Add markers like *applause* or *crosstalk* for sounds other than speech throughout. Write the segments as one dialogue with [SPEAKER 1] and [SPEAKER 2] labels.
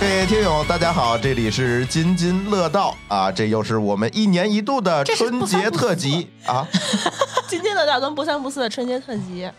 [SPEAKER 1] 各位听友，大家好，这里是津津乐道啊，这又是我们一年一度的
[SPEAKER 2] 这是
[SPEAKER 1] 春
[SPEAKER 2] 不三
[SPEAKER 1] 节
[SPEAKER 2] 不
[SPEAKER 1] 特辑啊。
[SPEAKER 3] 今天的大跟不三不四的春节特辑，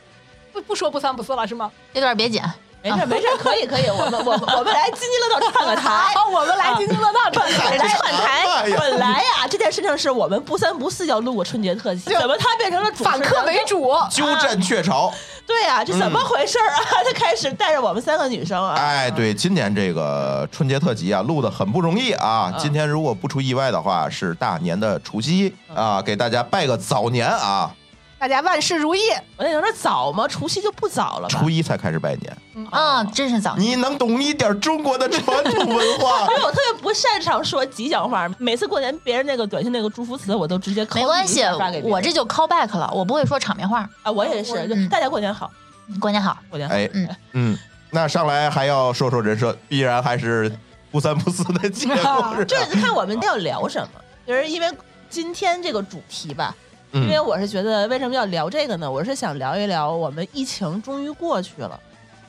[SPEAKER 2] 不不说不三不四了是吗？
[SPEAKER 4] 这段别剪，
[SPEAKER 3] 没事儿没事儿，可以可以，我们我们我们来津津乐道串个台，
[SPEAKER 2] 好，哦我们来津津乐道串
[SPEAKER 3] 本 *laughs*
[SPEAKER 2] 台。
[SPEAKER 3] 来
[SPEAKER 1] 哎
[SPEAKER 3] 串台，
[SPEAKER 1] 呀
[SPEAKER 3] 本来呀、这件事情是我们不三不四要录个春节特辑，怎么他变成了主持
[SPEAKER 2] 反
[SPEAKER 3] 人
[SPEAKER 2] 客为主，
[SPEAKER 1] 鸠占鹊巢，
[SPEAKER 3] 对呀、这怎么回事儿啊？他开始带着我们三个女生啊，
[SPEAKER 1] 哎，对，今年这个春节特辑啊，录的很不容易啊。今天如果不出意外的话，是大年的除夕啊，给大家拜个早年啊，
[SPEAKER 2] 大家万事如意。
[SPEAKER 3] 我那有点早吗？除夕就不早了吧？
[SPEAKER 1] 初一才开始拜年。
[SPEAKER 4] 啊，真是早。
[SPEAKER 1] 你能懂一点中国的传统文
[SPEAKER 3] *laughs*
[SPEAKER 1] 化？
[SPEAKER 3] 因为我特别不擅长说吉祥话，每次过年别人那个短信那个祝福词，我都直接 copy
[SPEAKER 4] 没关系
[SPEAKER 3] 一下发给，别人
[SPEAKER 4] 我这就 call back 了，我不会说场面话。
[SPEAKER 3] 啊，我也是，就
[SPEAKER 4] 嗯
[SPEAKER 3] 大家过年好，
[SPEAKER 4] 过年好，
[SPEAKER 3] 过年好。
[SPEAKER 1] 哎，
[SPEAKER 4] 嗯
[SPEAKER 1] 嗯，那上来还要说说人设，必然还是不三不四的节目
[SPEAKER 3] *laughs*
[SPEAKER 1] 是
[SPEAKER 3] 啊这
[SPEAKER 1] 吧？
[SPEAKER 3] 看我们要聊什么，就是因为今天这个主题吧，因为
[SPEAKER 1] 嗯，
[SPEAKER 3] 我是觉得为什么要聊这个呢？我是想聊一聊我们疫情终于过去了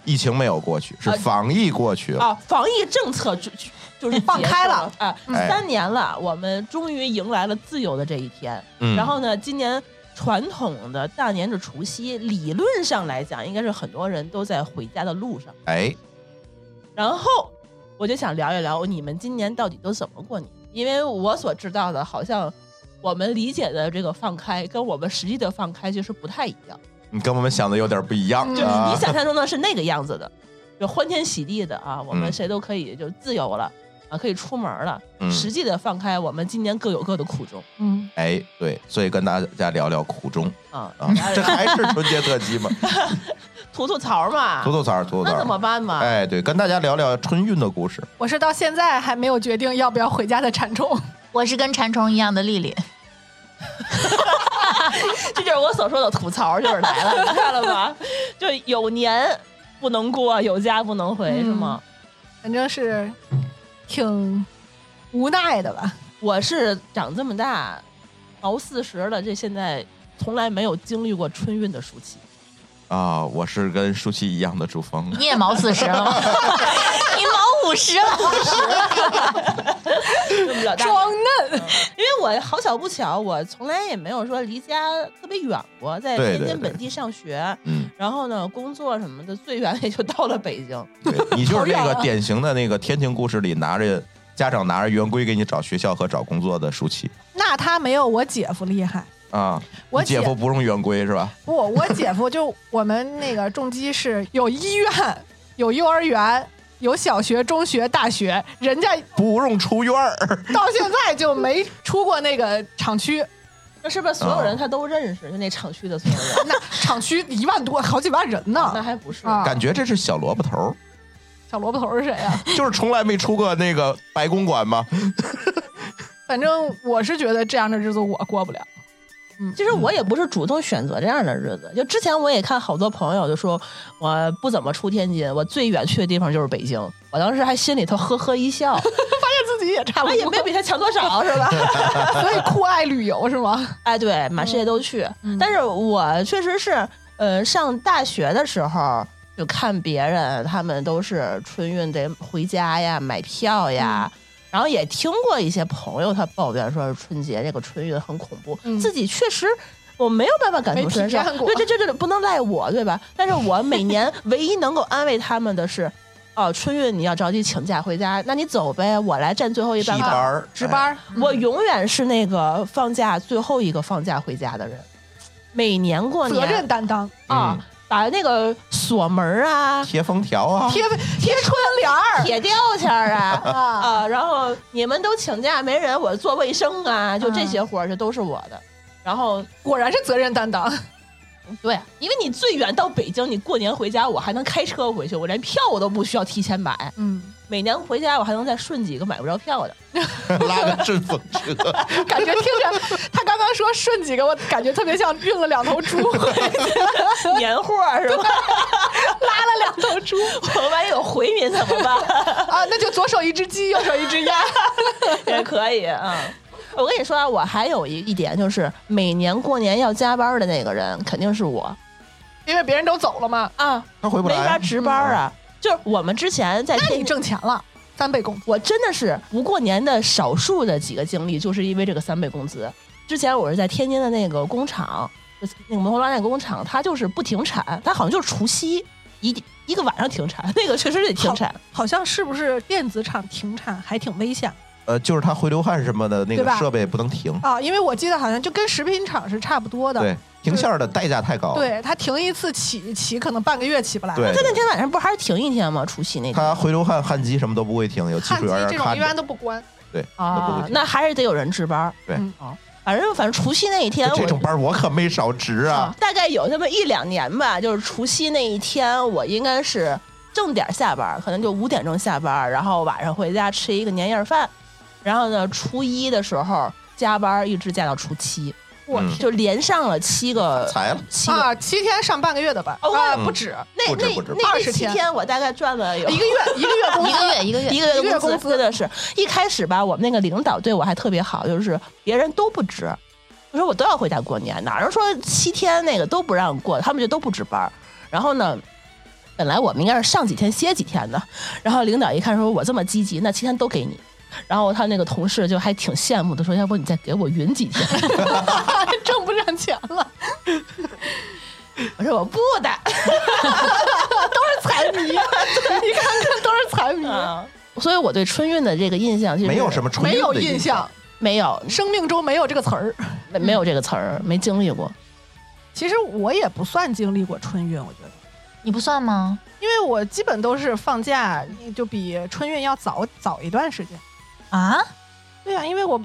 [SPEAKER 1] 疫情没有过去，是
[SPEAKER 3] 啊
[SPEAKER 1] 防疫过去了。
[SPEAKER 3] 啊，防疫政策就就就是
[SPEAKER 2] *laughs* 放
[SPEAKER 3] 结束
[SPEAKER 2] 开
[SPEAKER 3] 了啊，
[SPEAKER 1] 哎
[SPEAKER 3] 三年了，我们终于迎来了自由的这一天。
[SPEAKER 1] 嗯，
[SPEAKER 3] 然后呢，今年传统的大年是除夕，理论上来讲，应该是很多人都在回家的路上。
[SPEAKER 1] 哎，
[SPEAKER 3] 然后我就想聊一聊你们今年到底都怎么过年，因为我所知道的，好像我们理解的这个放开，跟我们实际的放开其实不太一样。
[SPEAKER 1] 你跟我们想的有点不一样
[SPEAKER 2] 嗯
[SPEAKER 3] 就是你
[SPEAKER 1] 啊。
[SPEAKER 3] 想象中的是那个样子的，就欢天喜地的啊，我们
[SPEAKER 1] 嗯
[SPEAKER 3] 谁都可以就自由了。啊，可以出门了，
[SPEAKER 1] 嗯
[SPEAKER 3] 实际的放开，我们今年各有各的苦衷
[SPEAKER 2] 嗯，
[SPEAKER 1] 哎，对，所以跟大家聊聊苦衷
[SPEAKER 3] 啊， *laughs*
[SPEAKER 1] 啊，这还是春节特辑嘛，
[SPEAKER 3] 吐吐槽
[SPEAKER 1] *laughs*
[SPEAKER 3] 嘛，
[SPEAKER 1] 吐吐槽，吐吐
[SPEAKER 3] 那怎么
[SPEAKER 1] 槽。
[SPEAKER 3] 办嘛？
[SPEAKER 1] 哎，对，跟大家聊聊春运的故事。
[SPEAKER 2] 我是到现在还没有决定要不要回家的馋虫。
[SPEAKER 4] 我是跟馋虫一样的丽丽，
[SPEAKER 3] 这就是我所说的吐槽，就是来了，你看了吧？就有年不能过，有家不能回，
[SPEAKER 2] 嗯
[SPEAKER 3] 是吗？
[SPEAKER 2] 反正是挺无奈的吧。
[SPEAKER 3] 我是长这么大，熬四十了，这现在从来没有经历过春运的暑期。
[SPEAKER 1] 啊，我是跟舒淇一样的主峰，
[SPEAKER 4] 你也毛四十了吗？ *laughs* 你毛五十了？
[SPEAKER 3] 这么老大
[SPEAKER 2] 装嫩，
[SPEAKER 3] 因为我好巧不巧，我从来也没有说离家特别远过，在
[SPEAKER 1] 对
[SPEAKER 3] 天
[SPEAKER 1] 对
[SPEAKER 3] 津
[SPEAKER 1] 对
[SPEAKER 3] 本地上学，
[SPEAKER 1] 嗯，
[SPEAKER 3] 然后呢，工作什么的，最远也就到了北京。
[SPEAKER 1] 对，你就是那
[SPEAKER 2] 好
[SPEAKER 1] 个
[SPEAKER 2] 远啊
[SPEAKER 1] 典型的那个天庭故事里拿着家长拿着圆规给你找学校和找工作的舒淇
[SPEAKER 2] 那他没有我姐夫厉害。
[SPEAKER 1] 啊。
[SPEAKER 2] 我
[SPEAKER 1] 你姐
[SPEAKER 2] 姐
[SPEAKER 1] 夫不用圆规是吧？
[SPEAKER 2] 不，我姐夫就我们那个重机是有医院、有幼儿园、有小学、中学、大学，人家
[SPEAKER 1] 不用出院儿，
[SPEAKER 2] 到现在就没出过那个厂区，
[SPEAKER 3] 那是不是所有人他都认识？就那厂区的所有人？
[SPEAKER 2] 那厂区一万多，好几万人
[SPEAKER 3] 那
[SPEAKER 2] 呢。
[SPEAKER 3] 还不是。
[SPEAKER 2] 啊
[SPEAKER 1] 感觉这是小萝卜头儿，
[SPEAKER 2] 小萝卜头是谁啊呀、
[SPEAKER 1] 就是从来没出过那个白公馆吗？
[SPEAKER 2] 反正我是觉得这样的日子我过不了。
[SPEAKER 3] 其实我也不是主动选择这样的日子，就之前我也看好多朋友就说我不怎么出天津，我最远去的地方就是北京。我当时还心里头呵呵一笑，
[SPEAKER 2] 自己也差不
[SPEAKER 3] 那
[SPEAKER 2] 多，
[SPEAKER 3] 也没比他强多 *laughs* 少，是吧？
[SPEAKER 2] 所以酷爱旅游是吗？
[SPEAKER 3] 哎，对，满世界都去。
[SPEAKER 2] 嗯
[SPEAKER 3] 但是我确实是，呃，上大学的时候就看别人，他们都是春运得回家呀，买票呀。然后也听过一些朋友他抱怨说春节这个春运很恐怖，
[SPEAKER 2] 嗯
[SPEAKER 3] 自己确实我没有办法感同身受
[SPEAKER 2] 没体验，过
[SPEAKER 3] 对，这这这不能赖我，对吧？但是我每 *laughs* 年唯一能够安慰他们的是，哦，春运你要着急请假回家，那你走呗，我来占最后一
[SPEAKER 1] 替
[SPEAKER 3] 班
[SPEAKER 1] 班
[SPEAKER 3] 岗。
[SPEAKER 1] 儿，
[SPEAKER 2] 值班儿，
[SPEAKER 3] 我永远是那个放假最后一个放假回家的人，每年过年
[SPEAKER 2] 责任担当，
[SPEAKER 3] 啊，把那个锁门
[SPEAKER 1] 哎
[SPEAKER 3] 啊、
[SPEAKER 1] 嗯贴封条啊，
[SPEAKER 2] 贴贴春联儿
[SPEAKER 3] 铁吊签儿啊
[SPEAKER 2] 啊，
[SPEAKER 3] *laughs* 啊，然后你们都请假没人，我做卫生啊，就这些活儿，这都是我的。然后
[SPEAKER 2] 果然是责任担当。 *laughs*
[SPEAKER 3] 对，因为你最远到北京，你过年回家我还能开车回去，我连票我都不需要提前买，
[SPEAKER 2] 嗯，
[SPEAKER 3] 每年回家我还能再顺几个买不着 *laughs* 票的。
[SPEAKER 1] *laughs* 拉个顺风车。
[SPEAKER 2] *laughs* 感觉听着，他刚刚说顺几个，我感觉特别像运了两头猪，
[SPEAKER 3] 年货儿是吧？ *laughs* 拉了两头猪， *laughs* 我万一有回民怎么办？
[SPEAKER 2] *laughs* 啊，那就左手一只鸡，右手一只鸭。
[SPEAKER 3] *laughs* 也可以，嗯。我跟你说啊，我还有一一点就是，每年过年要加班的那个人肯定是我
[SPEAKER 2] 因为别人都走了嘛。
[SPEAKER 3] 啊，
[SPEAKER 1] 他回不
[SPEAKER 3] 没
[SPEAKER 1] 来
[SPEAKER 2] 啊
[SPEAKER 3] 嗯法值班啊。就是我们之前在
[SPEAKER 2] 那
[SPEAKER 3] 天
[SPEAKER 2] 你
[SPEAKER 3] 津，
[SPEAKER 2] 挣钱了，三倍工资。
[SPEAKER 3] 我真的是不过年的少数的几个经历，就是因为这个三倍工资。之前我是在天津的那个工厂，就是那个摩托拉那个工厂，它就是不停产，它好像就是除夕一一个晚上停产， *laughs* 那个确实得停产。
[SPEAKER 2] 好像是不是电子厂停产还挺危险
[SPEAKER 1] 呃，就是它回流汗什么的那
[SPEAKER 2] 对
[SPEAKER 1] 个
[SPEAKER 2] 吧
[SPEAKER 1] 设备不能停，
[SPEAKER 2] 啊？因为我记得好像就跟食品厂是差不多的。
[SPEAKER 1] 对，停线儿的代价太高。
[SPEAKER 2] 对，它停一次起起可能半个月起不来。
[SPEAKER 1] 哦对
[SPEAKER 3] 它，那天晚上不还是停一天吗？除夕那天
[SPEAKER 1] 它回流汗、焊机什么都不会停，有技
[SPEAKER 2] 焊
[SPEAKER 1] 术
[SPEAKER 2] 机
[SPEAKER 1] 员儿
[SPEAKER 2] 这种
[SPEAKER 1] 看
[SPEAKER 2] 一般
[SPEAKER 1] 着。
[SPEAKER 2] 都不关，
[SPEAKER 1] 对，都不
[SPEAKER 3] 啊
[SPEAKER 1] 会，停
[SPEAKER 3] 那还是得有人值班。
[SPEAKER 1] 对
[SPEAKER 3] 嗯
[SPEAKER 4] 哦
[SPEAKER 3] 啊，反正反正除夕那一天
[SPEAKER 1] 这
[SPEAKER 3] 我
[SPEAKER 1] 种班儿我可没少值啊。
[SPEAKER 3] 大概有那么一两年吧，就是除夕那一天，我应该是正点下班，可能就五点钟下班，然后晚上回家吃一个年夜饭，然后呢，初一的时候加班，一直加到初七，
[SPEAKER 2] 我
[SPEAKER 1] 嗯
[SPEAKER 2] 天
[SPEAKER 3] 就连上了七个
[SPEAKER 1] 裁了，
[SPEAKER 3] 七个。
[SPEAKER 2] 啊，七天上半个月的班
[SPEAKER 3] 哦
[SPEAKER 2] 啊，
[SPEAKER 1] 嗯
[SPEAKER 2] 不止
[SPEAKER 3] 那
[SPEAKER 1] 不止
[SPEAKER 3] 那
[SPEAKER 1] 不止
[SPEAKER 3] 那那
[SPEAKER 2] 20
[SPEAKER 3] 七
[SPEAKER 2] 天哎
[SPEAKER 3] 天，我大概赚了有
[SPEAKER 2] 一个
[SPEAKER 4] *laughs*
[SPEAKER 2] 月一个月工
[SPEAKER 4] 一
[SPEAKER 2] 资
[SPEAKER 4] 个月一个月，
[SPEAKER 3] 一个
[SPEAKER 2] 一个
[SPEAKER 3] 月
[SPEAKER 2] 月
[SPEAKER 3] 工
[SPEAKER 2] 工
[SPEAKER 3] 资，
[SPEAKER 2] 资
[SPEAKER 3] 真的是一开始吧，我们那个领导对我还特别好，就是别人都不值，我说我都要回家过年，哪儿说七天那个都不让过，他们就都不值班儿。然后呢，本来我们应该是上几天歇几天的，然后领导一看说我这么积极，那七天都给你。然后他那个同事就还挺羡慕的，说要不你再给我匀几天？
[SPEAKER 2] *laughs*
[SPEAKER 3] *laughs*
[SPEAKER 2] 挣不上钱了。
[SPEAKER 3] 我说我不的，都是财 *laughs* 迷。
[SPEAKER 2] 你看看都是财迷，
[SPEAKER 3] 啊所以我对春运的这个印象就是
[SPEAKER 1] 没有什么重
[SPEAKER 2] 没有
[SPEAKER 1] 的
[SPEAKER 2] 印象，
[SPEAKER 3] 没有
[SPEAKER 2] 生命中没有这个词
[SPEAKER 1] *laughs*
[SPEAKER 2] 儿。
[SPEAKER 3] 没没有这个词儿，没经历过。
[SPEAKER 2] 其实我也不算经历过春运，我觉得，
[SPEAKER 4] 你不算吗？
[SPEAKER 2] 因为我基本都是放假就比春运要早早一段时间。
[SPEAKER 4] 啊？
[SPEAKER 2] 对啊，因为我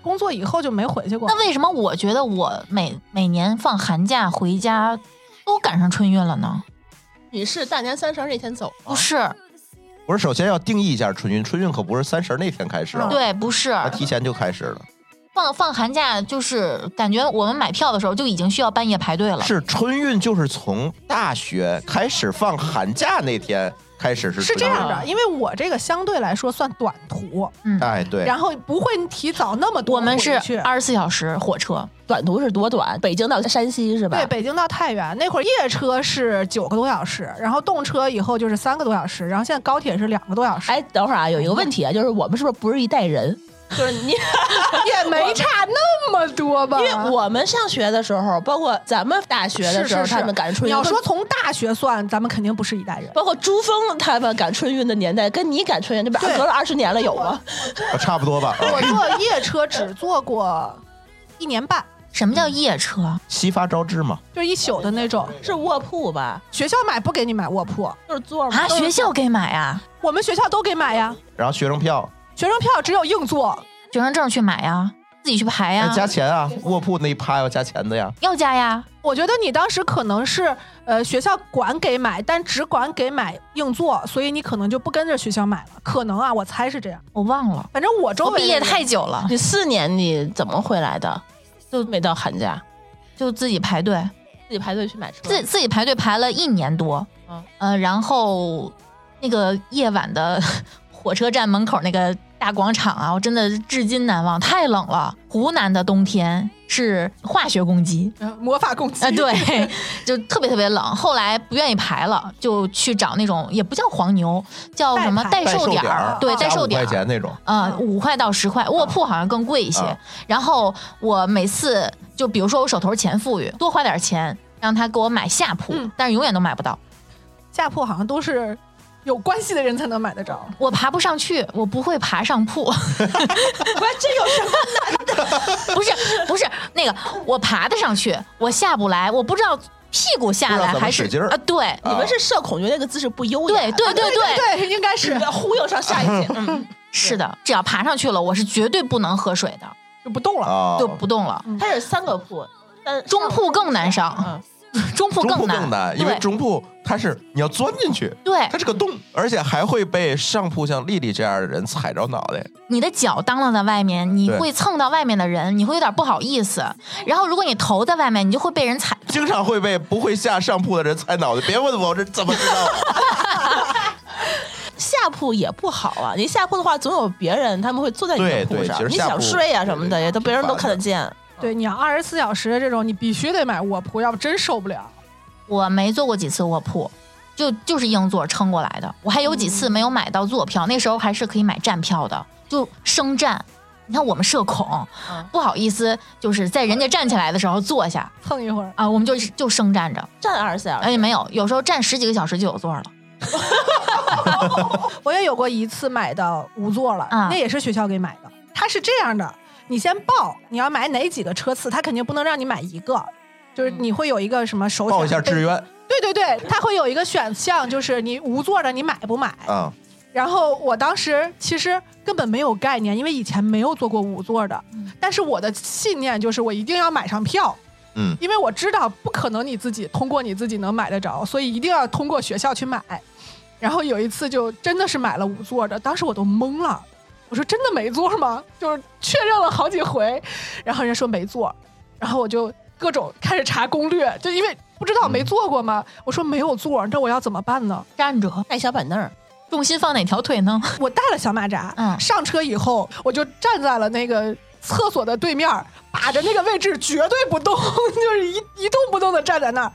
[SPEAKER 2] 工作以后就没回去过
[SPEAKER 4] 那。为什么我觉得我每每年放寒假回家都赶上春运了呢？
[SPEAKER 3] 你是大年三十那天走
[SPEAKER 4] 不是，
[SPEAKER 1] 不是，首先要定义一下春运，春运可不是三十那天开始啊，
[SPEAKER 4] 对，不是
[SPEAKER 1] 它提前就开始了，
[SPEAKER 4] 放放寒假，就是感觉我们买票的时候就已经需要半夜排队了。
[SPEAKER 1] 是春运就是从大学开始放寒假那天开始是
[SPEAKER 2] 是
[SPEAKER 1] 春
[SPEAKER 2] 这样
[SPEAKER 1] 运
[SPEAKER 2] 的，因为我这个相对来说算短途，
[SPEAKER 1] 哎，对，
[SPEAKER 2] 然后不会提早那么多
[SPEAKER 4] 我们是
[SPEAKER 2] 回去
[SPEAKER 4] 二十四小时火车，
[SPEAKER 3] 短途是多短？北京到山西是吧？
[SPEAKER 2] 对，，北京到太原那会儿夜车是九个多小时，然后动车以后就是三个多小时，然后现在高铁是两个多小时，
[SPEAKER 3] 哎，等会儿啊，有一个问题啊，就是我们是不是不是一代人？嗯就是 *laughs* 你，
[SPEAKER 2] 哎也没差那么多吧
[SPEAKER 3] 因为我们上学的时候，包括咱们大学的时候，
[SPEAKER 2] 是是是
[SPEAKER 3] 他们赶春
[SPEAKER 2] 你
[SPEAKER 3] 运，
[SPEAKER 2] 要说从大学算，咱们肯定不是一代人。
[SPEAKER 3] 包括珠峰他们赶春运的年代，跟你赶春运，这不
[SPEAKER 2] 对
[SPEAKER 3] 隔了二十年了有 *laughs* 吗？
[SPEAKER 1] 差不多吧。啊
[SPEAKER 2] *laughs* 我坐夜车只坐过一年半，
[SPEAKER 4] 什么叫夜车？
[SPEAKER 1] 西发招致嘛，
[SPEAKER 2] 就是一宿的那种。
[SPEAKER 3] 是卧铺吧？
[SPEAKER 2] 学校买不给你买卧铺，
[SPEAKER 3] 就是座嘛
[SPEAKER 4] 啊，
[SPEAKER 3] 都是
[SPEAKER 4] 学校给买啊，
[SPEAKER 2] 我们学校都给买呀，
[SPEAKER 1] 然后学生票
[SPEAKER 2] 学生票只有硬座。
[SPEAKER 4] 学生证去买呀，自己去排
[SPEAKER 1] 要
[SPEAKER 4] 哎呀，
[SPEAKER 1] 加钱啊，卧铺那一趴要加钱的呀。
[SPEAKER 4] 要加呀。
[SPEAKER 2] 我觉得你当时可能是呃学校管给买，但只管给买硬座，所以你可能就不跟着学校买了。可能啊，我猜是这样。
[SPEAKER 4] 我忘了，
[SPEAKER 2] 反正我周
[SPEAKER 4] 我
[SPEAKER 2] 围
[SPEAKER 4] 毕业
[SPEAKER 2] 的人
[SPEAKER 4] 太久了，
[SPEAKER 3] 你四年你怎么回来的？就没到寒假，
[SPEAKER 4] 就自己排队，
[SPEAKER 1] 嗯
[SPEAKER 3] 自己排队去买车。
[SPEAKER 4] 自自己排队排了一年多
[SPEAKER 3] 嗯，
[SPEAKER 4] 呃，然后那个夜晚的 *laughs* 火车站门口那个大广场啊，我真的至今难忘，太冷了。湖南的冬天是化学攻击，
[SPEAKER 2] 呃魔法攻
[SPEAKER 1] *laughs*
[SPEAKER 2] 击
[SPEAKER 4] 啊，对，就特别特别冷。后来不愿意排了，就去找那种也不叫黄牛，叫什么
[SPEAKER 2] 代
[SPEAKER 4] 代
[SPEAKER 1] 代
[SPEAKER 4] 售
[SPEAKER 1] 售
[SPEAKER 4] 点
[SPEAKER 1] 点
[SPEAKER 4] 儿，对，
[SPEAKER 1] 加
[SPEAKER 4] 代售
[SPEAKER 1] 五
[SPEAKER 4] 点
[SPEAKER 1] 块
[SPEAKER 4] 儿。
[SPEAKER 1] 钱那种，
[SPEAKER 4] 啊，五块到十块，卧铺好像更贵一些
[SPEAKER 1] 啊。
[SPEAKER 4] 然后我每次就比如说我手头钱富裕，多花点钱让他给我买下铺
[SPEAKER 2] 嗯，
[SPEAKER 4] 但是永远都买不到，
[SPEAKER 2] 下铺好像都是有关系的人才能买得着。
[SPEAKER 4] 我爬不上去，我不会爬上
[SPEAKER 1] *laughs*
[SPEAKER 4] 铺。
[SPEAKER 3] 我这有什么？
[SPEAKER 4] 不是不是那个，我爬得上去，我下不来，我不知道屁股下
[SPEAKER 1] 不知道
[SPEAKER 4] 来
[SPEAKER 1] 怎么
[SPEAKER 4] 还
[SPEAKER 1] 使
[SPEAKER 4] 是
[SPEAKER 1] 劲儿
[SPEAKER 4] 啊，对
[SPEAKER 1] 啊
[SPEAKER 3] 你们是社恐，觉得那个姿势不优雅。
[SPEAKER 4] 对对对
[SPEAKER 2] *laughs*
[SPEAKER 4] 对，
[SPEAKER 2] 对，应
[SPEAKER 3] *laughs*
[SPEAKER 2] 该是
[SPEAKER 3] 是忽悠上下一节。嗯，
[SPEAKER 4] 是的，只要爬上去了，我是绝对不能喝水的，
[SPEAKER 2] 就不动了。
[SPEAKER 1] 啊，
[SPEAKER 4] 就不动了。
[SPEAKER 3] 嗯它是三个铺，但
[SPEAKER 4] 中铺更难上，
[SPEAKER 3] 嗯，
[SPEAKER 4] *laughs* 中铺
[SPEAKER 1] 中铺
[SPEAKER 4] 更
[SPEAKER 1] 更难，因为
[SPEAKER 4] 对哎
[SPEAKER 1] 中铺它是你要钻进去，
[SPEAKER 4] 对
[SPEAKER 1] 它，是个洞，而且还会被上铺像丽丽这样的人踩着脑袋。
[SPEAKER 4] 你的脚当啷在外面，你
[SPEAKER 1] 对
[SPEAKER 4] 会蹭到外面的人，你会有点不好意思。然后如果你头在外面，你就会被人踩。
[SPEAKER 1] 经常会被不会下上铺的人踩脑袋，别问我我这怎么知
[SPEAKER 4] *laughs*
[SPEAKER 1] 道的，
[SPEAKER 3] 下铺也不好啊。你下铺的话，总有别人他们会坐在你
[SPEAKER 1] 对
[SPEAKER 3] 的铺
[SPEAKER 1] 对
[SPEAKER 3] 上，
[SPEAKER 1] 其实
[SPEAKER 3] 你
[SPEAKER 1] 下
[SPEAKER 3] 想
[SPEAKER 1] 铺
[SPEAKER 3] 睡啊什么的，
[SPEAKER 1] 对
[SPEAKER 3] 也都别人都看得见。
[SPEAKER 2] 对，你要二十四小时的这种，你必须得买卧铺，要不真受不了。
[SPEAKER 4] 我没坐过几次卧铺，就就是硬座撑过来的。我还有几次没有买到座票，那时候还是可以买站票的，就升站。你看我们社恐，
[SPEAKER 3] 嗯
[SPEAKER 4] 不好意思，就是在人家站起来的时候坐下
[SPEAKER 2] 蹭一会儿，
[SPEAKER 4] 啊，我们就就升站着。
[SPEAKER 3] 站二十四小时，
[SPEAKER 4] 哎，没有，有时候站十几个小时就有座了。
[SPEAKER 2] 我也有过一次买到无座了，
[SPEAKER 4] 啊
[SPEAKER 2] 那也是学校给买的。它是这样的，你先报你要买哪几个车次，它肯定不能让你买一个，就是你会有一个什么首选。
[SPEAKER 1] 报一下志愿
[SPEAKER 2] 对对对，它会有一个选项，就是你无座的你买不买？
[SPEAKER 1] 啊，
[SPEAKER 2] 然后我当时其实根本没有概念，因为以前没有坐过五座的，但是我的信念就是我一定要买上票，
[SPEAKER 1] 嗯，
[SPEAKER 2] 因为我知道不可能你自己通过你自己能买得着，所以一定要通过学校去买。然后有一次就真的是买了五座的，当时我都懵了，我说真的没座吗？ *laughs* 就是确认了好几回，然后人家说没座，然后我就各种开始查攻略，就因为不知道没坐过嘛，我说没有座，那我要怎么办呢？
[SPEAKER 4] 站着，
[SPEAKER 3] 带小板凳儿，
[SPEAKER 4] 重心放哪条腿呢？
[SPEAKER 2] 我带了小马扎，
[SPEAKER 4] 嗯
[SPEAKER 2] 上车以后我就站在了那个厕所的对面儿，把着那个位置绝对不动， *laughs* 就是一一动不动的站在那儿，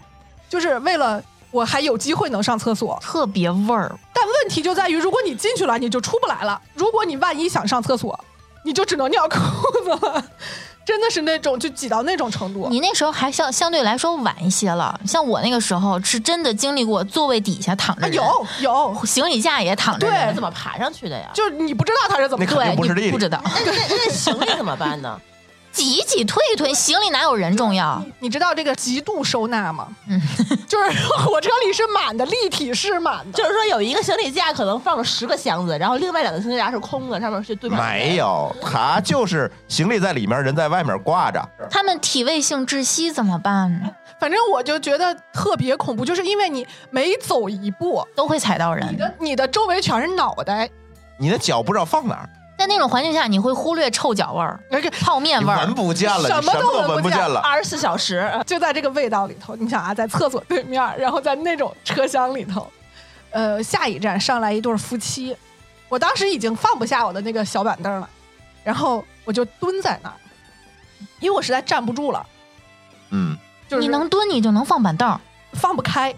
[SPEAKER 2] 就是为了我还有机会能上厕所。
[SPEAKER 4] 特别味儿，
[SPEAKER 2] 但问题就在于，如果你进去了，你就出不来了；如果你万一想上厕所，你就只能尿裤子了。 *laughs* 真的是那种就挤到那种程度，
[SPEAKER 4] 你那时候还相相对来说晚一些了，像我那个时候是真的经历过座位底下躺
[SPEAKER 2] 啊
[SPEAKER 4] 着人，
[SPEAKER 2] 有有，
[SPEAKER 4] 行李架也躺着
[SPEAKER 2] 对
[SPEAKER 4] 人
[SPEAKER 3] 哎怎么爬上去的呀？
[SPEAKER 2] 就是你不知道他是怎么
[SPEAKER 1] 那肯定
[SPEAKER 4] 对，
[SPEAKER 1] 不是
[SPEAKER 4] 你
[SPEAKER 1] 丽丽
[SPEAKER 4] 不知道，
[SPEAKER 3] 那那那行李怎么办呢？ *laughs*
[SPEAKER 4] 挤一挤推一推，行李哪有人重要？
[SPEAKER 2] 你知道这个极度收纳吗？
[SPEAKER 4] 嗯 *laughs*
[SPEAKER 2] 就是火车里是满的，立体式满的。
[SPEAKER 3] 就是说有一个行李架可能放了十个箱子，然后另外两个行李架是空的，上面是堆满
[SPEAKER 1] 没有，他就是行李在里面，人在外面挂着，
[SPEAKER 4] 他们体位性窒息怎么办？
[SPEAKER 2] 反正我就觉得特别恐怖，就是因为你每走一步，
[SPEAKER 4] 都会踩到
[SPEAKER 2] 你
[SPEAKER 4] 人，
[SPEAKER 2] 的你的周围全是脑袋，
[SPEAKER 1] 你那脚不知道放哪儿，
[SPEAKER 4] 在那种环境下，你会忽略臭脚味儿、
[SPEAKER 2] 而且
[SPEAKER 4] 泡面
[SPEAKER 1] 你
[SPEAKER 4] 味儿
[SPEAKER 1] 闻。不见了，你
[SPEAKER 2] 什么
[SPEAKER 1] 么
[SPEAKER 2] 都
[SPEAKER 1] 闻
[SPEAKER 2] 闻不
[SPEAKER 1] 见
[SPEAKER 2] 见
[SPEAKER 1] 了。
[SPEAKER 3] 二十四小时，
[SPEAKER 4] 啊
[SPEAKER 2] 就在这个味道里头。你想啊，在厕所对面，然后在那种车厢里头，呃，下一站上来一对夫妻，我当时已经放不下我的那个小板凳了，然后我就蹲在那儿，因为我实在站不住了，
[SPEAKER 1] 嗯，
[SPEAKER 2] 就是
[SPEAKER 4] 你能蹲，你就能放板凳。
[SPEAKER 2] 放不开，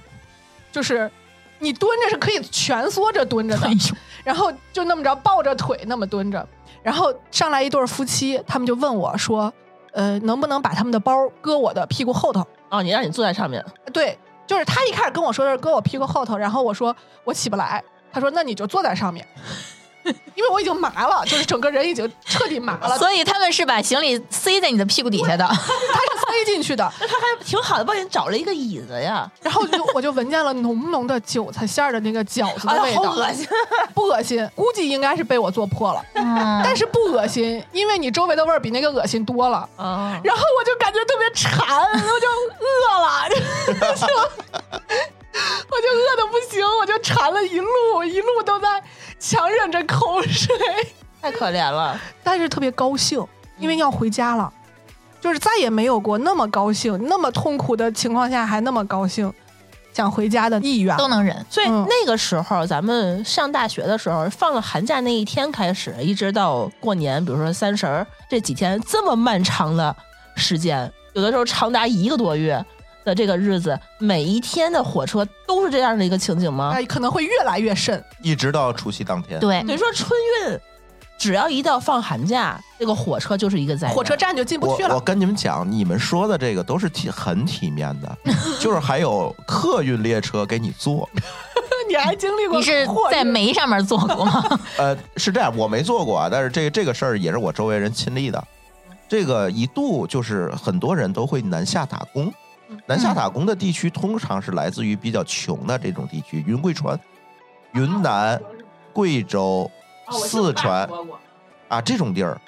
[SPEAKER 2] 就是你蹲着是可以蜷缩着蹲着
[SPEAKER 4] *laughs*
[SPEAKER 2] 的
[SPEAKER 4] 哎，呦，
[SPEAKER 2] 然后就那么着抱着腿那么蹲着，然后上来一对儿夫妻，他们就问我说，呃，能不能把他们的包搁我的屁股后头？
[SPEAKER 3] 哦，你让你坐在上面，
[SPEAKER 2] 对，就是他一开始跟我说的是搁我屁股后头，然后我说我起不来，他说那你就坐在上面， *laughs* 因为我已经麻了，就是整个人已经彻底麻了，
[SPEAKER 4] 所以他们是把行李塞在你的屁股底下的。 *laughs*
[SPEAKER 2] 他是塞进去的，
[SPEAKER 3] 那他还挺好的，帮你找了一个椅子呀，
[SPEAKER 2] 然后就我就闻见了浓浓的韭菜馅儿的那个饺子
[SPEAKER 3] 哎
[SPEAKER 2] 的
[SPEAKER 3] *laughs*
[SPEAKER 2] 味道，
[SPEAKER 3] 心，
[SPEAKER 2] *laughs* 不恶心，估计应该是被我做破了，
[SPEAKER 4] 嗯，
[SPEAKER 2] 但是不恶心，因为你周围的味儿比那个恶心多了。
[SPEAKER 3] 啊，
[SPEAKER 2] 然后我就感觉特别馋，我就饿了， *laughs* 就我就饿的不行，我就馋了一路，一路都在强忍着口水，
[SPEAKER 3] *laughs*
[SPEAKER 2] *laughs*
[SPEAKER 3] 太可怜了。
[SPEAKER 2] 但是特别高兴，因为要回家了，就是再也没有过那么高兴、那么痛苦的情况下还那么高兴，想回家的意愿。
[SPEAKER 4] 都能忍。
[SPEAKER 3] 所以
[SPEAKER 2] 嗯
[SPEAKER 3] 那个时候，咱们上大学的时候，放了寒假那一天开始，一直到过年，比如说三十儿这几天，这么漫长的时间，有的时候长达一个多月的这个日子，每一天的火车都是这样的一个情景吗？
[SPEAKER 2] 哎，可能会越来越甚，
[SPEAKER 1] 一直到除夕当天，
[SPEAKER 4] 对
[SPEAKER 3] 等于说春运，只要一到放寒假，这个火车就是一个灾难。
[SPEAKER 2] 火车站就进不
[SPEAKER 1] 我
[SPEAKER 2] 去了
[SPEAKER 1] 我。跟你们讲，你们说的这个都是体很体面
[SPEAKER 2] *laughs*
[SPEAKER 1] 的，就是还有客运列车给你坐。
[SPEAKER 2] 你还经历过？
[SPEAKER 4] 你是在
[SPEAKER 2] 美
[SPEAKER 4] 煤上面坐过吗？
[SPEAKER 1] 呃，是这样，我没做过啊，但是这个这个事儿也是我周围人亲历的。这个一度就是很多人都会南下打工，
[SPEAKER 2] 嗯
[SPEAKER 1] 南下打工的地区通常是来自于比较穷的这种地区，云贵川、云南、贵州、
[SPEAKER 2] 哦
[SPEAKER 1] 四川啊这种地儿。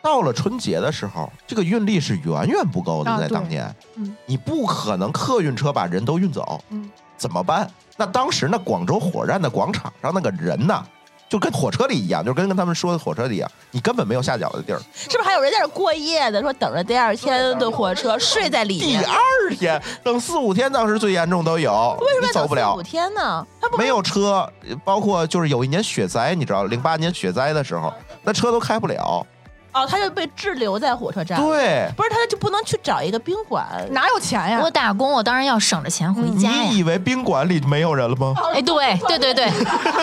[SPEAKER 1] 到了春节的时候，这个运力是远远不够的，
[SPEAKER 2] 啊
[SPEAKER 1] 在
[SPEAKER 2] 对
[SPEAKER 1] 当年，
[SPEAKER 2] 嗯
[SPEAKER 1] 你不可能客运车把人都运走，
[SPEAKER 2] 嗯
[SPEAKER 1] 怎么办？那当时那广州火车站的广场上那个人呐，就跟火车里一样，就跟跟他们说的火车里一样，你根本没有下脚的地儿。
[SPEAKER 3] 是不是还有人在这儿过夜的？说等着第二天的火车睡在里
[SPEAKER 1] 第
[SPEAKER 3] 面。
[SPEAKER 1] 二天等四五天，当时最严重都有，
[SPEAKER 3] 为什么
[SPEAKER 1] 你
[SPEAKER 3] 要
[SPEAKER 1] 走
[SPEAKER 3] 等
[SPEAKER 1] 不
[SPEAKER 3] 四
[SPEAKER 1] 了
[SPEAKER 3] 五，天呢？他不
[SPEAKER 1] 没有车，包括就是有一年雪灾，你知道，零八年雪灾的时候，那车都开不了。
[SPEAKER 3] 哦，他就被滞留在火车站。，
[SPEAKER 1] 对，
[SPEAKER 3] 不是啊他就不能去找一个宾馆？
[SPEAKER 2] 哪有钱呀
[SPEAKER 4] 我？打工，我当然要省着钱回家呀
[SPEAKER 1] 你。以为宾馆里没有人了吗？
[SPEAKER 4] 哎，对对对对，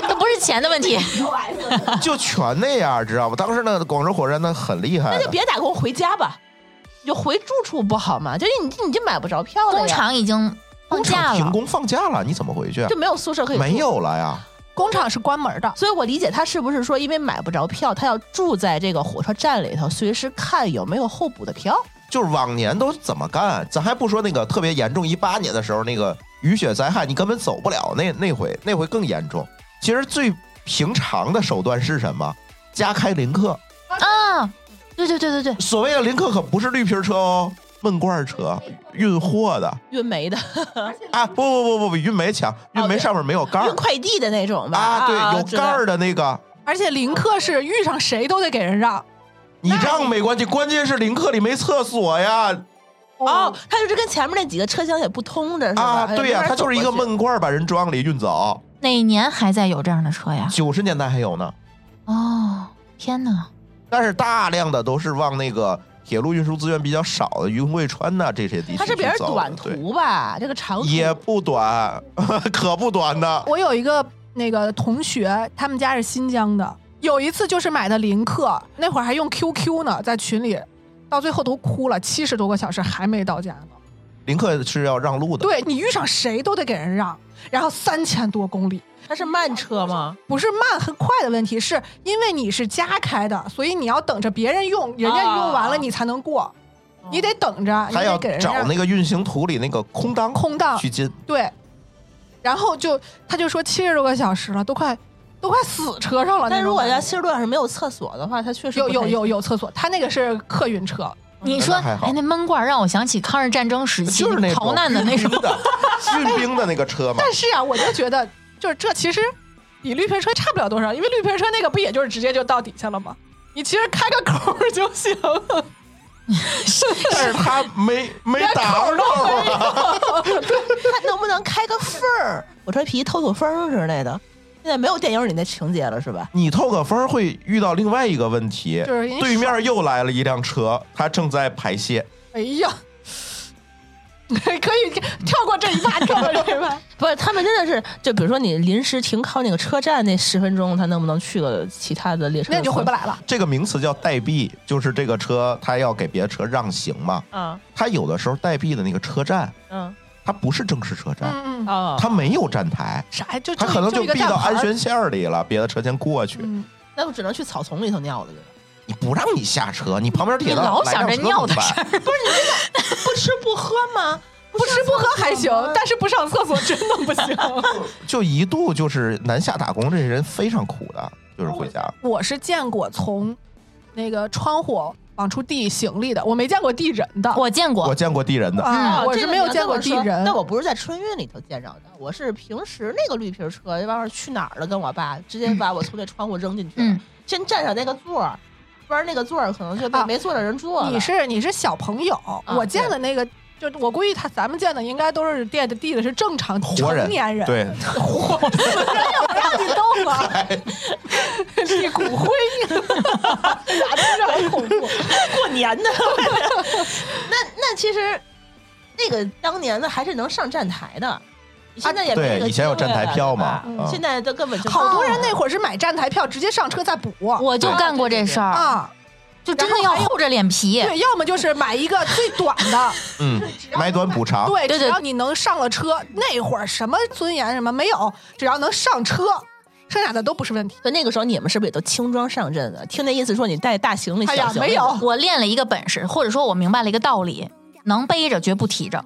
[SPEAKER 4] 这不是钱的问题。
[SPEAKER 1] 就全那样，知道吗？当时那广州火车站那很厉害
[SPEAKER 3] 那
[SPEAKER 1] 的，
[SPEAKER 3] 就别打工回家吧，你就回住处不好吗？就你你就买不着票了呀
[SPEAKER 4] 工厂已经放
[SPEAKER 1] 工
[SPEAKER 4] 假
[SPEAKER 1] 厂停
[SPEAKER 4] 了，
[SPEAKER 1] 工放假了，你怎么回去啊？
[SPEAKER 3] 就没有宿舍可以住
[SPEAKER 1] 没。有了呀，
[SPEAKER 2] 工厂是关门的，
[SPEAKER 3] 所以我理解他是不是说，因为买不着票，他要住在这个火车站里头，随时看有没有候补的票。
[SPEAKER 1] 就是往年都怎么干？咱还不说那个特别严重，一八年的时候那个雨雪灾害，你根本走不了那那回，那回更严重。其实最平常的手段是什么？加开临客。
[SPEAKER 4] 啊，对对对对对，
[SPEAKER 1] 所谓的临客可不是绿皮儿车哦，闷罐儿车，运货的
[SPEAKER 3] 运煤的、
[SPEAKER 1] 啊！不不不不不，运煤强，
[SPEAKER 3] 哦
[SPEAKER 1] 运煤上面没有盖儿
[SPEAKER 3] 运快递的那种吧？
[SPEAKER 1] 啊，对，有
[SPEAKER 3] 知
[SPEAKER 1] 盖
[SPEAKER 3] 道
[SPEAKER 1] 儿的那个，
[SPEAKER 2] 而且临客是遇上谁都得给人让。
[SPEAKER 1] 你让没关系，关键是临客里没厕所呀！
[SPEAKER 3] 哦，，他就是跟前面那几个车厢也不通着是吧？
[SPEAKER 1] 嗯啊，
[SPEAKER 3] 哎
[SPEAKER 1] 对呀、
[SPEAKER 3] 没法
[SPEAKER 1] 它就是一个
[SPEAKER 3] 走过去
[SPEAKER 1] 闷罐儿把人装里运走。
[SPEAKER 4] 哪年还在有这样的车呀？
[SPEAKER 1] 九十年代还有呢，
[SPEAKER 4] 哦，天哪！
[SPEAKER 1] 但是大量的都是往那个铁路运输资源比较少的云贵川呐、这些地区去走的。
[SPEAKER 3] 它是别人短
[SPEAKER 1] 对，
[SPEAKER 3] 途吧？这个长途
[SPEAKER 1] 也不短， *laughs* 可不短呢。
[SPEAKER 2] 我有一个那个同学，他们家是新疆的，有一次就是买的临客，那会儿还用 QQ 呢，在群里，到最后都哭了，七十多个小时还没到家呢。
[SPEAKER 1] 林克是要让路的，
[SPEAKER 2] 对你遇上谁都得给人让，然后三千多公里，
[SPEAKER 3] 它是慢车吗？
[SPEAKER 2] 不是慢和快的问题，是因为你是加开的，所以你要等着别人用，人家用完了
[SPEAKER 3] 啊
[SPEAKER 2] 你才能过，你得等着，你
[SPEAKER 1] 哦还
[SPEAKER 2] 得
[SPEAKER 1] 要
[SPEAKER 2] 给人啊
[SPEAKER 1] 找
[SPEAKER 2] 让
[SPEAKER 1] 那个运行图里那个空档
[SPEAKER 2] 空档
[SPEAKER 1] 去进。
[SPEAKER 2] 对，然后就他就说七十多个小时了，都快都快死车上了。
[SPEAKER 3] 但
[SPEAKER 2] 那
[SPEAKER 3] 如
[SPEAKER 2] 种
[SPEAKER 3] 果
[SPEAKER 2] 感觉
[SPEAKER 3] 要希尔顿是没有厕所的话，它确实
[SPEAKER 2] 有
[SPEAKER 3] 不
[SPEAKER 2] 有
[SPEAKER 3] 太
[SPEAKER 2] 有有厕所，他那个是客运车，
[SPEAKER 4] 你说，
[SPEAKER 1] 那还好
[SPEAKER 4] 哎，那闷罐儿让我想起抗日战争时期
[SPEAKER 1] 就是那种
[SPEAKER 4] 逃难的那种
[SPEAKER 1] *laughs* 运兵的运兵的那个车嘛，
[SPEAKER 2] 但是啊，我就觉得就是这其实比绿皮车差不了多少，因为绿皮车那个不也就是直接就到底下了吗？你其实开个口儿就行，
[SPEAKER 1] *laughs* 但是他没没
[SPEAKER 2] 连
[SPEAKER 1] 打
[SPEAKER 2] 口
[SPEAKER 1] 着
[SPEAKER 2] 儿都
[SPEAKER 1] 啊
[SPEAKER 2] 没有。
[SPEAKER 3] 它能不能开个缝儿， *laughs* 火车皮透透风儿之类的？现在没有电影里那情节了是吧？
[SPEAKER 1] *laughs* 你透个风儿会遇到另外一个问题，
[SPEAKER 2] 就是人家
[SPEAKER 1] 对面又来了一辆车，它正在排泄，
[SPEAKER 2] 哎呀，可以跳过这一趴，跳过这一
[SPEAKER 1] *laughs*
[SPEAKER 2] 趴。
[SPEAKER 3] 不是，他们真的是就比如说你临时停靠那个车站那十分钟，他能不能去个其他的列车？
[SPEAKER 2] 那你就回不
[SPEAKER 3] 来。
[SPEAKER 2] 来了。
[SPEAKER 1] 这个名词叫代避，就是这个车它要给别的车让行嘛。
[SPEAKER 3] 嗯
[SPEAKER 1] 它有的时候代避的那个车站，
[SPEAKER 3] 嗯
[SPEAKER 1] 它不是正式车站，
[SPEAKER 2] 嗯嗯，
[SPEAKER 3] 哦，
[SPEAKER 1] 它没有站台，
[SPEAKER 2] 啥呀？就
[SPEAKER 1] 它可能
[SPEAKER 2] 就
[SPEAKER 1] 就
[SPEAKER 2] 一个
[SPEAKER 1] 避
[SPEAKER 2] 站
[SPEAKER 1] 到
[SPEAKER 2] 牌
[SPEAKER 1] 安
[SPEAKER 2] 儿。
[SPEAKER 1] 全线里了，别的车先过去。
[SPEAKER 2] 嗯，
[SPEAKER 3] 那我只能去草丛里头尿了，对吧？
[SPEAKER 1] 你不让你下车，你旁边铁
[SPEAKER 4] 你
[SPEAKER 1] 道
[SPEAKER 4] 老
[SPEAKER 1] 来
[SPEAKER 4] 想
[SPEAKER 1] 辆
[SPEAKER 4] 着
[SPEAKER 1] 车
[SPEAKER 4] 尿
[SPEAKER 1] 怎
[SPEAKER 4] 的
[SPEAKER 1] 么
[SPEAKER 4] 事
[SPEAKER 1] 办
[SPEAKER 4] 儿，
[SPEAKER 3] 不吃不喝吗？
[SPEAKER 2] 不吃不喝还行，但是不上厕所真的不行。
[SPEAKER 1] 就一度就是南下打工，这人非常苦的，就是回家。
[SPEAKER 2] 我是见过从那个窗户往出递行李的，我没见过递人的。
[SPEAKER 4] 我见
[SPEAKER 1] 我
[SPEAKER 4] 过，
[SPEAKER 1] 见过地人的，
[SPEAKER 2] 啊，
[SPEAKER 3] 哦
[SPEAKER 2] 我
[SPEAKER 3] 这
[SPEAKER 2] 是
[SPEAKER 3] 个
[SPEAKER 2] 没
[SPEAKER 3] 你
[SPEAKER 2] 有
[SPEAKER 3] 要
[SPEAKER 2] 见
[SPEAKER 3] 这
[SPEAKER 2] 过
[SPEAKER 3] 么
[SPEAKER 2] 递
[SPEAKER 3] 说
[SPEAKER 2] 人。
[SPEAKER 3] 但我不是在春运里头见着的，我是平时那个绿皮车，这玩意儿去哪儿了？跟我爸直接把我从那窗户扔进去了，
[SPEAKER 4] 嗯
[SPEAKER 3] 先站上那个座儿，不然那个座儿可能就被
[SPEAKER 2] 啊
[SPEAKER 3] 没坐的人坐了。啊
[SPEAKER 2] 你是你是小朋友，我见
[SPEAKER 3] 对
[SPEAKER 2] 的那个。就我估计他咱们见的应该都是递的递的是正常
[SPEAKER 1] 活人
[SPEAKER 2] 成年人，
[SPEAKER 1] 对，
[SPEAKER 2] 让你动啊，立骨灰，拿着很恐怖。
[SPEAKER 3] *laughs* 过年 *laughs* 的，那那其实那个当年的还是能上站台的，现在也没
[SPEAKER 1] 啊对
[SPEAKER 3] 这个
[SPEAKER 1] 以前有
[SPEAKER 3] 机会
[SPEAKER 1] 站台
[SPEAKER 3] 了
[SPEAKER 1] 票
[SPEAKER 3] 对
[SPEAKER 1] 嘛
[SPEAKER 3] 吧
[SPEAKER 1] 嗯
[SPEAKER 3] 现在都根本就哦
[SPEAKER 2] 好多人
[SPEAKER 3] 不
[SPEAKER 2] 那会儿是买站台票，直接上车再补
[SPEAKER 4] 我就
[SPEAKER 3] 对
[SPEAKER 4] 干过
[SPEAKER 3] 对
[SPEAKER 4] 这
[SPEAKER 3] 对
[SPEAKER 4] 事儿，
[SPEAKER 2] 啊。
[SPEAKER 4] 就真的要厚着脸皮。
[SPEAKER 2] 对，要么就是买一个最短的， *laughs*
[SPEAKER 1] 嗯，买短补长，
[SPEAKER 2] 对，
[SPEAKER 4] 对
[SPEAKER 2] 只
[SPEAKER 4] 对
[SPEAKER 2] 要你能上了车，那会儿什么尊严什么没有，只要能上车，剩下的都不是问题。
[SPEAKER 3] 所以那个时候你们是不是也都轻装上阵的？听那意思说你带大行李、
[SPEAKER 2] 哎
[SPEAKER 3] 小
[SPEAKER 2] 呀，
[SPEAKER 3] 行李
[SPEAKER 2] 没有，
[SPEAKER 4] 我练了一个本事，或者说我明白了一个道理：能背着绝不提着，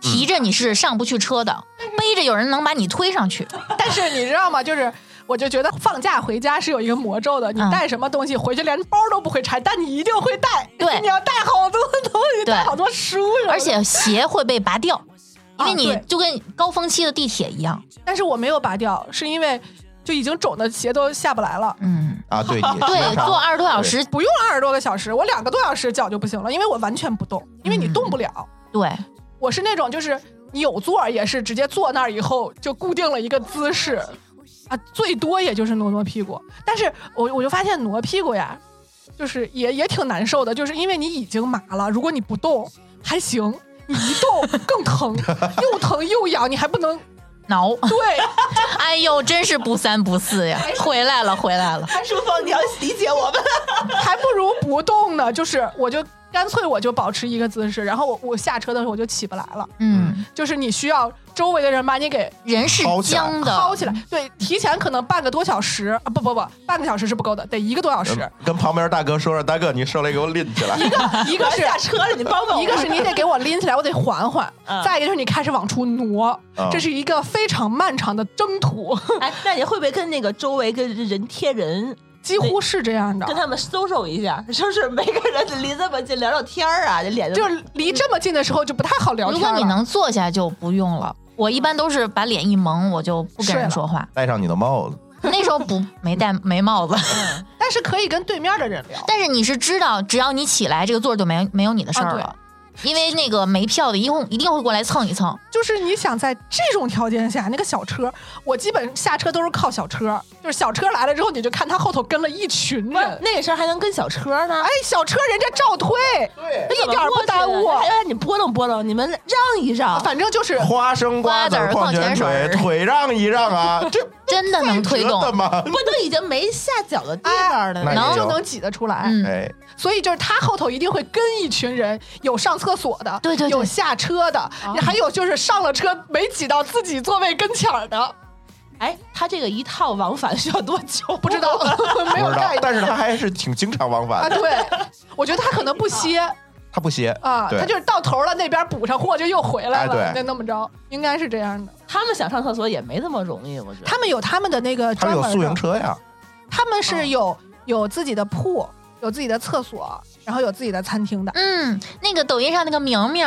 [SPEAKER 4] 提着你是上不去车的，背着有人能把你推上去。
[SPEAKER 2] 但是你知道吗？就是我就觉得放假回家是有一个魔咒的，你
[SPEAKER 4] 嗯
[SPEAKER 2] 带什么东西回去连包都不会拆，但你一定会带。
[SPEAKER 4] 对
[SPEAKER 2] 你要带好多东西，
[SPEAKER 4] 对
[SPEAKER 2] 带好多书什么的
[SPEAKER 4] *laughs* 而，且鞋会被拔掉，
[SPEAKER 2] 啊
[SPEAKER 4] 因为你
[SPEAKER 2] 对
[SPEAKER 4] 就跟高峰期的地铁一样。
[SPEAKER 2] 但是我没有拔掉，是因为就已经肿的鞋都下不来了。
[SPEAKER 4] 嗯，
[SPEAKER 1] 啊，对，你
[SPEAKER 4] 对，坐二十多小
[SPEAKER 1] 对
[SPEAKER 4] 时，
[SPEAKER 2] 不用二十多个小时，我两个多小时脚就不行了，因为我完全不动，因为你动不了。
[SPEAKER 4] 对，
[SPEAKER 2] 我是那种就是你有座儿也是直接坐那儿以后就固定了一个姿势，啊，最多也就是挪挪屁股。但是我我就发现挪屁股呀，就是也也挺难受的，就是因为你已经麻了，如果你不动还行，你一动更疼，又疼又痒，你还不能
[SPEAKER 4] 挠、 *laughs*
[SPEAKER 2] 对，
[SPEAKER 4] 哎呦，真是不三不四呀！回来了，回来了。
[SPEAKER 3] 舒峰，你要理解我们。
[SPEAKER 2] 还不如不动呢。就是我就干脆我就保持一个姿势，然后我我下车的时候我就起不来了。
[SPEAKER 4] 嗯，
[SPEAKER 2] 就是你需要周围的人把你给
[SPEAKER 4] 人是
[SPEAKER 1] 掏起来
[SPEAKER 4] 僵的，
[SPEAKER 2] 掏起来，对，提前可能半个多小时啊，不不不，半个小时是不够的，得一个多小时。
[SPEAKER 1] 嗯跟旁边大哥说说，大哥你受累给我拎起来。
[SPEAKER 2] *laughs*
[SPEAKER 3] 嗯
[SPEAKER 2] 一个是
[SPEAKER 3] 下车了，你帮帮我。
[SPEAKER 2] 一
[SPEAKER 3] *laughs*
[SPEAKER 2] 个是你得给我拎起来，我得缓缓；
[SPEAKER 3] 嗯
[SPEAKER 2] 再一个就是你开始往出挪
[SPEAKER 1] 嗯，
[SPEAKER 2] 这是一个非常漫长的征途， *laughs*
[SPEAKER 3] 哎，那你会不会跟那个周围跟人贴人，
[SPEAKER 2] 几乎是这样的
[SPEAKER 3] 跟。他们搜搜一下，就是每个人离这么近聊聊天儿啊，这脸就
[SPEAKER 2] *laughs* 就是离这么近的时候就不太好聊
[SPEAKER 4] 如
[SPEAKER 2] 天啊
[SPEAKER 4] 果
[SPEAKER 2] 了。
[SPEAKER 4] 你能坐下就不用了。我一般都是把脸一蒙，我就不跟人说
[SPEAKER 2] *laughs*
[SPEAKER 4] 话。
[SPEAKER 1] 戴上你的帽子，
[SPEAKER 4] 那时候不没戴没帽子，
[SPEAKER 2] 但是可以跟对面的人聊。
[SPEAKER 4] 但是你是知道，只要你起来，这个座儿就没没有你的事儿了。
[SPEAKER 2] 啊
[SPEAKER 4] 因为那个没票的，一定一定会过来蹭一蹭。
[SPEAKER 2] 就是你想在这种条件下，那个小车，我基本下车都是靠小车，就是小车来了之后，你就看他后头跟了一群
[SPEAKER 3] 不是
[SPEAKER 2] 人。
[SPEAKER 3] 那个时候还能跟小车呢
[SPEAKER 2] 哎，，小车人家照推，
[SPEAKER 3] 哎
[SPEAKER 1] 对，
[SPEAKER 2] 一点儿不耽误。
[SPEAKER 3] 还哎让你拨弄拨弄，你们让一让。
[SPEAKER 2] 反正就是
[SPEAKER 1] 花生瓜子
[SPEAKER 4] 瓜子儿
[SPEAKER 1] 矿
[SPEAKER 4] 矿
[SPEAKER 1] 泉
[SPEAKER 4] 泉
[SPEAKER 1] 水，
[SPEAKER 4] 水
[SPEAKER 1] 腿让一让啊，这
[SPEAKER 4] 真的能推
[SPEAKER 1] 折的
[SPEAKER 4] 动。
[SPEAKER 1] 吗？
[SPEAKER 3] 不都已经没下脚的地方了？
[SPEAKER 1] 哎那也
[SPEAKER 2] 就
[SPEAKER 1] 有
[SPEAKER 2] 能挤得出来。
[SPEAKER 4] 嗯，
[SPEAKER 1] 哎，
[SPEAKER 2] 所以就是他后头一定会跟一群人，有上厕所的，
[SPEAKER 4] 对啊对对
[SPEAKER 2] 有下车的，还有就是上了车没挤到自己座位跟前儿的，
[SPEAKER 3] 哎，他这个一套往返需要多久？ *laughs*
[SPEAKER 2] 不知道 *laughs* 没
[SPEAKER 1] 不
[SPEAKER 2] 有
[SPEAKER 1] 知道
[SPEAKER 2] 概，念
[SPEAKER 1] 但是他还是挺经常往
[SPEAKER 2] 啊。
[SPEAKER 1] 返的，
[SPEAKER 2] 对，我觉得他可能不歇
[SPEAKER 1] 他不歇
[SPEAKER 2] 啊，
[SPEAKER 1] 对
[SPEAKER 2] 他就是到头了那边补上货就又回来
[SPEAKER 1] 哎
[SPEAKER 2] 了，
[SPEAKER 1] 对
[SPEAKER 2] 那那么着应该是这样的。
[SPEAKER 3] 他们想上厕所也没这么容易，我觉得。
[SPEAKER 2] 他们有他们的那个
[SPEAKER 1] 他
[SPEAKER 2] 专
[SPEAKER 1] 有
[SPEAKER 2] 门
[SPEAKER 1] 宿
[SPEAKER 2] 的
[SPEAKER 1] 营车嗯呀，
[SPEAKER 2] 他们是有有自己的铺，有自己的厕所，然后有自己的餐厅的。
[SPEAKER 4] 嗯，那个抖音上那个明明，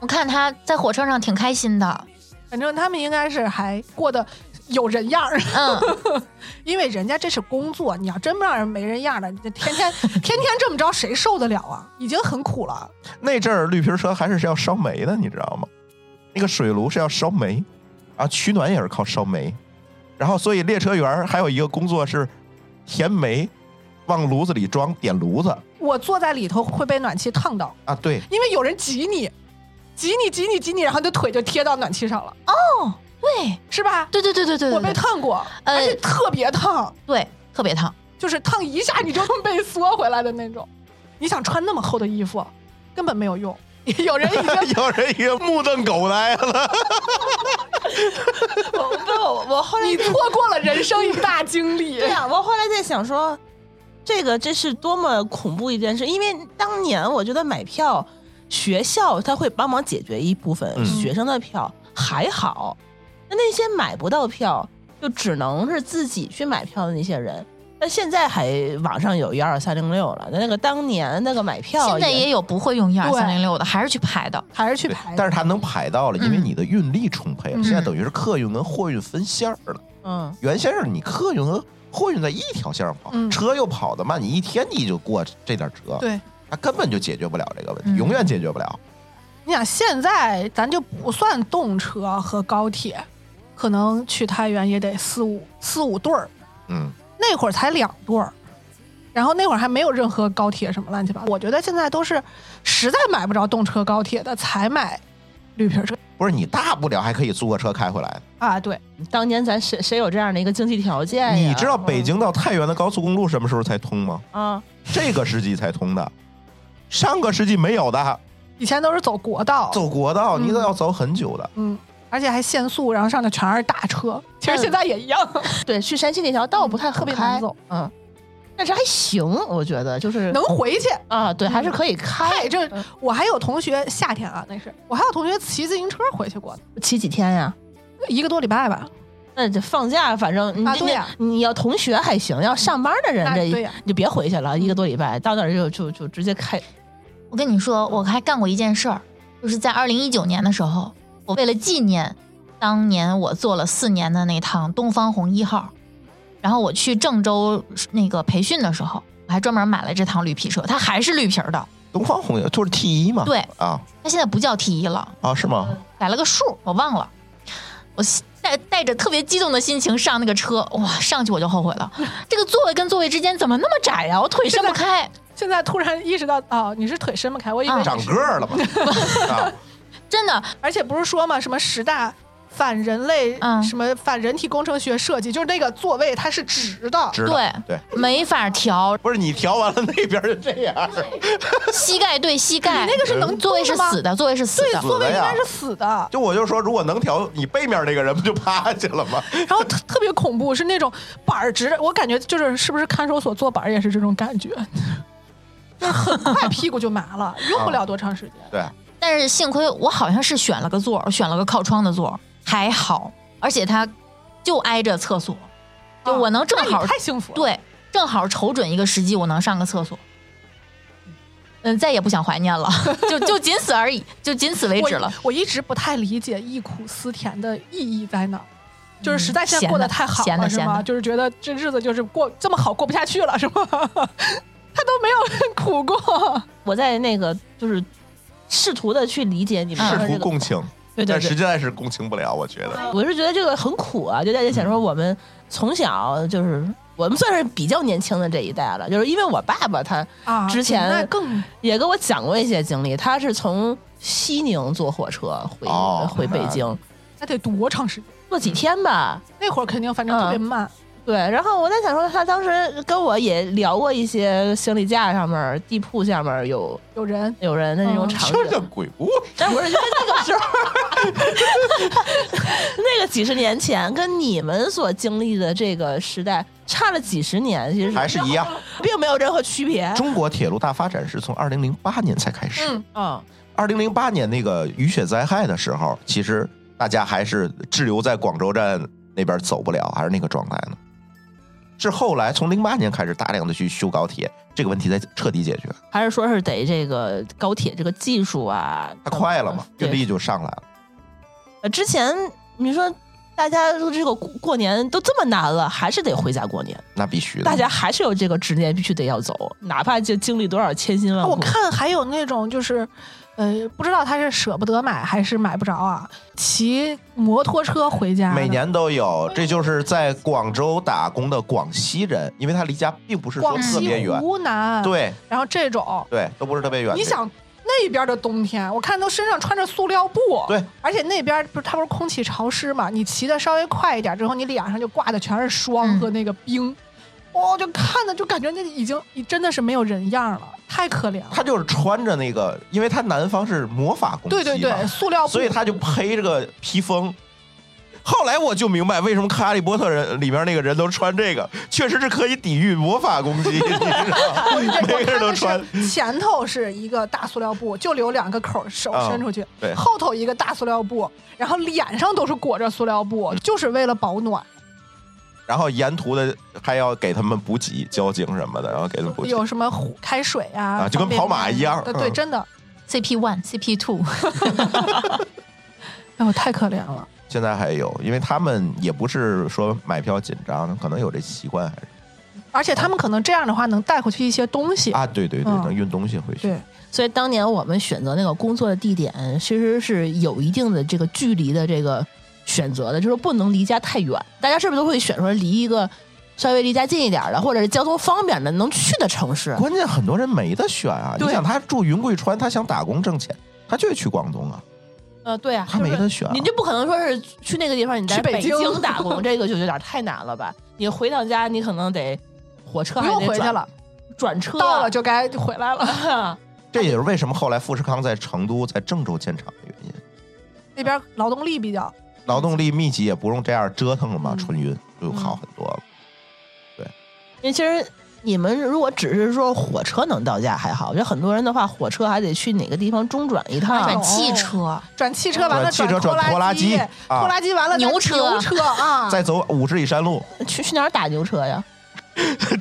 [SPEAKER 4] 我看他在火车上挺开心 *laughs* 的。
[SPEAKER 2] 反正他们应该是还过得有人样儿。 *laughs*
[SPEAKER 4] 嗯，
[SPEAKER 2] 因为人家这是工作，你要真不让人没人样的，你这天 *laughs* 天天天这么着，谁受得了啊？已经很苦了。
[SPEAKER 1] 那阵儿绿皮车还是要烧煤的，你知道吗？那个水炉是要烧煤，啊，取暖也是靠烧煤，然后所以列车员儿还有一个工作是填煤，往炉子里装，点炉子
[SPEAKER 2] 我坐在里头会被暖气烫到，
[SPEAKER 1] 啊，对， *laughs*
[SPEAKER 2] 因为有人挤你，挤你，挤你，挤你，然后你的腿就贴到暖气上了，
[SPEAKER 4] 对，
[SPEAKER 2] 是吧？
[SPEAKER 4] 对对对对对
[SPEAKER 2] 我被
[SPEAKER 4] 对对，
[SPEAKER 2] 烫过，
[SPEAKER 4] 呃
[SPEAKER 2] 而且特别烫，
[SPEAKER 4] 对，特别烫。
[SPEAKER 2] 就是烫一下你就被缩回来的那种。 *laughs* 你想穿那么厚的衣服，根本没有用。 *laughs* 有人
[SPEAKER 1] *laughs*
[SPEAKER 2] 已经
[SPEAKER 1] 有人一个目瞪口呆了，
[SPEAKER 3] 我不，我我后来
[SPEAKER 2] 你错过了人生一大经历。
[SPEAKER 3] *laughs* 对呀、我后来在想说，这个这是多么恐怖一件事，因为当年我觉得买票，学校他会帮忙解决一部分
[SPEAKER 1] 嗯
[SPEAKER 3] 学生的票，还好。那那些买不到票，就只能是自己去买票的那些人。那现在还网上有一二三零六了，那个当年那个买票
[SPEAKER 4] 现在也有不会用一二
[SPEAKER 2] 对
[SPEAKER 4] 三零六的，还是去排的。
[SPEAKER 2] 还是去
[SPEAKER 1] 对
[SPEAKER 2] 排，
[SPEAKER 1] 但是他能排到了，因为
[SPEAKER 4] 嗯
[SPEAKER 1] 你的运力充沛了，
[SPEAKER 4] 嗯
[SPEAKER 1] 现在等于是客运跟货运分线儿了。
[SPEAKER 3] 嗯，
[SPEAKER 1] 原先是你客运和货运在一条线上跑，
[SPEAKER 2] 嗯
[SPEAKER 1] 车又跑得慢，你一天你就过这点车，
[SPEAKER 2] 对，
[SPEAKER 1] 他根本就解决不了这个问题，
[SPEAKER 4] 嗯
[SPEAKER 1] 永远解决不了。
[SPEAKER 2] 你想现在咱就不算动车和高铁，可能去太原也得四五四五对儿，
[SPEAKER 1] 嗯，
[SPEAKER 2] 那会儿才两对儿，然后那会儿还没有任何高铁什么乱七八糟。我觉得现在都是实在买不着动车高铁的才买绿皮车
[SPEAKER 1] 不是你大不了还可以租个车开回来。
[SPEAKER 2] 啊，对，
[SPEAKER 3] 当年咱谁谁有这样的一个经济条件呀？嗯
[SPEAKER 1] 你知道北京到太原的高速公路什么时候才通吗？
[SPEAKER 3] 啊？
[SPEAKER 1] 这个世纪才通的，上个世纪没有的。
[SPEAKER 2] 以前都是走国道，
[SPEAKER 1] 走国道
[SPEAKER 2] 嗯
[SPEAKER 1] 你都要走很久的，
[SPEAKER 2] 嗯，而且还限速，然后上的全是大车，其实
[SPEAKER 3] 嗯
[SPEAKER 2] 现在也一样。
[SPEAKER 3] 对，去山西那条道不太
[SPEAKER 2] 嗯
[SPEAKER 3] 好
[SPEAKER 2] 特别
[SPEAKER 3] 开
[SPEAKER 2] 难走，
[SPEAKER 3] 嗯，但是还行，我觉得就是
[SPEAKER 2] 能回去，
[SPEAKER 3] 啊，对，还是
[SPEAKER 2] 嗯
[SPEAKER 3] 可以开。
[SPEAKER 2] 嗨，这
[SPEAKER 3] 嗯
[SPEAKER 2] 我还有同学夏天啊，那是我还有同学骑自行车回去过呢，
[SPEAKER 3] 骑几天呀？
[SPEAKER 2] 一个多礼拜吧。
[SPEAKER 3] 那这放假，反正你
[SPEAKER 2] 啊
[SPEAKER 3] 这
[SPEAKER 2] 对呀
[SPEAKER 3] 你要同学还行，要上班的人
[SPEAKER 2] 那
[SPEAKER 3] 这
[SPEAKER 2] 对呀嗯
[SPEAKER 3] 你就别回去了，一个多礼拜到那儿就就就直接开。
[SPEAKER 4] 我跟你说，我还干过一件事儿，就是在二零一九年的时候，我为了纪念当年我坐了四年的那趟东方红一号，然后我去郑州那个培训的时候，我还专门买了这趟绿皮车，它还是绿皮儿的，
[SPEAKER 1] 东方红也就是 T 一嘛。
[SPEAKER 4] 对
[SPEAKER 1] 啊
[SPEAKER 4] 它现在不叫 T 一了，
[SPEAKER 1] 啊是吗？
[SPEAKER 4] 改了个数，我忘了。我带带着特别激动的心情上那个车，哇，上去我就后悔了，这个座位跟座位之间怎么那么窄啊呀、我腿伸不开。
[SPEAKER 2] 现在突然意识到，哦，你是腿伸不开，我以为
[SPEAKER 4] 啊
[SPEAKER 2] 你是
[SPEAKER 1] 长个儿了吧？啊，
[SPEAKER 4] 真的，
[SPEAKER 2] 而且不是说嘛，什么十大反人类，
[SPEAKER 4] 嗯
[SPEAKER 2] 什么反人体工程学设计，就是那个座位它是直的，
[SPEAKER 1] 知道
[SPEAKER 4] 对
[SPEAKER 1] 对，
[SPEAKER 4] 没法调，
[SPEAKER 1] 不是你调完了那边就这样儿，
[SPEAKER 4] 膝盖对膝盖，
[SPEAKER 2] 那个是能动的
[SPEAKER 4] 座位是
[SPEAKER 2] 吗
[SPEAKER 4] 死的，座位是死的，
[SPEAKER 2] 座位应该
[SPEAKER 1] 呀
[SPEAKER 2] 是死的。
[SPEAKER 1] 就我就说，如果能调，你背面那个人不就趴下了吗？
[SPEAKER 2] 然后特特别恐怖，是那种板儿直，我感觉就是是不是看守所坐板儿也是这种感觉， *laughs* 就是很快屁股就麻了，用不
[SPEAKER 4] 嗯
[SPEAKER 2] 了多长时间。
[SPEAKER 1] 对，
[SPEAKER 4] 但是幸亏我好像是选了个座儿，选了个靠窗的座儿，还好，而且它就挨着厕所，就我能正
[SPEAKER 2] 那你
[SPEAKER 4] 好、
[SPEAKER 2] 太幸福了。
[SPEAKER 4] 对，正好瞅准一个时机，我能上个厕所。嗯，再也不想怀念了， *laughs* 就就仅此而已，就仅此为
[SPEAKER 2] 我
[SPEAKER 4] 止了。
[SPEAKER 2] 我一直不太理解忆苦思甜的意义在哪儿，就是实在现在
[SPEAKER 4] 闲
[SPEAKER 2] 过得
[SPEAKER 4] 的
[SPEAKER 2] 太好
[SPEAKER 4] 闲的
[SPEAKER 2] 了，是
[SPEAKER 4] 闲
[SPEAKER 2] 吗？
[SPEAKER 4] 的
[SPEAKER 2] 就是觉得这日子就是过这么好过不下去了，是吗？他都没有 *laughs* 苦过，
[SPEAKER 3] 我在那个就是试图的去理解你们
[SPEAKER 4] 嗯
[SPEAKER 1] 试
[SPEAKER 3] 说的这
[SPEAKER 1] 图
[SPEAKER 3] 个，
[SPEAKER 1] 共情，
[SPEAKER 3] 对对
[SPEAKER 1] 但
[SPEAKER 3] 对
[SPEAKER 1] 实，在是共情不了，我觉得。
[SPEAKER 3] 我是觉得这个很苦啊，就在这想说我们从小就是我们算是比较年轻的这一代了，就是因为我爸爸他
[SPEAKER 2] 啊，
[SPEAKER 3] 之前
[SPEAKER 2] 那更
[SPEAKER 3] 也跟我讲过一些经历，他是从西宁坐火车回、
[SPEAKER 1] 哦
[SPEAKER 3] 回北京，
[SPEAKER 2] 那得多长时间？
[SPEAKER 3] 坐几天吧。
[SPEAKER 2] 那会儿肯定反正特别慢，
[SPEAKER 3] 对，然后我在想说，他当时跟我也聊过一些行李架上面、地铺下面有
[SPEAKER 2] 有人
[SPEAKER 3] 有人的那种
[SPEAKER 2] 嗯
[SPEAKER 3] 场景，
[SPEAKER 1] 这叫鬼故事，
[SPEAKER 3] 但我是觉得那个时候， *laughs* 那个几十年前跟你们所经历的这个时代差了几十年，其实
[SPEAKER 1] 还是一
[SPEAKER 3] *laughs*
[SPEAKER 1] 样。
[SPEAKER 3] 并没有任何区别。
[SPEAKER 1] 中国铁路大发展是从二零零八年才开始。
[SPEAKER 2] 嗯
[SPEAKER 3] 嗯，
[SPEAKER 1] 二零零八年那个雨雪灾害的时候，其实大家还是滞留在广州站那边走不了，还是那个状态呢。是后来从零八年开始，大量的去修高铁，这个问题才彻底解决。
[SPEAKER 3] 还是说是得这个高铁这个技术啊，
[SPEAKER 1] 它快了嘛，
[SPEAKER 3] 对
[SPEAKER 1] 运力就上来了。
[SPEAKER 3] 呃，之前你说大家说这个过过年都这么难了，还是得回家过年，
[SPEAKER 1] 那必须的。
[SPEAKER 3] 大家还是有这个执念，必须得要走，哪怕就经历多少千辛万
[SPEAKER 2] 啊
[SPEAKER 3] 苦。
[SPEAKER 2] 我看还有那种就是，呃，不知道他是舍不得买还是买不着啊，骑摩托车回家的，
[SPEAKER 1] 每年都有，这就是在广州打工的广西人，因为他离家并不是说
[SPEAKER 2] 广
[SPEAKER 1] 特别
[SPEAKER 2] 西、
[SPEAKER 1] 远，
[SPEAKER 2] 湖南，，
[SPEAKER 1] 对
[SPEAKER 2] 然后这种。
[SPEAKER 1] 对，都不是特别远。
[SPEAKER 2] 你，想那边的冬天，我看都身上穿着塑料布，
[SPEAKER 1] 对，
[SPEAKER 2] 而且那边不是它不是空气潮湿嘛，你骑的稍微快一点之后，你脸上就挂的全是霜
[SPEAKER 4] 嗯
[SPEAKER 2] 和那个冰，哦，就看的就感觉那已经真的是没有人样了，太可怜了。
[SPEAKER 1] 他就是穿着那个，因为他南方是魔法攻击
[SPEAKER 2] 对
[SPEAKER 1] 嘛，
[SPEAKER 2] 对对，塑料布，
[SPEAKER 1] 所以他就披着个披风。后来我就明白为什么《哈利波特》人里面那个人都穿这个，确实是可以抵御魔法攻击，你知道吗？ *laughs* 每个人都穿。
[SPEAKER 2] 是前头是一个大塑料布，就留两个口儿，手
[SPEAKER 1] 啊
[SPEAKER 2] 伸出去；
[SPEAKER 1] 对
[SPEAKER 2] 后头一个大塑料布，然后脸上都是裹着塑料
[SPEAKER 1] 嗯
[SPEAKER 2] 布，就是为了保暖。
[SPEAKER 1] 然后沿途的还要给他们补给、交警什么的，然后给他们补给。
[SPEAKER 2] 有什么壶开水啊
[SPEAKER 1] 啊就跟
[SPEAKER 2] 方便
[SPEAKER 1] 跑马
[SPEAKER 2] 面
[SPEAKER 1] 一样
[SPEAKER 2] 对对，
[SPEAKER 1] 嗯
[SPEAKER 2] 真的，
[SPEAKER 4] CP one、CP two，
[SPEAKER 2] 哎呦，太可怜了。
[SPEAKER 1] 现在还有，因为他们也不是说买票紧张，可能有这习惯还是
[SPEAKER 2] 而且他们可能这样的话能带回去一些东西。
[SPEAKER 1] 啊，对对对，
[SPEAKER 2] 嗯
[SPEAKER 1] 能运东西回去。
[SPEAKER 2] 对，
[SPEAKER 3] 所以当年我们选择那个工作的地点，其实是有一定的这个距离的这个选择的，就是不能离家太远。大家是不是都会选说离一个稍微离家近一点的，或者是交通方便的能去的城市？
[SPEAKER 1] 关键很多人没得选啊！你
[SPEAKER 2] 对
[SPEAKER 1] 想，他住云贵川，他想打工挣钱，他就去广东啊，
[SPEAKER 3] 呃，对啊，
[SPEAKER 1] 他没得选啊、
[SPEAKER 3] 你就不可能说是去那个地方，你在
[SPEAKER 2] 去北
[SPEAKER 3] 北
[SPEAKER 2] 京
[SPEAKER 3] 京打工，这个就有点太难了吧？你回趟家，你可能得火车
[SPEAKER 2] 不
[SPEAKER 3] 还
[SPEAKER 2] 用
[SPEAKER 3] 得
[SPEAKER 2] 回去
[SPEAKER 3] 转
[SPEAKER 2] 了，
[SPEAKER 3] 转车
[SPEAKER 2] 到了就该回来了。
[SPEAKER 1] 这也是为什么后来富士康在成都、在郑州建厂的原
[SPEAKER 2] 嗯
[SPEAKER 1] 因。
[SPEAKER 2] 那边劳动力比较，
[SPEAKER 1] 劳动力密集，也不用这样折腾了嘛，
[SPEAKER 2] 嗯
[SPEAKER 1] 春运就好很多了。
[SPEAKER 3] 因为其实你们如果只是说火车能到家还好，我觉得很多人的话，火车还得去哪个地方中转一趟，
[SPEAKER 2] 哎
[SPEAKER 4] 转
[SPEAKER 2] 呦
[SPEAKER 4] 汽车，
[SPEAKER 2] 转汽车完了
[SPEAKER 1] 转汽车
[SPEAKER 2] 拖
[SPEAKER 1] 转拖拉
[SPEAKER 2] 机
[SPEAKER 1] 机，啊
[SPEAKER 2] 拖拉机完了再
[SPEAKER 4] 牛车
[SPEAKER 2] 牛
[SPEAKER 4] *laughs*
[SPEAKER 2] 车啊，
[SPEAKER 1] 再走五十里山路， *laughs*
[SPEAKER 3] 去去哪儿打牛车呀？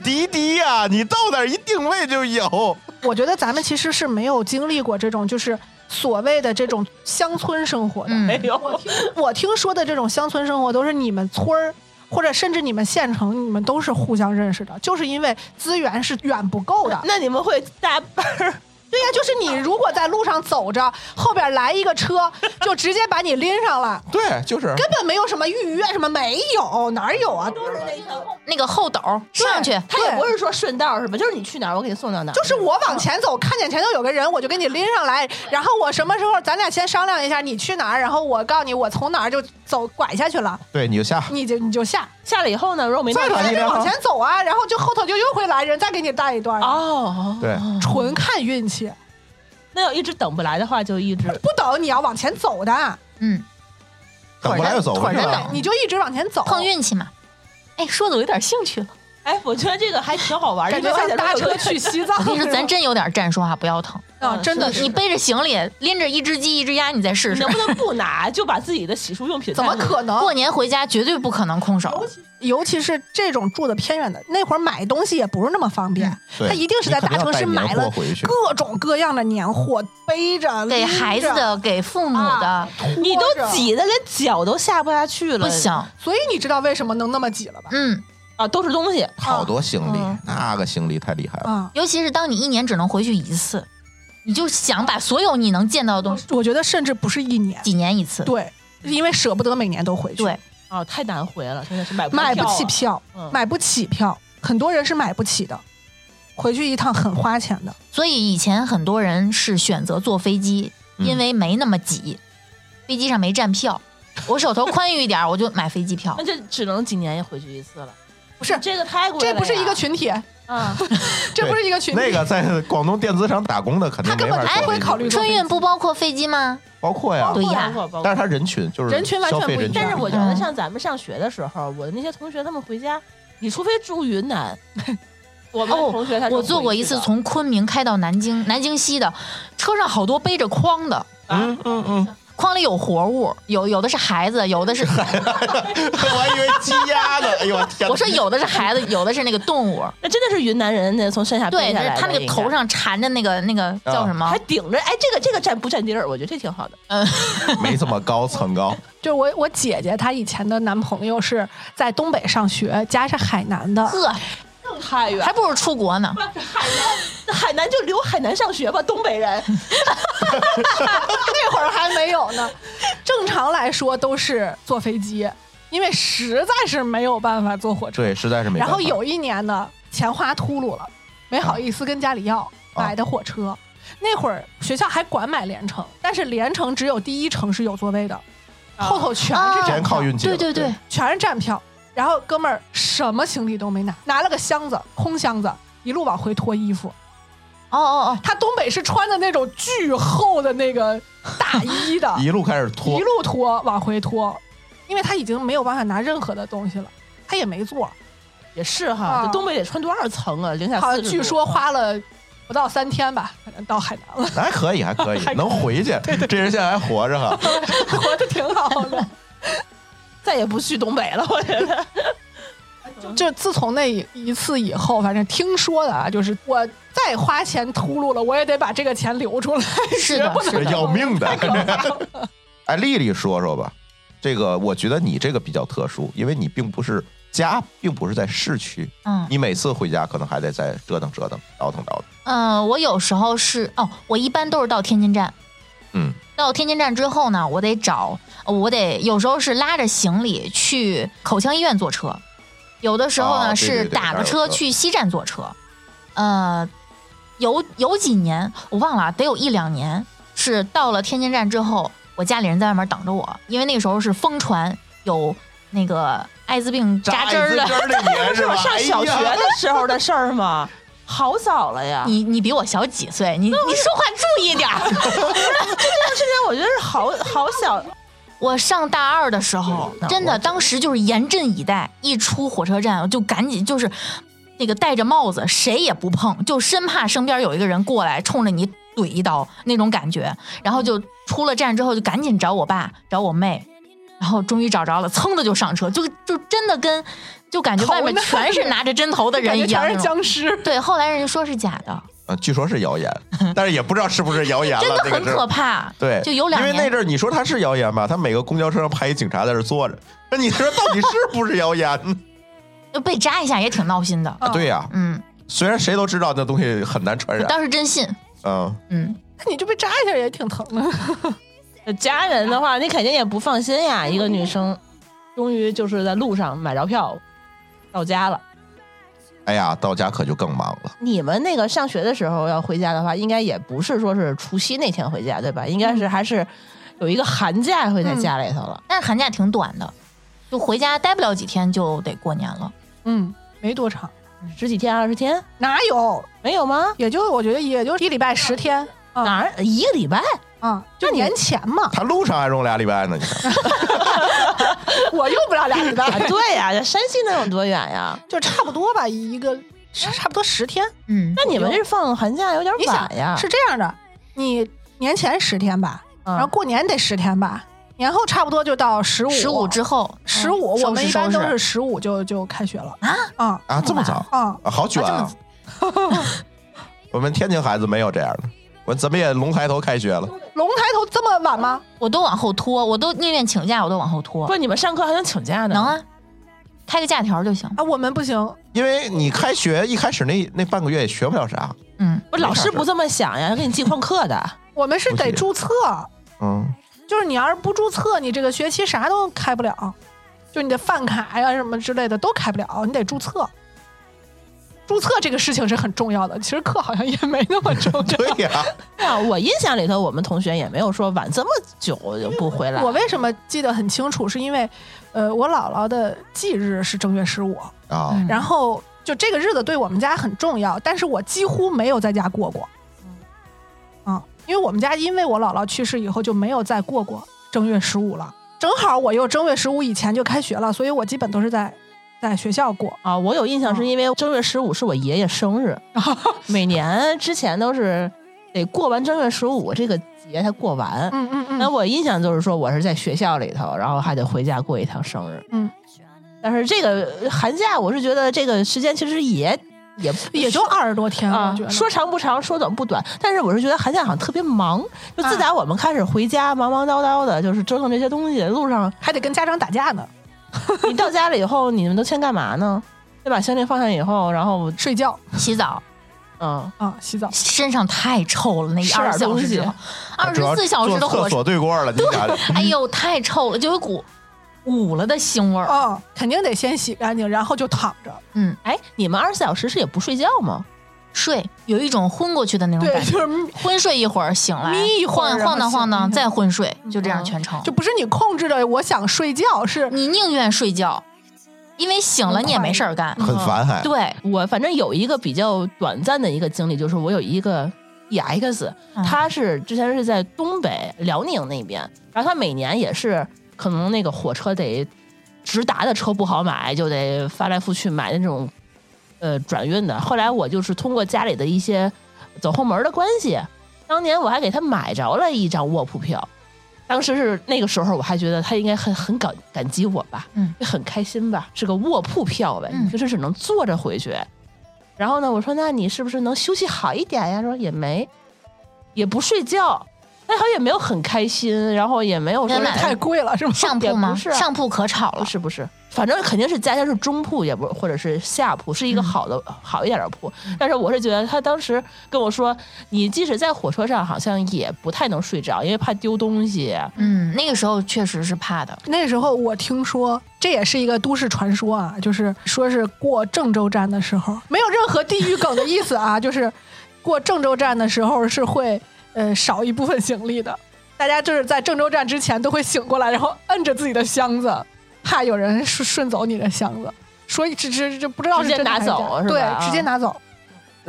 [SPEAKER 1] 滴滴呀、你到哪儿一定位就有。
[SPEAKER 2] 我觉得咱们其实是没有经历过这种就是所谓的这种乡村生活的。
[SPEAKER 4] 嗯，
[SPEAKER 2] 我
[SPEAKER 3] 有，
[SPEAKER 2] 听我听说的这种乡村生活，都是你们村儿或者甚至你们县城，你们都是互相认识的，就是因为资源是远不够的。
[SPEAKER 3] 那你们会搭班儿
[SPEAKER 2] 对呀、就是你如果在路上走着，后边来一个车，就直接把你拎上来，
[SPEAKER 1] 对，就是
[SPEAKER 2] 根本没有什么预约，什么没有，哪有啊？
[SPEAKER 3] 都是那条，
[SPEAKER 4] 那个后斗儿上去，
[SPEAKER 3] 他也
[SPEAKER 2] 对
[SPEAKER 3] 不是说顺道是吧？就是你去哪儿，我给你送到哪儿。
[SPEAKER 2] 就是我往前走，看见前头有个人，我就给你拎上来。然后我什么时候咱俩先商量一下，你去哪儿，然后我告诉你我从哪儿就走拐下去了，
[SPEAKER 1] 对，你就下。
[SPEAKER 2] 你就你就下，
[SPEAKER 3] 下来以后呢，如果没到
[SPEAKER 1] 再
[SPEAKER 3] 哪
[SPEAKER 1] 把
[SPEAKER 3] 儿
[SPEAKER 1] 你
[SPEAKER 2] 再
[SPEAKER 1] 然后
[SPEAKER 2] 往前走啊，然后就后头就又会来人，再给你带一段，
[SPEAKER 3] 哦，
[SPEAKER 1] 对，
[SPEAKER 2] 纯看运气，
[SPEAKER 3] 那要一直等不来的话，就一直
[SPEAKER 2] 不等你要往前走的，
[SPEAKER 4] 嗯，
[SPEAKER 1] 等不来
[SPEAKER 2] *laughs*
[SPEAKER 1] 就走
[SPEAKER 3] 突
[SPEAKER 1] 回
[SPEAKER 3] 然
[SPEAKER 1] 去
[SPEAKER 3] 间
[SPEAKER 1] 了
[SPEAKER 3] 等。
[SPEAKER 2] 你就一直往前走，
[SPEAKER 4] 碰运气嘛。哦哎，说的我有点兴趣了。
[SPEAKER 3] 哎，我觉得这个还挺好玩的，
[SPEAKER 2] 感觉像搭车去西藏
[SPEAKER 4] *laughs* 我跟你说，咱真有点站说话不腰 *laughs* 疼。
[SPEAKER 2] 啊，真的
[SPEAKER 3] 嗯是
[SPEAKER 4] 你
[SPEAKER 2] 是。
[SPEAKER 4] 背着行李，拎着一只鸡一只鸭，你再试试
[SPEAKER 3] 能。不能不拿，就把自己的洗漱用品
[SPEAKER 2] 怎么
[SPEAKER 3] 带回去
[SPEAKER 2] 可能？
[SPEAKER 4] *laughs* 过年回家绝对不可能空手，
[SPEAKER 2] 尤其是这种住的偏远的，那会儿买东西也不是那么方便
[SPEAKER 4] 嗯，
[SPEAKER 1] 对
[SPEAKER 2] 他一定是在
[SPEAKER 1] 你肯定
[SPEAKER 2] 大
[SPEAKER 1] 要
[SPEAKER 2] 城市
[SPEAKER 1] 带年
[SPEAKER 2] 买了
[SPEAKER 1] 货回去。
[SPEAKER 2] 各种各样的年货，背着
[SPEAKER 4] 给
[SPEAKER 2] 拎
[SPEAKER 4] 孩子
[SPEAKER 2] 着
[SPEAKER 4] 的，给父母的
[SPEAKER 2] 啊，
[SPEAKER 3] 你都
[SPEAKER 2] 拖着
[SPEAKER 3] 挤得连脚都下不下去了，
[SPEAKER 4] 不行。
[SPEAKER 2] 所以你知道为什么能那么挤了吧？
[SPEAKER 4] 嗯，
[SPEAKER 3] 啊，都是东西。
[SPEAKER 1] 好多行李
[SPEAKER 2] 嗯，
[SPEAKER 1] 那个行李太厉害了。
[SPEAKER 2] 啊，
[SPEAKER 4] 尤其是当你一年只能回去一次，你就想把所有你能见到的东西
[SPEAKER 2] 嗯我觉得甚至不是一年，
[SPEAKER 4] 几年一次。
[SPEAKER 2] 对，因为舍不得每年都回去，
[SPEAKER 4] 对，
[SPEAKER 3] 啊，太难回了，真的是买不
[SPEAKER 2] 买不起
[SPEAKER 3] 票
[SPEAKER 2] 票，
[SPEAKER 3] 啊，嗯
[SPEAKER 2] 买不起票，很多人是买不起的，回去一趟很花钱的。
[SPEAKER 4] 所以以前很多人是选择坐飞机，
[SPEAKER 1] 嗯
[SPEAKER 4] 因为没那么挤，飞机上没站票。我手头宽裕一点儿，我就买飞
[SPEAKER 3] *laughs*
[SPEAKER 4] 机票
[SPEAKER 3] 那。就只能几年也回去一次了。
[SPEAKER 2] 不是
[SPEAKER 3] 这个太贵了
[SPEAKER 2] 这
[SPEAKER 3] 呀，
[SPEAKER 2] 不是一个群体，
[SPEAKER 3] 啊，
[SPEAKER 2] 这不是一个群体。
[SPEAKER 1] 那个在广东电子厂打工的肯定
[SPEAKER 2] 嗯他根
[SPEAKER 1] 没
[SPEAKER 2] 本
[SPEAKER 1] 法
[SPEAKER 2] 就
[SPEAKER 1] 坐
[SPEAKER 2] 不会
[SPEAKER 1] 飞机
[SPEAKER 2] 考虑坐
[SPEAKER 4] 春
[SPEAKER 2] 飞
[SPEAKER 4] 运
[SPEAKER 2] 机
[SPEAKER 4] 不包括飞机吗？
[SPEAKER 1] 包括呀，
[SPEAKER 4] 对呀
[SPEAKER 3] 包括包括
[SPEAKER 1] 但是他人群就是
[SPEAKER 2] 人群完全
[SPEAKER 1] 消费
[SPEAKER 2] 不一
[SPEAKER 1] 人
[SPEAKER 2] 样
[SPEAKER 1] 群
[SPEAKER 3] 但是我觉
[SPEAKER 4] 嗯
[SPEAKER 3] 得像咱们上学的时候，我的那些同学他们回家，你除非住云南，我们
[SPEAKER 4] 哦
[SPEAKER 3] 同学他是
[SPEAKER 4] 我坐过
[SPEAKER 3] 回去
[SPEAKER 4] 一次
[SPEAKER 3] 的
[SPEAKER 4] 从昆明开到南京，南京西的，车上好多背着筐的，
[SPEAKER 3] 啊
[SPEAKER 1] 嗯嗯
[SPEAKER 2] *laughs*
[SPEAKER 1] 嗯，
[SPEAKER 4] 筐里有活物，有有的是孩子，有的是
[SPEAKER 1] 我还以为鸡鸭呢，哎呦我天哪！
[SPEAKER 4] 我说有的是孩子，有的是那个动物，
[SPEAKER 3] 那真的是云南人，那从山下
[SPEAKER 4] 对，
[SPEAKER 3] 背下
[SPEAKER 4] 就
[SPEAKER 3] 来的
[SPEAKER 4] 是他那个
[SPEAKER 3] 应该
[SPEAKER 4] 头上缠着那个那个叫什么
[SPEAKER 3] 还？顶着，哎，这个这个占不占地儿？我觉得这挺好的。
[SPEAKER 1] 没这么高层高，
[SPEAKER 2] 就我我姐姐她以前的男朋友是在东北上学，家是海南的，
[SPEAKER 4] 呵，
[SPEAKER 3] 太远
[SPEAKER 4] 还不如出国呢。
[SPEAKER 3] 海南，海南就留海南上学吧，东北人。
[SPEAKER 2] 那会儿还没有呢。正常来说都是坐飞机，因为实在是没有办法坐火车。
[SPEAKER 1] 对，实在是没办
[SPEAKER 2] 然
[SPEAKER 1] 法。
[SPEAKER 2] 后有一年呢，钱花秃噜了，没好意思跟家里要，
[SPEAKER 1] 啊
[SPEAKER 2] 买的火车。那会儿学校还管买连城，但是连城只有第一城是有座位的，后头全是
[SPEAKER 4] 啊
[SPEAKER 1] 全
[SPEAKER 2] 站票，
[SPEAKER 1] 靠运气了。，
[SPEAKER 4] 对对对，
[SPEAKER 2] 全是站票。然后哥们儿什么行李都没拿，拿了个箱子，空箱子，一路往回拖衣服。
[SPEAKER 4] 哦哦
[SPEAKER 2] 他东北是穿的那种巨厚的那个大衣的
[SPEAKER 1] *laughs* 一路开始
[SPEAKER 2] 一
[SPEAKER 1] 拖，
[SPEAKER 2] 路拖往回拖，因为他已经没有办法拿任何的东西了，他也没座儿，
[SPEAKER 3] 也是哈，
[SPEAKER 2] 啊
[SPEAKER 3] 这东北得穿多少层啊？零下
[SPEAKER 2] 好
[SPEAKER 3] 四
[SPEAKER 2] 像
[SPEAKER 3] 十度。
[SPEAKER 2] 据说花了不到三天吧，反正到海南了， *laughs*
[SPEAKER 1] 还可以，还可以，能回去。这人现在还活着
[SPEAKER 2] *laughs*
[SPEAKER 1] 哈。
[SPEAKER 2] 活得挺好的。
[SPEAKER 3] 再也不去东北了，我觉得。
[SPEAKER 2] 就就自从那一一次以后，反正听说的啊，就是我再花钱秃噜了，我也得把这个钱留出来，
[SPEAKER 4] 哦，是的，
[SPEAKER 2] 不
[SPEAKER 4] 是
[SPEAKER 2] 能
[SPEAKER 4] 的。
[SPEAKER 1] 要命的。 *laughs* 哎，丽丽说说吧，这个我觉得你这个比较特殊，因为你并不是家，并不是在市区， *laughs*
[SPEAKER 4] 嗯
[SPEAKER 1] 你每次回家可能还得再折腾折腾，倒腾倒腾。
[SPEAKER 4] 嗯，我有时候是哦，我一般都是到天津站。
[SPEAKER 1] 嗯，
[SPEAKER 4] 到天津站之后呢，我得找，呃我得有时候是拉着行李去口腔医院坐车，有的时候呢、
[SPEAKER 1] 哦对对
[SPEAKER 4] 是
[SPEAKER 1] 对
[SPEAKER 4] 打
[SPEAKER 1] 那
[SPEAKER 4] 个
[SPEAKER 1] 儿有车
[SPEAKER 4] 车去西站坐车。呃，有有几年我忘了啊，得有一两年是到了天津站之后，我家里人在外面等着我，因为那个时候是疯传有那个艾滋病扎针儿
[SPEAKER 1] 扎
[SPEAKER 4] 的
[SPEAKER 1] 一次。针儿那
[SPEAKER 3] *laughs*
[SPEAKER 1] 年
[SPEAKER 3] 这
[SPEAKER 1] 是
[SPEAKER 3] 我
[SPEAKER 1] 吧？
[SPEAKER 4] *laughs*
[SPEAKER 3] 上小学
[SPEAKER 1] 哎呀
[SPEAKER 3] 的时候的事儿吗？ *laughs* 好早了呀！
[SPEAKER 4] 你你比我小几岁，你你说话注意点儿。
[SPEAKER 1] *laughs*
[SPEAKER 3] 这件我觉得是好好小，
[SPEAKER 4] 我上大二的时候，真的当时就是严阵以待，一出火车站我就赶紧就是那个戴着帽子，谁也不碰，就生怕身边有一个人过来冲着你怼一刀那种感觉。然后就出了站之后，就赶紧找我爸找我妹，然后终于找着了，噌的就上车，就就真的跟就感觉外面
[SPEAKER 2] 头呢
[SPEAKER 4] 全是拿着针头的
[SPEAKER 2] 感觉
[SPEAKER 4] 人一
[SPEAKER 1] *laughs*
[SPEAKER 4] 样
[SPEAKER 2] 全
[SPEAKER 4] 那
[SPEAKER 2] 是
[SPEAKER 4] 种。
[SPEAKER 2] 僵尸。
[SPEAKER 4] 对，后来人家说是假的，
[SPEAKER 1] 啊，据说是谣言，但是也不知道是不是谣言了。
[SPEAKER 4] 真的
[SPEAKER 1] 这个
[SPEAKER 4] 很
[SPEAKER 1] 是
[SPEAKER 4] 可怕。
[SPEAKER 1] 对，
[SPEAKER 4] 就有两
[SPEAKER 1] 因为那
[SPEAKER 4] 年
[SPEAKER 1] 阵儿你说他是谣言吧，他每个公交车上派一警察在这儿坐着，那你说到底是不是谣言呢？
[SPEAKER 4] 就被扎一下也挺闹心的。
[SPEAKER 1] 啊，对呀、
[SPEAKER 4] *laughs* 嗯，
[SPEAKER 1] 虽然谁都知道那东西很难传
[SPEAKER 4] 我
[SPEAKER 1] 染，
[SPEAKER 4] 当时真信，
[SPEAKER 1] 嗯，
[SPEAKER 4] 嗯，
[SPEAKER 2] 你就被扎一下也挺疼的。
[SPEAKER 3] 有家人的话，你肯定也不放心呀。一个女生，终于就是在路上买着票到家了。
[SPEAKER 1] 哎呀，到家可就更忙了。
[SPEAKER 3] 你们那个上学的时候要回家的话，应该也不是说是除夕那天回家，对吧？应该是还是有一个寒假会在家里头了。
[SPEAKER 4] 但是寒假挺短的，就回家待不了几天就得过年了。
[SPEAKER 2] 嗯，没多长，
[SPEAKER 3] 十几天、二十天
[SPEAKER 2] 哪有？
[SPEAKER 3] 没有吗？
[SPEAKER 2] 也就我觉得也就一礼拜十天啊
[SPEAKER 3] 哪儿一个礼拜？
[SPEAKER 2] 啊，就
[SPEAKER 3] 那你
[SPEAKER 2] 年前嘛，
[SPEAKER 1] 他路上还用俩礼拜呢，你看，
[SPEAKER 2] 我用不了俩礼
[SPEAKER 3] 啊，
[SPEAKER 2] 拜，
[SPEAKER 3] 对呀、这山西能有多远呀？
[SPEAKER 2] 就差不多吧，一个差不多十天。
[SPEAKER 4] 嗯，
[SPEAKER 3] *laughs* 那你们这放寒假有点
[SPEAKER 2] 你
[SPEAKER 3] 晚呀
[SPEAKER 2] 想？是这样的，你年前十天吧，
[SPEAKER 3] 嗯
[SPEAKER 2] 然后过年得十天吧，年后差不多就到十五，
[SPEAKER 4] 十五之后，嗯
[SPEAKER 2] 十五，
[SPEAKER 4] 收拾
[SPEAKER 2] 我们一般
[SPEAKER 4] 收
[SPEAKER 2] 都
[SPEAKER 4] 拾
[SPEAKER 2] 是十五就就开学了
[SPEAKER 4] 啊
[SPEAKER 2] 啊
[SPEAKER 1] 啊，这么早，
[SPEAKER 2] 啊！
[SPEAKER 1] 啊好卷啊！ *laughs*
[SPEAKER 4] *laughs*
[SPEAKER 1] 我们天津孩子没有这样的，我怎么也龙抬头开学了。
[SPEAKER 2] 龙抬头这么晚吗？
[SPEAKER 4] 我都往后拖，我都宁愿请假，我都往后拖。
[SPEAKER 3] 不，你们上课还能请假呢？
[SPEAKER 4] 能啊，开个假条就行。
[SPEAKER 2] 啊，我们不行，
[SPEAKER 1] 因为你开学一开始那那半个月也学不了啥，
[SPEAKER 4] 嗯，
[SPEAKER 3] 不是老师不这么想呀，要给你记旷课的。
[SPEAKER 2] 我们是
[SPEAKER 1] 不
[SPEAKER 2] 得
[SPEAKER 1] 行
[SPEAKER 2] 注册，
[SPEAKER 4] *laughs*
[SPEAKER 1] 嗯，
[SPEAKER 2] 就是你要是不注册，你这个学期啥都开不了，就你的饭卡呀什么之类的都开不了，你得注册。注册这个事情是很重要的，其实课好像也没那么重要。
[SPEAKER 1] 对呀、
[SPEAKER 3] 对啊，我印象里头，我们同学也没有说晚这么久就不回来。
[SPEAKER 2] 我为什么记得很清楚，是因为，呃，我姥姥的忌日是正月十五，
[SPEAKER 1] 啊，
[SPEAKER 4] 嗯
[SPEAKER 2] 然后就这个日子对我们家很重要，但是我几乎没有在家过过。啊，因为我们家因为我姥姥去世以后就没有再过过正月十五了，正好我又正月十五以前就开学了，所以我基本都是在在学校过。
[SPEAKER 3] 啊，我有印象是因为正月十五是我爷爷生日，每年之前都是得过完正月十五这个节才过完。
[SPEAKER 2] 嗯嗯
[SPEAKER 3] 那、我印象就是说我是在学校里头，然后还得回家过一趟生日。
[SPEAKER 2] 嗯，
[SPEAKER 3] 但是这个寒假，我是觉得这个时间其实也也
[SPEAKER 2] 也就二十多天，
[SPEAKER 3] 啊
[SPEAKER 2] 我觉，得
[SPEAKER 3] 说长不长，说短不短，但是我是觉得寒假好像特别忙。就自打我们开始回家，忙忙叨叨的，就是折腾这些东西，路上
[SPEAKER 2] 还得跟家长打架呢，
[SPEAKER 3] 你到家了以后，你们都先干嘛呢？先把行李放下以后，然后
[SPEAKER 2] 睡觉
[SPEAKER 4] 洗澡，
[SPEAKER 3] 嗯，
[SPEAKER 2] 啊，洗澡。
[SPEAKER 4] 身上太臭了，那
[SPEAKER 3] 吃点
[SPEAKER 4] 二十小时之
[SPEAKER 2] 啊
[SPEAKER 4] 后，二
[SPEAKER 1] 主
[SPEAKER 4] 十
[SPEAKER 1] 要
[SPEAKER 4] 四小时的
[SPEAKER 1] 坐
[SPEAKER 4] 火
[SPEAKER 1] 厕
[SPEAKER 4] 车，
[SPEAKER 1] 所对过了，你想，
[SPEAKER 4] 哎呦，太臭了，就有股捂了的腥味儿。
[SPEAKER 2] 嗯，肯定得先洗干净，然后就躺着。
[SPEAKER 4] 嗯，
[SPEAKER 3] 哎，你们二十四小时是也不睡觉吗？
[SPEAKER 4] 睡有一种昏过去的那种
[SPEAKER 2] 对
[SPEAKER 4] 感，觉，
[SPEAKER 2] 就是
[SPEAKER 4] 昏睡一会儿醒来，
[SPEAKER 2] 眯一会儿
[SPEAKER 4] 晃
[SPEAKER 2] 然后
[SPEAKER 4] 晃荡晃荡
[SPEAKER 2] 醒嗯
[SPEAKER 4] 再昏睡，就这样
[SPEAKER 3] 嗯
[SPEAKER 4] 全程。
[SPEAKER 2] 就不是你控制的，我想睡觉是
[SPEAKER 4] 你宁愿睡觉，因为醒了你也没事儿干。
[SPEAKER 1] *laughs* 很烦还。
[SPEAKER 4] 对，
[SPEAKER 3] 我反正有一个比较短暂的一个经历，就是我有一个 EX，
[SPEAKER 4] 嗯
[SPEAKER 3] 他是之前是在东北辽宁那边，然后他每年也是可能那个火车得直达的车不好买，就得翻来覆去买那种呃转运的。后来我就是通过家里的一些走后门的关系，当年我还给他买着了一张卧铺票。当时是那个时候，我还觉得他应该很很感感激我吧，
[SPEAKER 4] 嗯，
[SPEAKER 3] 很开心吧，是个卧铺票呗，
[SPEAKER 4] 嗯
[SPEAKER 3] 你就是只能坐着回去。然后呢，我说那你是不是能休息好一点呀？说也没，也不睡觉，但好像也没有很开心，然后也没有说
[SPEAKER 4] 原来
[SPEAKER 2] 太贵了，是吗？
[SPEAKER 4] 上
[SPEAKER 3] 也
[SPEAKER 4] 铺
[SPEAKER 3] 不
[SPEAKER 4] 吗？
[SPEAKER 3] 是啊
[SPEAKER 4] 上铺可吵
[SPEAKER 3] 不
[SPEAKER 4] 了。
[SPEAKER 3] 是不是，反正肯定是家家是中铺，也不或者是下铺，是一个
[SPEAKER 4] 嗯
[SPEAKER 3] 好的、好一点的铺。
[SPEAKER 1] 嗯
[SPEAKER 3] 但是我是觉得他当时跟我说，你即使在火车上，好像也不太能睡着，因为怕丢东西。
[SPEAKER 4] 嗯，那个时候确实是怕的。
[SPEAKER 2] *laughs* 那时候我听说，这也是一个都市传说啊，就是说是过郑州站的时候，没有任何地域梗的意思啊， *laughs* 就是过郑州站的时候是会呃少一部分行李的。大家就是在郑州站之前都会醒过来，然后摁着自己的箱子，怕有人顺顺走你的箱子，说这这这不知道
[SPEAKER 3] 直
[SPEAKER 2] 是
[SPEAKER 3] 接
[SPEAKER 2] 真的
[SPEAKER 3] 拿
[SPEAKER 2] 还是假
[SPEAKER 3] 走
[SPEAKER 2] 的
[SPEAKER 3] 是吧
[SPEAKER 2] 对，直接拿走。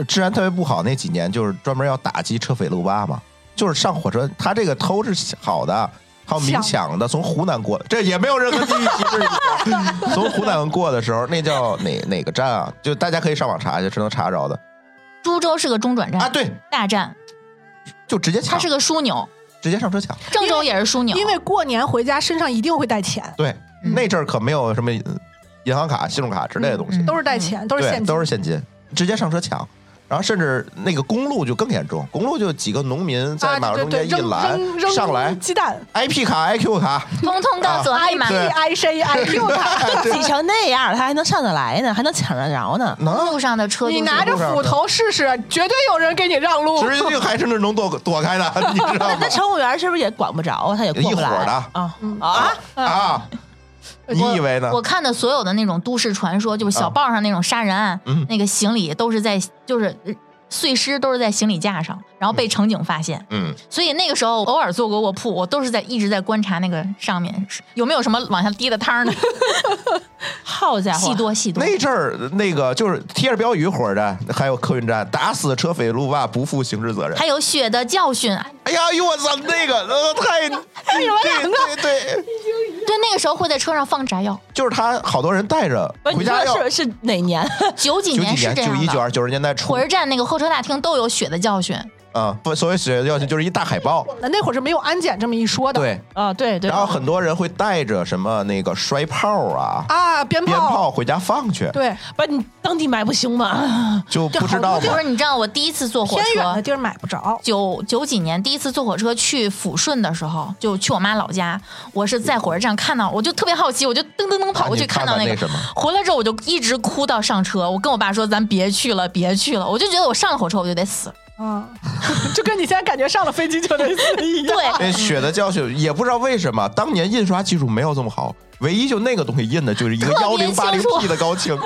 [SPEAKER 1] 治安特别不好那几年，就是专门要打击车匪路霸嘛，就是上火车，他这个偷是好的，还有明抢的，从湖南过，这也没有任何地域歧视。
[SPEAKER 4] *laughs*
[SPEAKER 1] 从湖南过的时候，那叫哪哪个站啊？就大家可以上网查一下，是能查着的
[SPEAKER 4] 株洲是个中转站
[SPEAKER 1] 啊。对，
[SPEAKER 4] 大站，
[SPEAKER 1] 就直接
[SPEAKER 4] 它
[SPEAKER 1] 抢
[SPEAKER 4] 是，个枢纽，
[SPEAKER 1] 直接上车抢。
[SPEAKER 4] 郑州也是枢纽。
[SPEAKER 2] 因为过年回家身上一定会带钱，
[SPEAKER 1] 对，
[SPEAKER 4] 嗯
[SPEAKER 1] 那阵儿可没有什么呃银行卡、信用卡之类的东西，
[SPEAKER 4] 嗯
[SPEAKER 2] 都是带钱，都是
[SPEAKER 1] 对，
[SPEAKER 2] 现金，
[SPEAKER 1] 都是现金，直接上车抢。然后甚至那个公路就更严重，公路就几个农民在
[SPEAKER 2] 啊，
[SPEAKER 1] 马路
[SPEAKER 2] 对
[SPEAKER 1] 中间
[SPEAKER 2] 对
[SPEAKER 1] 一
[SPEAKER 2] 对，扔
[SPEAKER 1] 拦
[SPEAKER 2] 扔扔
[SPEAKER 1] 上来
[SPEAKER 2] 鸡蛋
[SPEAKER 1] ，IP 卡、IQ 卡，
[SPEAKER 4] 通通都
[SPEAKER 2] 啊
[SPEAKER 4] 左立马。
[SPEAKER 1] 对
[SPEAKER 2] I *laughs* C I Q 它。
[SPEAKER 3] 挤成那样，他还能上得来呢，还能抢得
[SPEAKER 1] *laughs*
[SPEAKER 3] 着呢。
[SPEAKER 1] 能
[SPEAKER 4] 路上的车都
[SPEAKER 2] 你
[SPEAKER 4] 是
[SPEAKER 2] 拿着斧头试试，绝对有人给你让路。
[SPEAKER 1] 直接还是那能躲躲开
[SPEAKER 2] *laughs*
[SPEAKER 1] 的，你知道吗
[SPEAKER 3] 那？乘务员是不是也管不着啊？他也过不来
[SPEAKER 1] 一伙儿的
[SPEAKER 3] 啊
[SPEAKER 2] 嗯
[SPEAKER 3] 啊！
[SPEAKER 1] 啊，你以为呢？
[SPEAKER 4] 我看的所有的那种都市传说，就是小报上那种杀人案，
[SPEAKER 1] 嗯
[SPEAKER 4] 那个行李都是在就是呃碎尸都是在行李架上，然后被乘警发现。
[SPEAKER 1] 嗯，
[SPEAKER 4] 所以那个时候偶尔坐过卧铺，我都是在一直在观察那个上面有没有什么往下滴的汤呢。
[SPEAKER 3] 好家伙，
[SPEAKER 4] 戏多戏多，
[SPEAKER 1] 啊那阵儿那个就是贴着标语火车站，还有客运站，打死车匪路霸，不负刑事责任。
[SPEAKER 4] 还有血的教训。
[SPEAKER 1] 哎呀，哎呦我操，那个呃
[SPEAKER 2] *laughs*
[SPEAKER 1] 太，对
[SPEAKER 2] 啊
[SPEAKER 1] 对对，
[SPEAKER 4] 对，那个时候会在车上放
[SPEAKER 1] *laughs*
[SPEAKER 4] 炸药。
[SPEAKER 1] 就是他好多人带着
[SPEAKER 3] 不是
[SPEAKER 1] 回
[SPEAKER 3] 你
[SPEAKER 1] 家要
[SPEAKER 3] 说是是哪年？ *laughs*
[SPEAKER 4] 九几
[SPEAKER 1] 九几
[SPEAKER 4] 年是
[SPEAKER 1] 年
[SPEAKER 4] 这
[SPEAKER 2] 啊
[SPEAKER 1] 九
[SPEAKER 4] 样
[SPEAKER 1] 一九
[SPEAKER 4] 的，
[SPEAKER 1] 二九十年代初
[SPEAKER 4] 火车站那个候车大厅都有血的教训。
[SPEAKER 1] 啊，不，所谓血的教训就是一大海报，
[SPEAKER 2] 那会儿是没有安检这么一说的。
[SPEAKER 1] 对，
[SPEAKER 3] 啊，对对。
[SPEAKER 1] 然后很多人会带着什么那个摔炮啊、
[SPEAKER 2] 啊，鞭
[SPEAKER 1] 鞭炮回家放去，
[SPEAKER 2] 对，
[SPEAKER 3] 不是你当地买不行吗？
[SPEAKER 1] 就不知道
[SPEAKER 4] 就
[SPEAKER 1] 嘛
[SPEAKER 4] 是。你知道我第一次坐火
[SPEAKER 2] 偏远的
[SPEAKER 4] 车，
[SPEAKER 2] 地儿买不着。
[SPEAKER 4] 九九几年第一次坐火车去抚顺的时候，就去我妈老家，我是在火车站看到，我就特别好奇，我就噔噔噔跑过
[SPEAKER 1] 啊
[SPEAKER 4] 去
[SPEAKER 1] 你看
[SPEAKER 4] 到
[SPEAKER 1] 到
[SPEAKER 4] 个。
[SPEAKER 1] 那什么
[SPEAKER 4] 回来之后我就一直哭到上车，我跟我爸说咱别去了，别去了，我就觉得我上了火车我就得死。
[SPEAKER 2] 嗯， *laughs* 就跟你现在感觉上了飞机就得死一 *laughs* 样。
[SPEAKER 4] 对，
[SPEAKER 1] 那血哎的教训也不知道为什么，当年印刷技术没有这么好，唯一就那个东西印的就是一个幺
[SPEAKER 4] 特别
[SPEAKER 1] 零
[SPEAKER 4] 清
[SPEAKER 1] 八零
[SPEAKER 4] 楚
[SPEAKER 1] P 的高清，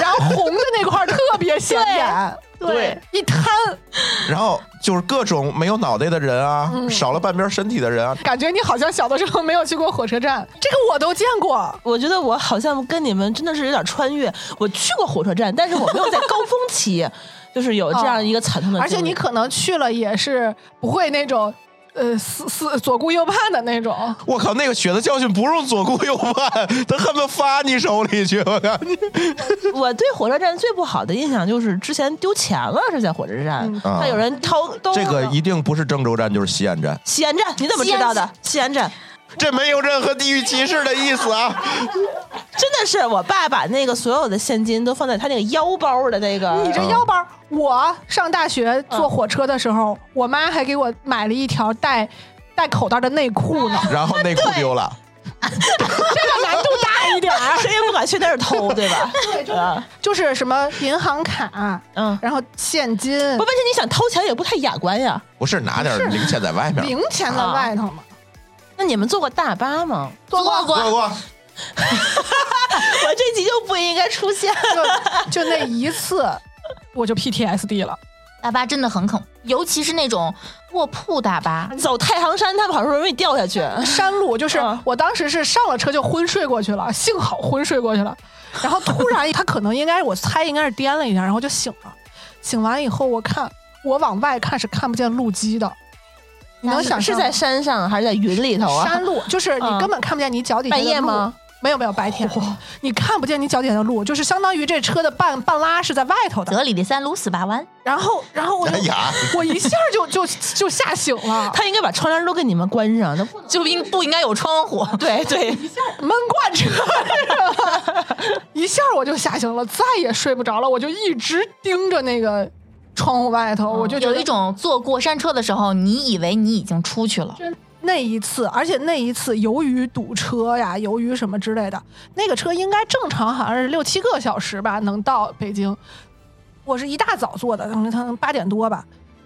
[SPEAKER 2] 然后红的那块儿特 *laughs* 别显眼，
[SPEAKER 3] 对，
[SPEAKER 2] 一摊，
[SPEAKER 1] *laughs* 然后就是各种没有脑袋的人啊，
[SPEAKER 4] 嗯
[SPEAKER 1] 少了半边身体的人啊，
[SPEAKER 2] 感觉你好像小的时候没有去过火车站，这个我都见过。
[SPEAKER 3] 我觉得我好像跟你们真的是有点穿越。我去过火车站，但是我没有在高峰期， *laughs* 就是有这样一个惨痛的经
[SPEAKER 2] 而
[SPEAKER 3] 历。
[SPEAKER 2] 且你可能去了也是不会那种，呃，思思左顾右盼的那种。
[SPEAKER 1] 我靠，那个血的教训不用左顾右盼，他恨不得发你手里去，我
[SPEAKER 4] *laughs* 哦
[SPEAKER 1] 靠！
[SPEAKER 3] 我对火车站最不好的印象就是之前丢钱了，是在火车站
[SPEAKER 2] 嗯，
[SPEAKER 1] 啊
[SPEAKER 3] 他有人掏兜。
[SPEAKER 1] 这个一定不是郑州站就是西安站，
[SPEAKER 3] 西安站，你怎么知道的？西安站
[SPEAKER 1] 这没有任何地域歧视的意思啊！
[SPEAKER 3] 真的是我爸把那个所有的现金都放在他那个腰包的那个。 *laughs*
[SPEAKER 2] 你这腰包，我上大学坐火车的时候，我妈还给我买了一条带带口袋的内裤呢，
[SPEAKER 1] *laughs* 然后内裤丢了，
[SPEAKER 2] *laughs* 这个难度大一点儿。
[SPEAKER 3] 谁也不敢去那儿偷，对吧？ *laughs* 对，啊，
[SPEAKER 2] 就是什么银行卡，
[SPEAKER 3] 嗯。
[SPEAKER 2] 然后现金、
[SPEAKER 3] 不，问题你想偷钱也不太雅观呀。
[SPEAKER 1] 不是拿点零钱在外面。
[SPEAKER 2] 零钱在外头嘛。
[SPEAKER 3] 那你们坐过大巴吗？
[SPEAKER 4] 坐过
[SPEAKER 1] 过过，
[SPEAKER 3] *laughs* 我这集就不应该出现。
[SPEAKER 2] 就就那一次，我就 PTSD 了。
[SPEAKER 4] 大巴真的很恐，尤其是那种卧铺大
[SPEAKER 1] 嗯
[SPEAKER 4] 巴，
[SPEAKER 3] 走太行山，他们好容易掉下去。
[SPEAKER 2] 山路就是
[SPEAKER 3] 嗯，
[SPEAKER 2] 我当时是上了车就昏睡过去了，幸好昏睡过去了。然后突然，他可能应该我猜应该是颠了一下，然后就醒了。醒完以后，我看我往外看是看不见路基的，你能想
[SPEAKER 3] 是
[SPEAKER 2] 象
[SPEAKER 3] 在山上还是在云里头啊？
[SPEAKER 2] 山路，就是你
[SPEAKER 3] 嗯
[SPEAKER 2] 根本看不见你脚底下的
[SPEAKER 3] 半
[SPEAKER 2] 路。
[SPEAKER 3] 夜吗？哦
[SPEAKER 2] 没有没有，白天你看不见你脚底下的路，就是相当于这车的半半拉是在外头的。
[SPEAKER 4] 泽里的三鲁死八弯，
[SPEAKER 2] 然后，然后
[SPEAKER 3] *laughs*
[SPEAKER 2] 我就
[SPEAKER 1] 哎呀，
[SPEAKER 2] 我一下就就就吓醒了，
[SPEAKER 3] 他应该把窗帘都给你们关上，那不
[SPEAKER 4] 就应不应该有窗户？
[SPEAKER 3] 对对，
[SPEAKER 2] 闷罐车， *laughs* 一下我就吓醒了，再也睡不着了，我就一直盯着那个窗户外头，我就觉
[SPEAKER 4] 嗯有
[SPEAKER 2] 得
[SPEAKER 4] 一种坐过山车的时候，你以为你已经出去了，
[SPEAKER 2] 那一次，而且那一次由于堵车呀，由于什么之类的，那个车应该正常好像是六七个小时吧，能到北京。我是一大早坐的，可能可能八点多吧。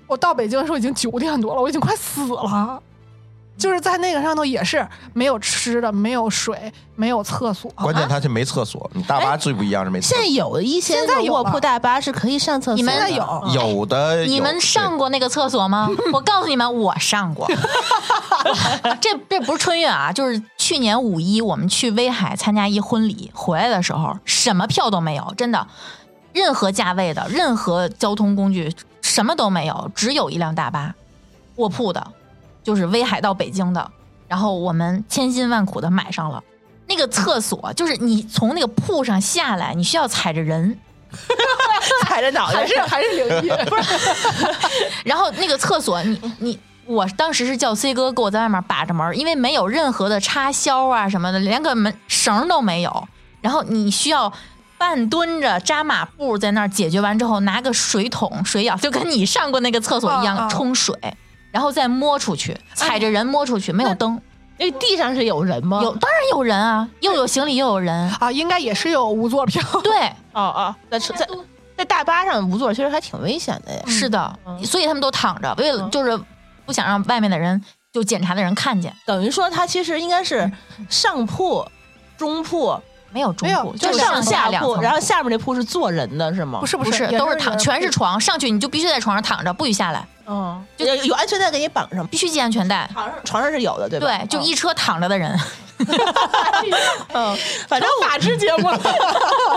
[SPEAKER 2] 我到北京的时候已经九点多了，我已经快死了。就是在那个上头也是没有吃的，没有水，没有厕所。
[SPEAKER 1] 关键
[SPEAKER 2] 啊
[SPEAKER 1] 他去没厕所，你大巴最不一样是没厕
[SPEAKER 3] 现在
[SPEAKER 4] 哎
[SPEAKER 1] 所，
[SPEAKER 3] 有一些
[SPEAKER 2] 现在有
[SPEAKER 3] 卧
[SPEAKER 2] 了
[SPEAKER 3] 铺大巴是可以上厕所的，
[SPEAKER 4] 你们
[SPEAKER 2] 有
[SPEAKER 3] 嗯
[SPEAKER 1] 有的有
[SPEAKER 4] 你们上过那个厕所吗？我告诉你们，我上过。 *laughs* 这这不是春运啊，就是去年五一我们去威海参加一婚礼，回来的时候什么票都没有，真的，任何价位的、任何交通工具什么都没有，只有一辆大巴，卧铺的，就是威海到北京的。然后我们千辛万苦的买上了那个厕所，就是你从那个铺上下来，你需要踩着人。
[SPEAKER 3] 踩着脑袋
[SPEAKER 2] 还是还是灵异，不是
[SPEAKER 4] 然后那个厕所，你你我当时是叫 C 哥给我在外面把着门儿，因为没有任何的插销啊什么的，连个门绳儿都没有。然后你需要半蹲着扎马步在那儿解决完之后，拿个水桶、水舀，就跟你上过那个厕所一样、
[SPEAKER 3] 哦
[SPEAKER 2] 啊啊
[SPEAKER 4] 冲水，然后再摸出去，
[SPEAKER 3] 哎
[SPEAKER 4] 踩着人摸出去，没有灯，
[SPEAKER 3] 那哎个地上是有人吗？
[SPEAKER 4] 有当然有人啊，又有行李又有人，
[SPEAKER 2] 啊，应该也是有无座票。
[SPEAKER 4] 对，
[SPEAKER 3] 哦哦，在车在在大巴上无座，其实还挺危险的耶。
[SPEAKER 4] 是的，
[SPEAKER 3] 嗯
[SPEAKER 4] 所以他们都躺着，为了
[SPEAKER 3] 嗯
[SPEAKER 4] 就是不想让外面的人就检查的人看见，
[SPEAKER 3] 等于说它其实应该是上铺、中铺、
[SPEAKER 4] 没有中
[SPEAKER 2] 没有
[SPEAKER 4] 铺，
[SPEAKER 2] 就
[SPEAKER 4] 就是上
[SPEAKER 3] 上
[SPEAKER 4] 下两
[SPEAKER 3] 铺，
[SPEAKER 4] 层，
[SPEAKER 3] 然后下面那铺是坐人的是吗？
[SPEAKER 1] 啊
[SPEAKER 2] *laughs* 不是不
[SPEAKER 4] 不
[SPEAKER 2] 是，也
[SPEAKER 4] 都是躺，全是
[SPEAKER 2] 人
[SPEAKER 4] 床，上去你就必须在床上躺着，不许下来，
[SPEAKER 3] 嗯，就有有安全带给你绑上，
[SPEAKER 4] 必须系安全带。
[SPEAKER 3] 床上床上是有的，对吧？哦
[SPEAKER 4] 对，
[SPEAKER 2] 嗯
[SPEAKER 4] 就一车躺着的人，
[SPEAKER 3] *laughs* 嗯，反正法制节目。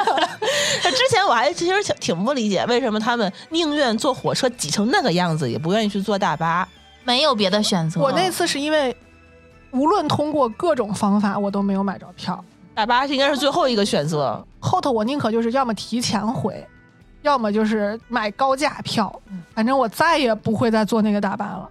[SPEAKER 3] *laughs* 之前我还其实挺挺不理解，为什么他们宁愿坐火车挤成那个样子，也不愿意去坐大巴。
[SPEAKER 4] 没有别的选择。
[SPEAKER 2] 我那次是因为，无论通过各种方法，我都没有买着票。
[SPEAKER 3] 大巴应该是最后一个选择。
[SPEAKER 2] 后头我宁可就是要么提前回，要么就是买高价票。
[SPEAKER 4] 嗯
[SPEAKER 2] 反正我再也不会再坐那个大巴了，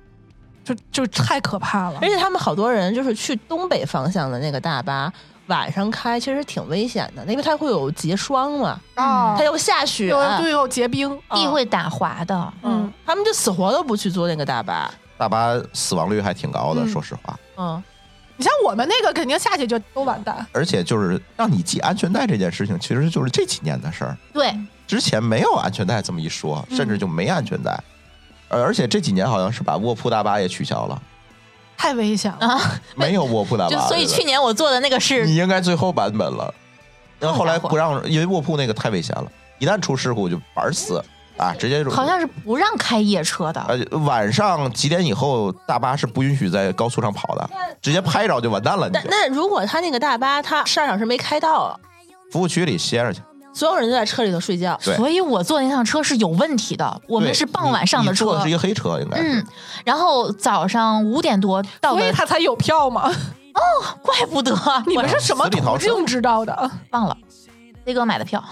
[SPEAKER 2] 就就太可怕了
[SPEAKER 3] 而。
[SPEAKER 4] 哎
[SPEAKER 3] 且他们好多人就是去东北方向的那个大巴，晚上开其实挺危险的，因为它会有结霜嘛，
[SPEAKER 4] 嗯
[SPEAKER 2] 啊
[SPEAKER 3] 它又下雪，
[SPEAKER 2] 有
[SPEAKER 4] 啊
[SPEAKER 2] 对有结冰，
[SPEAKER 4] 地会打滑的，
[SPEAKER 3] 嗯，他们就死活都不去坐那个大巴。
[SPEAKER 1] 大巴死亡率还挺高的，
[SPEAKER 2] 嗯
[SPEAKER 1] 说实话。
[SPEAKER 3] 嗯，
[SPEAKER 2] 你像我们那个肯定下去就都完蛋。
[SPEAKER 1] 而且就是让你系安全带这件事情，其实就是这几年的事儿，
[SPEAKER 4] 对，
[SPEAKER 1] 之前没有安全带这么一说，
[SPEAKER 4] 嗯
[SPEAKER 1] 甚至就没安全带。而而且这几年好像是把卧铺大巴也取消了，
[SPEAKER 2] 太危险
[SPEAKER 4] 啊
[SPEAKER 2] 了！
[SPEAKER 1] 没有卧铺大巴
[SPEAKER 4] 哎就
[SPEAKER 1] 了。
[SPEAKER 4] 所以
[SPEAKER 1] 对吧
[SPEAKER 4] 去年我做的那个是
[SPEAKER 1] 你应该最后版本了。然后后来
[SPEAKER 4] 好家伙
[SPEAKER 1] 不让，因为卧铺那个太危险了，一旦出事故就玩死啊，直接就
[SPEAKER 4] 好像是不让开夜车的，
[SPEAKER 1] 呃晚上几点以后大巴是不允许在高速上跑的，直接拍着就完蛋了。你
[SPEAKER 3] 那
[SPEAKER 1] 就
[SPEAKER 3] 那如果他那个大巴，他上场是没开到，
[SPEAKER 1] 服务区里歇着去，
[SPEAKER 3] 所有人都在车里头睡觉。
[SPEAKER 1] 对
[SPEAKER 4] 所以我坐那趟车是有问题的。我们
[SPEAKER 1] 对
[SPEAKER 4] 是傍晚上
[SPEAKER 1] 你
[SPEAKER 4] 的
[SPEAKER 1] 你坐
[SPEAKER 4] 车
[SPEAKER 1] 的是一，个黑车，应该是
[SPEAKER 4] 嗯，然后早上五点多到
[SPEAKER 2] 所以
[SPEAKER 4] 的，
[SPEAKER 2] 他才有票
[SPEAKER 4] *laughs*
[SPEAKER 2] 嘛。
[SPEAKER 4] 怪不得
[SPEAKER 2] 你们
[SPEAKER 4] 我
[SPEAKER 2] 是什么
[SPEAKER 1] 死里逃
[SPEAKER 2] 途
[SPEAKER 1] 生
[SPEAKER 2] 径知道的？
[SPEAKER 4] 忘了飞哥买的票，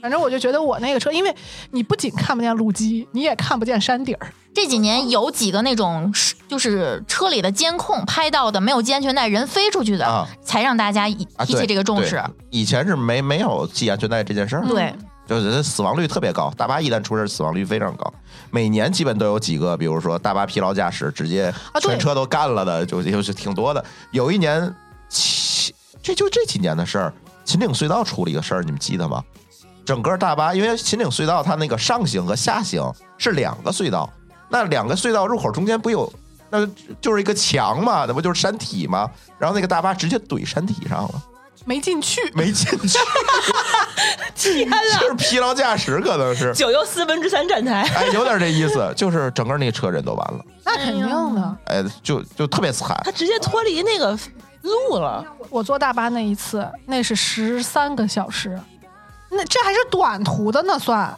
[SPEAKER 2] 反正我就觉得我那个车，因为你不仅看不见路基，你也看不见山顶儿。
[SPEAKER 4] 这几年有几个那种是就是车里的监控拍到的没有系安全带人飞出去的，
[SPEAKER 1] 啊
[SPEAKER 4] 才让大家一
[SPEAKER 1] 啊，
[SPEAKER 4] 提起
[SPEAKER 1] 对
[SPEAKER 4] 这个重视。。
[SPEAKER 1] 对以前是没没有系安全带这件事儿，
[SPEAKER 4] 嗯对，
[SPEAKER 1] 就是死亡率特别高，大巴一旦出事儿死亡率非常高，每年基本都有几个，比如说大巴疲劳驾驶，直接
[SPEAKER 2] 对
[SPEAKER 1] 全车都干了的，就就是挺多的。有一年，其这就这几年的事儿，秦岭隧道出了一个事儿，你们记得吗？整个大巴，因为秦岭隧道它那个上行和下行是两个隧道，那两个隧道入口中间不有那就是一个墙嘛，那不就是山体吗？然后那个大巴直接怼山体上了，
[SPEAKER 2] 没进去，
[SPEAKER 1] 没进去，
[SPEAKER 3] 天啊 *laughs*
[SPEAKER 1] 就
[SPEAKER 3] 呐，
[SPEAKER 1] 是疲劳驾驶可能是。
[SPEAKER 3] 九又四分之三站台。
[SPEAKER 1] 哎，有点这意思，就是整个那车人都完了，
[SPEAKER 2] 那肯定的。
[SPEAKER 1] 哎，就就特别惨。
[SPEAKER 3] 他直接脱离那个路了。
[SPEAKER 2] 我坐大巴那一次，那是十三个小时，那这还是短途的呢，算，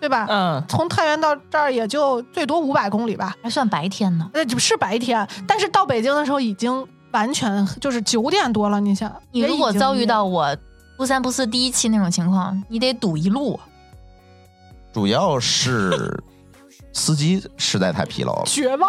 [SPEAKER 2] 对吧？
[SPEAKER 3] 嗯，
[SPEAKER 2] 从太原到这儿也就最多五百公里吧，
[SPEAKER 4] 还算白天呢。
[SPEAKER 2] 呃，是白天，但是到北京的时候已经完全就是九点多了。你想，
[SPEAKER 4] 你如果
[SPEAKER 2] 也已经
[SPEAKER 4] 遭遇到我不三不四第一期那种情况，你得堵一路。
[SPEAKER 1] 主要是司机实在太疲劳了，
[SPEAKER 2] 绝望，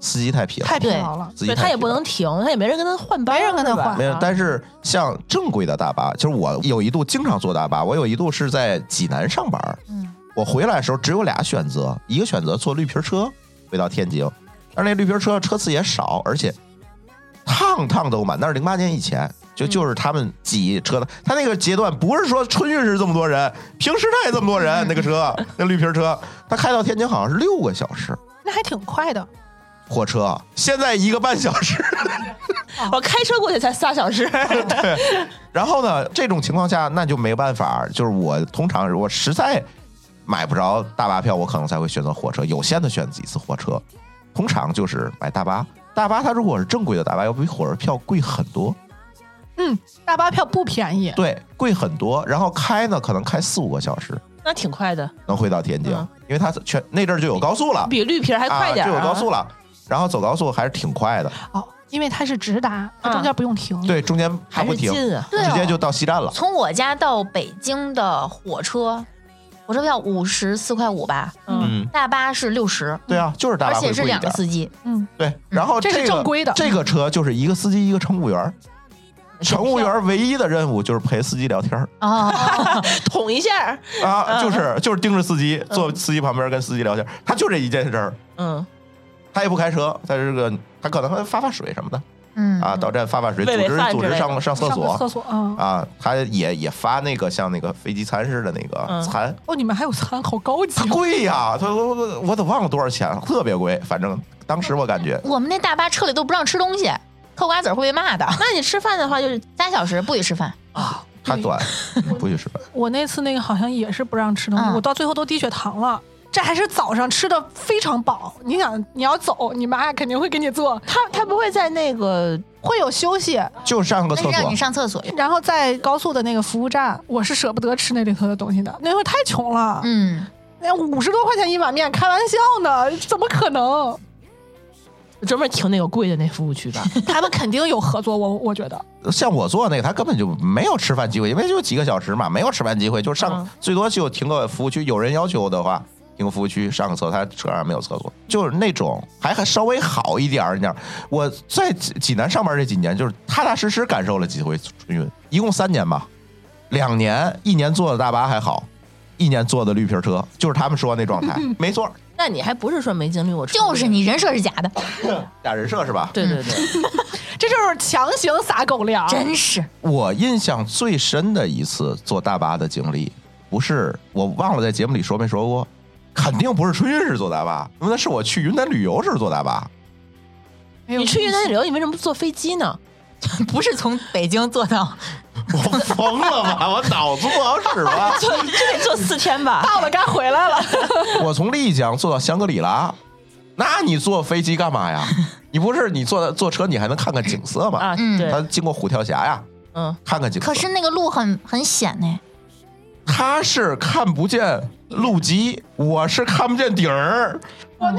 [SPEAKER 1] 司机太疲劳
[SPEAKER 2] 太
[SPEAKER 1] 了，
[SPEAKER 2] 疲劳了。
[SPEAKER 1] 司机
[SPEAKER 3] 对
[SPEAKER 1] 太疲劳
[SPEAKER 3] 他也不能停，他也没人跟他换班，
[SPEAKER 2] 没人跟他
[SPEAKER 3] 是吧
[SPEAKER 2] 换
[SPEAKER 1] 没有。但是像正规的大巴，就是我有一度经常坐大巴，我有一度是在济南上班，
[SPEAKER 4] 嗯，
[SPEAKER 1] 我回来的时候只有俩选择，一个选择坐绿皮车回到天津，但是那绿皮车车次也少，而且趟趟都满。那是零八年以前，就就是他们挤车的，他那个阶段不是说春运是这么多人，平时他也这么多人，那个车那绿皮车，他开到天津好像是六个小时。
[SPEAKER 2] 那还挺快的，
[SPEAKER 1] 火车现在一个半小时，
[SPEAKER 3] 我哦开车过去才仨小时，
[SPEAKER 1] 然后呢，这种情况下那就没办法，就是我通常我实在买不着大巴票，我可能才会选择火车，有限的选几次火车，通常就是买大巴。大巴它如果是正规的大巴，要比火车票贵很多，
[SPEAKER 2] 嗯，大巴票不便宜，
[SPEAKER 1] 对，贵很多。然后开呢，可能开四五个小时
[SPEAKER 3] *laughs* 那挺快的，
[SPEAKER 1] 能回到天津，
[SPEAKER 3] 嗯
[SPEAKER 1] 因为它全那阵儿就有高速了，
[SPEAKER 3] *laughs* 比绿皮儿还快点儿
[SPEAKER 1] 啊，
[SPEAKER 3] 啊
[SPEAKER 1] 就有高速了。然后走高速还是挺快的，
[SPEAKER 2] 哦，因为它是直达，它
[SPEAKER 4] 嗯
[SPEAKER 2] 中间不用停。
[SPEAKER 1] 对，中间它
[SPEAKER 3] 嗯还
[SPEAKER 1] 不
[SPEAKER 3] 是
[SPEAKER 1] 停，
[SPEAKER 3] 近啊。
[SPEAKER 4] 对、
[SPEAKER 1] 直接就。到西站了。
[SPEAKER 4] 从我家到北京的火车，火车票五十四块五吧，
[SPEAKER 3] 嗯，
[SPEAKER 1] 嗯，
[SPEAKER 4] 大巴是六十，
[SPEAKER 1] 对啊，就是大
[SPEAKER 4] 而
[SPEAKER 1] 巴会
[SPEAKER 4] 且
[SPEAKER 1] 贵一
[SPEAKER 4] 是
[SPEAKER 1] 点
[SPEAKER 4] 两个
[SPEAKER 1] 儿。
[SPEAKER 4] 司机。
[SPEAKER 2] 嗯，
[SPEAKER 1] 对，然后
[SPEAKER 2] 这
[SPEAKER 1] 这
[SPEAKER 2] 是
[SPEAKER 1] 个
[SPEAKER 2] 正规的
[SPEAKER 1] 这个车就是一个司机一个乘务员儿，乘务员唯一的任务就是陪司机聊天儿
[SPEAKER 4] 哦，
[SPEAKER 1] 嗯
[SPEAKER 3] 捅一下，
[SPEAKER 1] 啊，
[SPEAKER 3] 嗯
[SPEAKER 1] 就是就是盯着司机，
[SPEAKER 3] 嗯
[SPEAKER 1] 坐司机旁边跟司机聊天儿，他就这一件事儿，
[SPEAKER 3] 嗯，
[SPEAKER 1] 他也不开车，他这个他可能还发发水什么的
[SPEAKER 4] 嗯
[SPEAKER 1] 啊，到站发发水，
[SPEAKER 3] 喂喂
[SPEAKER 1] 组织
[SPEAKER 3] 饭之
[SPEAKER 1] 组织
[SPEAKER 3] 类的
[SPEAKER 1] 上上厕
[SPEAKER 2] 上个
[SPEAKER 1] 所
[SPEAKER 2] 厕所啊。
[SPEAKER 1] 啊，他也也发那个像那个飞机餐似的那个
[SPEAKER 3] 嗯
[SPEAKER 1] 餐，
[SPEAKER 2] 哦，你们还有餐，好高级啊
[SPEAKER 1] 它。 *laughs* 贵呀，他我我我得忘了多少钱了，特别贵，反正当时我感觉
[SPEAKER 4] 我们那大巴车里都不让吃东西，嗑瓜子儿会被骂的。 *laughs*
[SPEAKER 3] 那你吃饭的话就是
[SPEAKER 4] 三小时不许吃饭，
[SPEAKER 1] 他短，
[SPEAKER 3] *laughs*
[SPEAKER 1] 嗯不许吃饭，
[SPEAKER 2] 我那次那个好像也是不让吃东西，
[SPEAKER 4] 嗯
[SPEAKER 2] 我到最后都低血糖了。这还是早上吃的非常饱，你想你要走，你妈肯定会给你做，
[SPEAKER 3] 他他不会在那个
[SPEAKER 2] 会有休息，
[SPEAKER 1] 就上个
[SPEAKER 4] 但是
[SPEAKER 1] 厕
[SPEAKER 4] 让
[SPEAKER 1] 所
[SPEAKER 4] 你。上厕所。
[SPEAKER 2] 然后在高速的那个服务站，我是舍不得吃那里头的东西的，那会儿太穷了，
[SPEAKER 4] 嗯，
[SPEAKER 2] 那五十多块钱一碗面，开玩笑呢，怎么可能？ *laughs*
[SPEAKER 3] 专门停那个贵的那服务区 *laughs* 吧，
[SPEAKER 2] 他们肯定有合作，我我觉得，
[SPEAKER 1] 像我做那个，他根本就没有吃饭机会，因为就几个小时嘛，没有吃饭机会，就上、
[SPEAKER 3] 嗯
[SPEAKER 1] 最多就停个服务区，有人要求的话。停个服务区上个厕所，他车上没有厕所，就是那种还还稍微好一点儿。你知道，我在济济南上班这几年，就是踏踏实实感受了几回春运，一共三年吧，两年，一年坐的大巴还好，一年坐的绿皮车，就是他们说那状态，没错儿，
[SPEAKER 3] 那你还不是说没经历过春运？
[SPEAKER 4] 就是你人设是假的，
[SPEAKER 1] 假人设是吧？
[SPEAKER 3] 对对
[SPEAKER 4] *laughs*
[SPEAKER 3] 对，
[SPEAKER 2] 这就是强行撒狗粮，
[SPEAKER 4] 真是
[SPEAKER 1] 我印象最深的一次坐大巴的经历，不是我忘了在节目里说没说过，肯定不是春运时坐大巴，那是我去云南旅游时坐大巴。
[SPEAKER 2] 没有
[SPEAKER 3] 你去
[SPEAKER 2] 意
[SPEAKER 3] 云
[SPEAKER 2] 思
[SPEAKER 3] 南旅游，你为什么不坐飞机
[SPEAKER 4] *laughs*
[SPEAKER 3] 呢？
[SPEAKER 4] 不是从北京坐到
[SPEAKER 1] 我疯了吧？我脑子不好使吧？
[SPEAKER 3] 这得坐四天吧？
[SPEAKER 2] 到了该回来了，
[SPEAKER 1] *laughs* 我从丽江坐到香格里拉，那你坐飞机干嘛呀？你不是你坐坐车你还能看看景色吗？
[SPEAKER 3] *laughs* 啊，
[SPEAKER 4] 嗯
[SPEAKER 3] 对，
[SPEAKER 1] 它经过虎跳峡呀，
[SPEAKER 3] 嗯，
[SPEAKER 1] 看看景色。
[SPEAKER 4] 可是那个路很很险呢，
[SPEAKER 1] 他是看不见路基，我是看不见顶儿，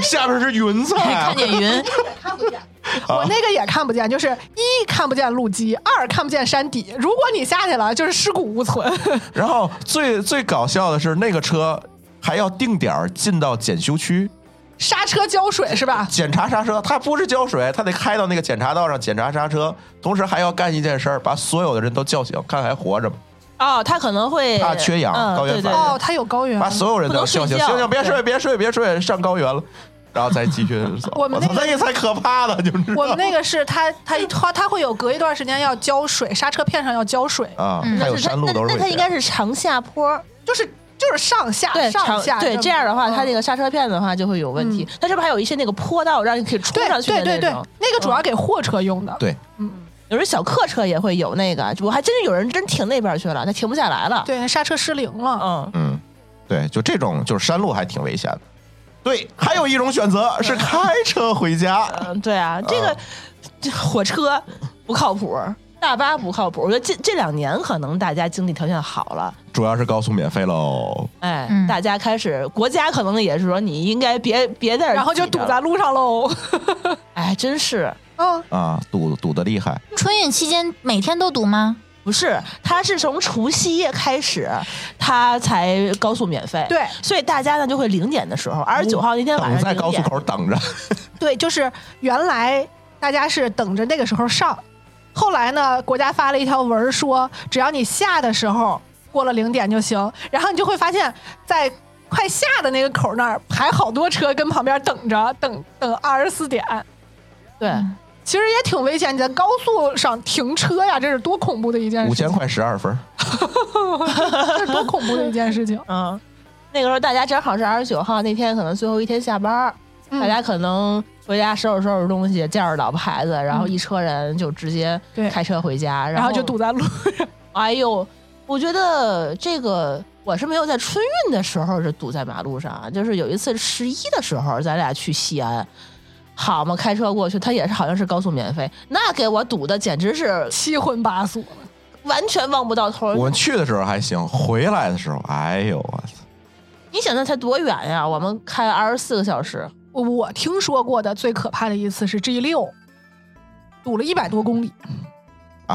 [SPEAKER 1] 下面是云彩。啊
[SPEAKER 3] 看见云，
[SPEAKER 2] 我那个也看不见，就是一看不见路基，二看不见山底。如果你下去了，就是尸骨无存。
[SPEAKER 1] 然后最最搞笑的是，那个车还要定点儿进到检修区
[SPEAKER 2] 刹车浇水是
[SPEAKER 3] 啊
[SPEAKER 2] 吧？
[SPEAKER 1] 检查刹车，它不是浇水，它得开到那个检查道上检查刹车，同时还要干一件事儿，把所有的人都叫醒，看还活着吗？
[SPEAKER 3] 哦，他可能会
[SPEAKER 1] 怕缺氧
[SPEAKER 3] 嗯
[SPEAKER 1] 高原
[SPEAKER 3] 对对
[SPEAKER 1] 反
[SPEAKER 2] 哦，
[SPEAKER 1] 应
[SPEAKER 2] 它有高原。
[SPEAKER 1] 哎把所有人都叫
[SPEAKER 3] 嗯不
[SPEAKER 1] 醒，
[SPEAKER 3] 能睡觉
[SPEAKER 1] 醒醒，别
[SPEAKER 3] 对
[SPEAKER 1] 睡，别睡，别睡，上高原了，然后再继续
[SPEAKER 3] *laughs*
[SPEAKER 1] 走。
[SPEAKER 2] 我们那
[SPEAKER 1] 操
[SPEAKER 2] 个
[SPEAKER 1] 那也才可怕的，就是
[SPEAKER 2] 我们那个是它它它它会有隔一段时间要浇水，刹车片上要浇水，
[SPEAKER 1] 啊
[SPEAKER 4] 嗯，
[SPEAKER 1] 还有
[SPEAKER 3] 是他
[SPEAKER 1] 山路
[SPEAKER 3] 那
[SPEAKER 1] 都是
[SPEAKER 3] 那
[SPEAKER 1] 危
[SPEAKER 3] 他应该
[SPEAKER 1] 险。
[SPEAKER 3] 是长下坡，
[SPEAKER 2] 就是就是上下
[SPEAKER 3] 对
[SPEAKER 2] 上
[SPEAKER 3] 长
[SPEAKER 2] 下嗯
[SPEAKER 3] 对这样的话，它那
[SPEAKER 2] 个。
[SPEAKER 3] 个刹车片的话就会有问题。它是不是还有一些那个坡道让你可以冲
[SPEAKER 2] 对
[SPEAKER 3] 上去的
[SPEAKER 2] 对对对
[SPEAKER 3] 那种？，嗯
[SPEAKER 2] 那个主要给货车用的。
[SPEAKER 1] 对，
[SPEAKER 3] 有时候小客车也会有那个，我还真是有人真停那边去了，他停不下来了。
[SPEAKER 2] 对，那刹车失灵了。
[SPEAKER 3] 嗯，
[SPEAKER 1] 嗯，对，就这种就是山路还挺危险的。对，还有一种选择是开车回家。
[SPEAKER 3] 嗯，对啊，这个、这火车不靠谱，大巴不靠谱。我觉得这这两年可能大家经济条件好了，
[SPEAKER 1] 主要是高速免费喽。
[SPEAKER 3] 哎，
[SPEAKER 4] 嗯
[SPEAKER 3] 大家开始国家可能也是说你应该别别在这儿
[SPEAKER 2] 然后就
[SPEAKER 3] 挤着
[SPEAKER 2] 堵
[SPEAKER 3] 了
[SPEAKER 2] 在，路上喽。
[SPEAKER 3] 哎，真是
[SPEAKER 2] 嗯，
[SPEAKER 1] 啊，堵堵的厉害。
[SPEAKER 4] 春运期间每天都堵吗？
[SPEAKER 3] 不是？他是从除夕开始，他才高速免费，
[SPEAKER 2] 对
[SPEAKER 3] 所以大家呢就会零点的时候，二十九号那天晚
[SPEAKER 1] 等
[SPEAKER 3] 上
[SPEAKER 1] 在
[SPEAKER 3] 零
[SPEAKER 1] 高速
[SPEAKER 3] 点，
[SPEAKER 1] 口等着，
[SPEAKER 2] 对，就是原来大家是等着那个时候上，后来呢，国家发了一条文儿说，只要你下的时候过了零点就行，然后你就会发现，在快下的那个口那儿排好多车跟旁边等着，等等二十四点。
[SPEAKER 3] 对，
[SPEAKER 2] 其实也挺危险，你在高速上停车呀，这是多恐怖的一件
[SPEAKER 1] 五
[SPEAKER 2] 事情，
[SPEAKER 1] 千块十二分。
[SPEAKER 2] 这是多恐怖的一件事情。
[SPEAKER 3] 嗯，那个时候大家正好是二十九号那天，可能最后一天下班儿，
[SPEAKER 2] 嗯
[SPEAKER 3] 大家可能回家收拾收拾东西，叫着老婆孩子，然后一车人就直接
[SPEAKER 2] 对
[SPEAKER 3] 开车回家，
[SPEAKER 2] 然
[SPEAKER 3] 后
[SPEAKER 2] 后就堵。在路，
[SPEAKER 3] 哎呦，我觉得这个我是没有在春运的时候是堵在马路上啊，就是有一次十一的时候，咱俩去西安。好嘛，开车过去，他也是好像是高速免费，那给我堵的简直是
[SPEAKER 2] 七荤八素。
[SPEAKER 3] 完全望不到头儿。
[SPEAKER 1] 我们去的时候还行，回来的时候，哎呦我操！
[SPEAKER 3] 你想那才多远呀？我们开了二十四个小时，
[SPEAKER 2] 我听说过的最可怕的一次是 G 六，堵了一百多公里，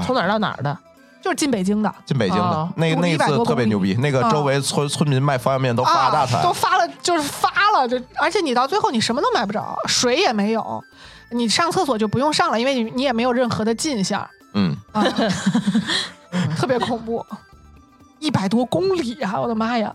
[SPEAKER 3] 从哪儿到哪儿的？
[SPEAKER 2] 就是进北京的，
[SPEAKER 1] 进北京的
[SPEAKER 3] 哦
[SPEAKER 1] 那
[SPEAKER 2] 堵了
[SPEAKER 1] 那一
[SPEAKER 2] 100多
[SPEAKER 1] 次
[SPEAKER 2] 公
[SPEAKER 1] 特别
[SPEAKER 2] 里
[SPEAKER 1] 牛逼，那个
[SPEAKER 2] 啊
[SPEAKER 1] 周围村村民卖方便面都发大
[SPEAKER 2] 啊、
[SPEAKER 1] 财
[SPEAKER 2] 都，发了，就是发了，就而且你到最后你什么都买不着，水也没有，你上厕所就不用上了，因为你你也没有任何的进项，
[SPEAKER 1] 嗯，
[SPEAKER 2] 啊，特别恐怖，一百多公里啊！我的妈呀！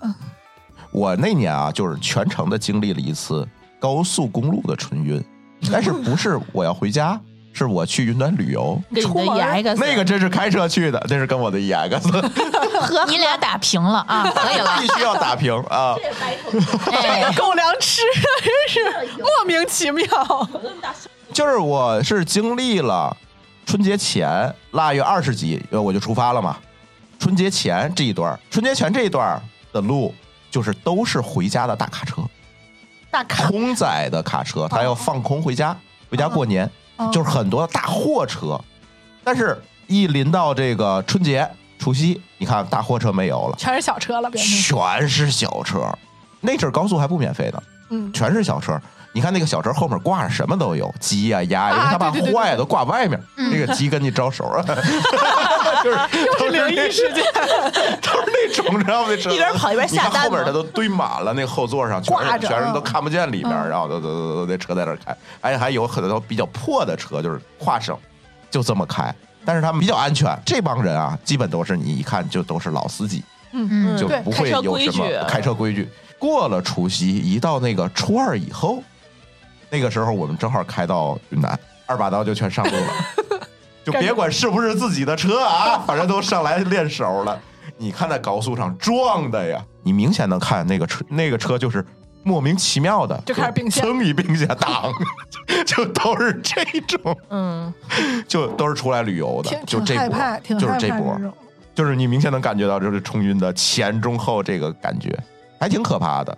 [SPEAKER 1] 我那年啊，就是全程的经历了一次高速公路的春运，但是不是我要回家，是我去云南旅游。
[SPEAKER 3] 跟你
[SPEAKER 2] 出
[SPEAKER 3] 的
[SPEAKER 2] 门
[SPEAKER 3] EX
[SPEAKER 1] 啊那个真是开车去的，那是跟我的 EX
[SPEAKER 4] 你俩打平了啊，可以了
[SPEAKER 1] *laughs* 必。须要打平啊！
[SPEAKER 4] 哎，
[SPEAKER 2] 狗粮吃的真是莫名其妙。
[SPEAKER 1] 就是我是经历了春节前腊月二十几，呃我就出发了嘛。春节前这一段儿，春节前这一段儿的路，就是都是回家的大卡车，
[SPEAKER 3] 大卡
[SPEAKER 1] 空载的卡车，它要放空回家，回家过年，
[SPEAKER 2] 哦
[SPEAKER 1] 就是很多大货车。但是，一临到这个春节除夕，你看大货车没有了，
[SPEAKER 2] 全是小车了，变成
[SPEAKER 1] 全是小车。那阵儿高速还不免费呢，
[SPEAKER 2] 嗯，
[SPEAKER 1] 全是小车。你看那个小车后面挂着什么都有，鸡呀、鸭呀，因为
[SPEAKER 2] 啊
[SPEAKER 1] 他把
[SPEAKER 2] 对对对对
[SPEAKER 1] 坏的都挂外面，那个鸡跟你招手
[SPEAKER 2] *laughs*
[SPEAKER 1] 啊，就是都是
[SPEAKER 2] 灵异事件，
[SPEAKER 1] 都是那种，然后那车
[SPEAKER 3] 一边跑一边下
[SPEAKER 1] 你看
[SPEAKER 3] 单
[SPEAKER 1] 后
[SPEAKER 3] 嘛
[SPEAKER 1] 边的都堆满了，那个后座上全
[SPEAKER 2] 挂
[SPEAKER 1] 是
[SPEAKER 2] 着嗯
[SPEAKER 1] 全是都看不见里边，然后都都都都那车在那儿开，而且还有很多比较破的车，就是跨省就这么开，但是他们比较安全。这帮人啊，基本都是你一看就都是老司机，
[SPEAKER 4] 嗯，
[SPEAKER 1] 就
[SPEAKER 2] 对
[SPEAKER 1] 不会有什么
[SPEAKER 3] 开车规矩
[SPEAKER 1] 开车规矩。过了除夕，一到那个初二以后，那个时候我们正好开到云南，二把刀就全上路了，
[SPEAKER 2] *laughs*
[SPEAKER 1] 就别管是不是自己的车啊， *laughs* 反正都上来练手了。你看在高速上撞的呀，你明显能看那个车，那个车就是莫名其妙的
[SPEAKER 2] 就开始并线
[SPEAKER 1] 噌一并线挡， *laughs* 就都是这种，
[SPEAKER 3] 嗯，
[SPEAKER 1] 就都是出来旅游的
[SPEAKER 2] 挺，
[SPEAKER 1] 就
[SPEAKER 2] 挺
[SPEAKER 1] 这
[SPEAKER 2] 害
[SPEAKER 1] 波
[SPEAKER 2] 怕，，挺
[SPEAKER 1] 就是
[SPEAKER 2] 害
[SPEAKER 1] 这
[SPEAKER 2] 怕
[SPEAKER 1] 波
[SPEAKER 2] 这。种。
[SPEAKER 1] 就是你明显能感觉到就是冲晕的前中后这个感觉，还挺可怕的。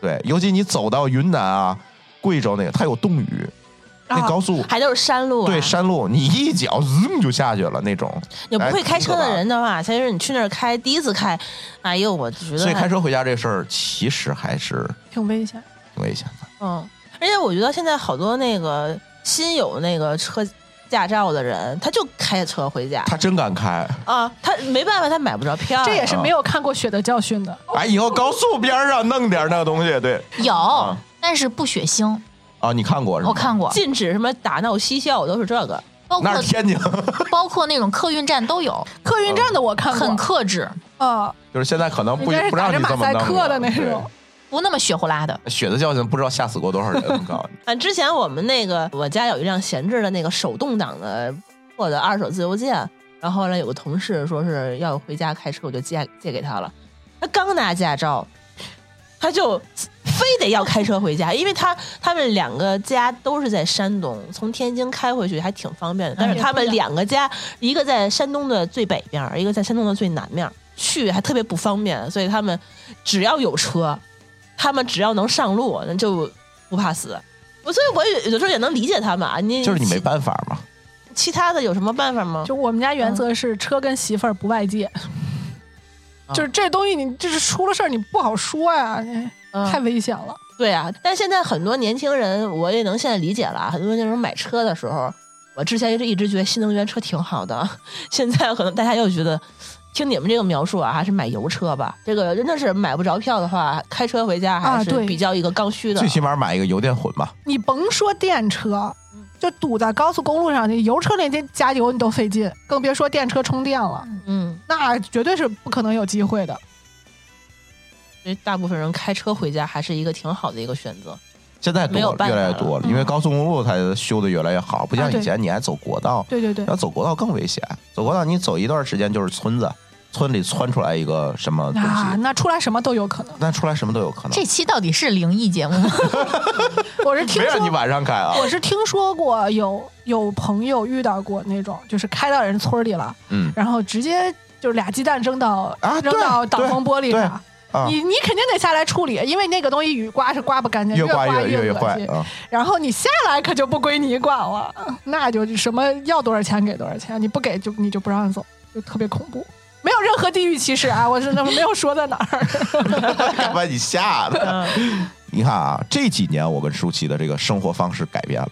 [SPEAKER 1] 对，尤其你走到云南啊、贵州那个，它有冻雨，那
[SPEAKER 2] 啊
[SPEAKER 1] 高速、
[SPEAKER 3] 还都是山路、啊，
[SPEAKER 1] 对山路，你一脚 zoom 就下去了那种。
[SPEAKER 3] 你不会开车的
[SPEAKER 1] 哎
[SPEAKER 3] 人的话，其实你去那儿开，第一次开，哎呦，我觉得
[SPEAKER 1] 所以开车回家这事儿其实还是
[SPEAKER 2] 挺危险。
[SPEAKER 1] 挺危险的。
[SPEAKER 3] 嗯，而且我觉得现在好多那个新有那个车驾照的人，他就开车回家
[SPEAKER 1] 他真敢开，
[SPEAKER 3] 啊，他没办法，他买不着票呀，
[SPEAKER 2] 这也是没有看过《血的教训》的，
[SPEAKER 1] 哎，以后高速边上弄点那个东西，对
[SPEAKER 4] 有
[SPEAKER 1] 啊，
[SPEAKER 4] 但是不血腥，
[SPEAKER 1] 啊，你看过是吗？
[SPEAKER 4] 我看过，
[SPEAKER 3] 禁止什么打闹嬉笑都是这个，
[SPEAKER 4] 包
[SPEAKER 1] 那
[SPEAKER 4] 括
[SPEAKER 1] 是天津， *laughs*
[SPEAKER 4] 包括那种客运站都有，
[SPEAKER 2] 客运站的我看过
[SPEAKER 4] 很克制，
[SPEAKER 2] 啊，
[SPEAKER 1] 就是现在可能不
[SPEAKER 2] 人家是
[SPEAKER 1] 不让
[SPEAKER 2] 打着
[SPEAKER 1] 你这
[SPEAKER 2] 马
[SPEAKER 1] 么
[SPEAKER 2] 赛
[SPEAKER 1] 弄
[SPEAKER 2] 克的
[SPEAKER 1] 了
[SPEAKER 2] 那
[SPEAKER 1] 对
[SPEAKER 2] 种。
[SPEAKER 4] 不那么血呼啦的。
[SPEAKER 1] 血的教训，不知道吓死过多少人。我告诉
[SPEAKER 2] *laughs*
[SPEAKER 1] 你，
[SPEAKER 3] 啊，之前我们那个我家有一辆闲置的那个手动挡的破的二手自由舰，然后后来有个同事说是要回家开车，我就借借给他了。他刚拿驾照，他就非得要开车回家，因为他他们两个家都是在山东，从天津开回去还挺方便的。但是他们两个家，一个在山东的最北边儿，一个在山东的最南面儿，去还特别不方便，所以他们只要有车，他们只要能上路，那就不怕死。我所以，我也有时候也能理解他们啊。你
[SPEAKER 1] 就是你没
[SPEAKER 3] 其
[SPEAKER 1] 办法嘛。
[SPEAKER 3] 其他的有什么办法吗？
[SPEAKER 2] 就我们家原
[SPEAKER 1] 嗯
[SPEAKER 2] 则是车跟媳妇儿不外借，
[SPEAKER 1] 啊
[SPEAKER 2] 就是这东西你就是出了事儿你不好说呀，你
[SPEAKER 3] 嗯
[SPEAKER 2] 太危险了。
[SPEAKER 3] 对啊，但现在很多年轻人，我也能现在理解了啊。很多那种买车的时候，我之前一直一直觉得新能源车挺好的， *laughs* 现在可能大家又觉得，听你们这个描述啊，还是买油车吧。这个真的是买不着票的话，开车回家还
[SPEAKER 2] 啊
[SPEAKER 3] 是
[SPEAKER 2] 对
[SPEAKER 3] 比较一个刚需的。
[SPEAKER 1] 最起码买一个油电混吧。
[SPEAKER 2] 你甭说电车，
[SPEAKER 1] 嗯
[SPEAKER 2] 就堵在高速公路上，那油车连接加油你都费劲，更别说电车充电了，
[SPEAKER 3] 嗯，
[SPEAKER 2] 那绝对是不可能有机会的。
[SPEAKER 3] 所以大部分人开车回家还是一个挺好的一个选择。
[SPEAKER 1] 现在
[SPEAKER 3] 没
[SPEAKER 1] 多
[SPEAKER 3] 有
[SPEAKER 1] 了，
[SPEAKER 3] 办
[SPEAKER 1] 越
[SPEAKER 3] 法
[SPEAKER 1] 来越多了，因为高速公路它修的越来越好，不
[SPEAKER 2] 啊
[SPEAKER 1] 像以
[SPEAKER 2] 对
[SPEAKER 1] 前你还走国道，
[SPEAKER 2] 对对对
[SPEAKER 1] 要，走国道更危险。走国道你走一段时间就是村子，村里窜出来一个什么东
[SPEAKER 2] 啊，
[SPEAKER 1] 西，
[SPEAKER 2] 那出来什么都有可
[SPEAKER 1] *laughs*
[SPEAKER 2] 能。
[SPEAKER 1] 那出来什么都有可能
[SPEAKER 4] 这。期到底是灵异节目吗？ *laughs*
[SPEAKER 2] 我是听
[SPEAKER 1] 没让你
[SPEAKER 2] 说，
[SPEAKER 1] 晚上开啊，
[SPEAKER 2] 我是听说过有有朋友遇到过那种，就是开到人村里了，
[SPEAKER 1] 嗯
[SPEAKER 2] 然后直接就俩鸡蛋扔到、
[SPEAKER 1] 啊
[SPEAKER 2] 扔
[SPEAKER 1] 对
[SPEAKER 2] 到挡风玻璃
[SPEAKER 1] 对
[SPEAKER 2] 上。
[SPEAKER 1] 啊，
[SPEAKER 2] 你你肯定得下来处理，因为那个东西雨刮是刮不干净，
[SPEAKER 1] 越刮
[SPEAKER 2] 刮
[SPEAKER 1] 越
[SPEAKER 2] 越
[SPEAKER 1] 越
[SPEAKER 2] 恶
[SPEAKER 1] 坏
[SPEAKER 2] 心
[SPEAKER 1] 啊。 *laughs*
[SPEAKER 2] 然后你下来可就不归你管了，那就是什么要多少钱给多少钱，你不给就你就不让走，就特别恐怖。没有任何地域歧视啊，我真的没有说在哪
[SPEAKER 1] *laughs*
[SPEAKER 2] 儿。
[SPEAKER 1] 把你吓的。你看啊，这几年我跟舒淇的这个生活方式改变了。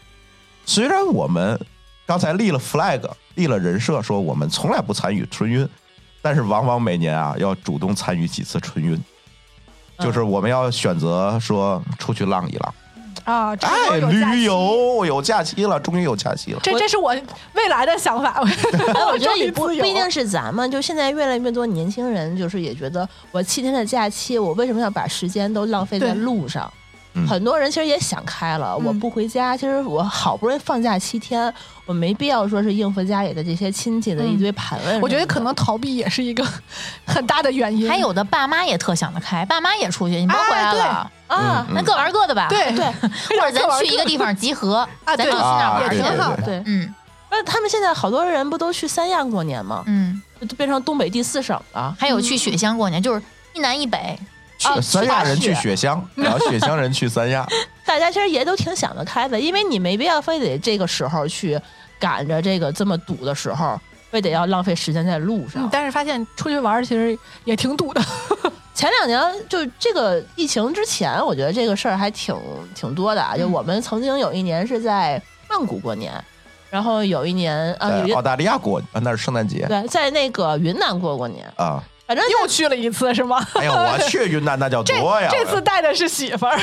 [SPEAKER 1] 虽然我们刚才立了 flag，立了人设，说我们从来不参与春运，但是往往每年啊要主动
[SPEAKER 2] 嗯
[SPEAKER 1] 参与几次春运，就是我们要选择说出去浪一浪。
[SPEAKER 2] 啊，这
[SPEAKER 1] 哎，
[SPEAKER 2] 有假期
[SPEAKER 1] 旅游有假期了，终于有假期了。
[SPEAKER 2] 这这是我未来的想法。
[SPEAKER 3] 哎，我觉得
[SPEAKER 2] 终于
[SPEAKER 3] 也不不
[SPEAKER 2] 自由
[SPEAKER 3] 一定是咱们，就现在越来越多年轻人，就是也觉得我七天的假期，我为什么要把时间都浪费在
[SPEAKER 2] 对
[SPEAKER 3] 路上
[SPEAKER 1] 嗯？
[SPEAKER 3] 很多人其实也想开了，我
[SPEAKER 2] 嗯
[SPEAKER 3] 不回家，其实我好不容易放假七天，我没必要说是应付家里的这些亲戚的一堆盘问什么的。
[SPEAKER 2] 嗯我觉得可能逃避也是一个很大的原因。
[SPEAKER 4] 还有的爸妈也特想得开，爸妈也出去，你甭
[SPEAKER 2] 哎
[SPEAKER 4] 回来
[SPEAKER 2] 对
[SPEAKER 4] 了，
[SPEAKER 3] 啊
[SPEAKER 1] 嗯，
[SPEAKER 4] 那各玩各的吧。
[SPEAKER 2] 哎对
[SPEAKER 3] 对，
[SPEAKER 4] 或者
[SPEAKER 2] *laughs*
[SPEAKER 4] 咱去一个地方集合，
[SPEAKER 2] 啊
[SPEAKER 4] 咱就
[SPEAKER 2] 对
[SPEAKER 4] 去那儿
[SPEAKER 1] 啊
[SPEAKER 4] 玩
[SPEAKER 1] 对
[SPEAKER 4] 去
[SPEAKER 2] 也。挺好
[SPEAKER 1] 对
[SPEAKER 2] 的。
[SPEAKER 3] 对，
[SPEAKER 4] 嗯
[SPEAKER 3] 那他们现在好多人不都去三亚过年吗？
[SPEAKER 4] 嗯，
[SPEAKER 3] 就变成东北第四省了。
[SPEAKER 4] 还有去雪乡过年，就是一南一北，去
[SPEAKER 2] 哦
[SPEAKER 3] 啊
[SPEAKER 1] 三亚人去
[SPEAKER 3] 去
[SPEAKER 1] 雪乡，然后雪乡人去三
[SPEAKER 2] *laughs*
[SPEAKER 1] 亚。
[SPEAKER 3] 大家其实也都挺想得开的，因为你没必要非得这个时候去赶着这个这么堵的时候，非得要浪费时间在路上。
[SPEAKER 2] 嗯，但是发现出去玩儿其实也挺堵的。
[SPEAKER 3] 前两年就这个疫情之前，我觉得这个事儿还挺挺多的啊。就我们曾经有一年是在曼谷过年，然后有一年
[SPEAKER 2] 哦
[SPEAKER 3] 啊，有
[SPEAKER 1] 在
[SPEAKER 3] 一
[SPEAKER 1] 澳大利亚过，啊那是圣诞节
[SPEAKER 3] 对，在那个云南过过年，
[SPEAKER 1] 啊！
[SPEAKER 3] 反正
[SPEAKER 2] 又去了一次是吗？
[SPEAKER 3] *laughs*
[SPEAKER 1] 哎呀，我去云南那叫
[SPEAKER 2] 这
[SPEAKER 1] 多呀！
[SPEAKER 2] 这次带的是媳妇儿，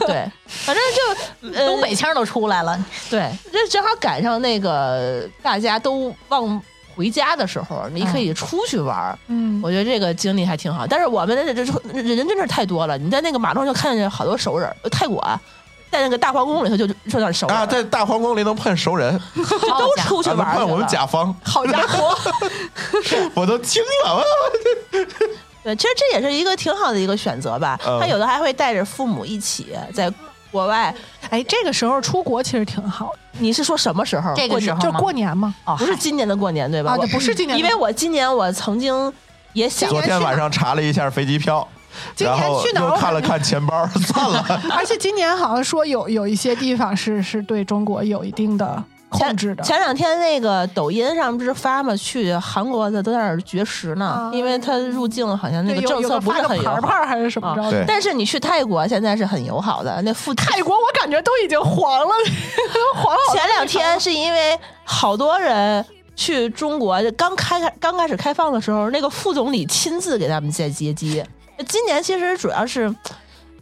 [SPEAKER 3] 对，反正就、呃、
[SPEAKER 4] 东北腔都出来了。
[SPEAKER 3] 对，这正好赶上那个大家都忘回家的时候，你可以出去玩儿。
[SPEAKER 2] 嗯，
[SPEAKER 3] 我觉得这个经历还挺好，但是我们这这这人真是太多了。你在那个马路上就看见好多熟人儿，呃泰国啊在那个大皇宫里头就就那熟人
[SPEAKER 1] 啊，
[SPEAKER 3] 儿，
[SPEAKER 1] 在大皇宫里能碰熟人，
[SPEAKER 3] 都出去
[SPEAKER 1] 啊
[SPEAKER 3] 玩
[SPEAKER 1] 能
[SPEAKER 3] 儿去了。
[SPEAKER 1] 碰我们甲方，
[SPEAKER 2] 好
[SPEAKER 1] *laughs*
[SPEAKER 2] 家伙，
[SPEAKER 1] 我都惊了。哇
[SPEAKER 3] 对，其实这也是一个挺好的一个选择吧。
[SPEAKER 1] 嗯
[SPEAKER 3] 他有的还会带着父母一起在国外。
[SPEAKER 2] 哎，这个时候出国其实挺好的，
[SPEAKER 3] 你是说什么时候？
[SPEAKER 4] 这个
[SPEAKER 3] 过
[SPEAKER 4] 时
[SPEAKER 3] 年
[SPEAKER 4] 候
[SPEAKER 2] 就是
[SPEAKER 4] 吗
[SPEAKER 2] 过年嘛，
[SPEAKER 4] 哦
[SPEAKER 3] 不是今年的过年对吧？
[SPEAKER 2] 啊，
[SPEAKER 3] 我
[SPEAKER 2] 就不是今年
[SPEAKER 3] 因
[SPEAKER 2] 的，
[SPEAKER 3] 为我今年我曾经也想
[SPEAKER 1] 昨天晚上查了一下飞机票，
[SPEAKER 2] 今
[SPEAKER 1] 然
[SPEAKER 2] 年
[SPEAKER 1] 后
[SPEAKER 2] 去哪儿
[SPEAKER 1] 又
[SPEAKER 2] 我
[SPEAKER 1] 看了
[SPEAKER 2] 感觉
[SPEAKER 1] 看钱包，算了。
[SPEAKER 2] *laughs* 而且今年好像说有有一些地方是是对中国有一定的控制的，
[SPEAKER 3] 前两天那个抖音上不是发嘛，去韩国的都在那儿绝食呢，
[SPEAKER 2] 啊
[SPEAKER 3] 因为他入境好像那
[SPEAKER 2] 对
[SPEAKER 3] 个
[SPEAKER 2] 有
[SPEAKER 3] 政
[SPEAKER 2] 有
[SPEAKER 3] 策
[SPEAKER 2] 个
[SPEAKER 3] 不
[SPEAKER 2] 发
[SPEAKER 3] 是
[SPEAKER 2] 个
[SPEAKER 3] 很友
[SPEAKER 2] 牌牌
[SPEAKER 3] 好。哦
[SPEAKER 2] 儿还是什么着的。
[SPEAKER 1] 对
[SPEAKER 3] 但是你去泰国现在是很友好的，那附近
[SPEAKER 2] 泰国我感觉都已经黄了， *laughs* 黄了。
[SPEAKER 3] 前两
[SPEAKER 2] 啊
[SPEAKER 3] 天是因为好多人去中国刚开开刚开始开放的时候，那个副总理亲自给他们接接机。今年其实主要是，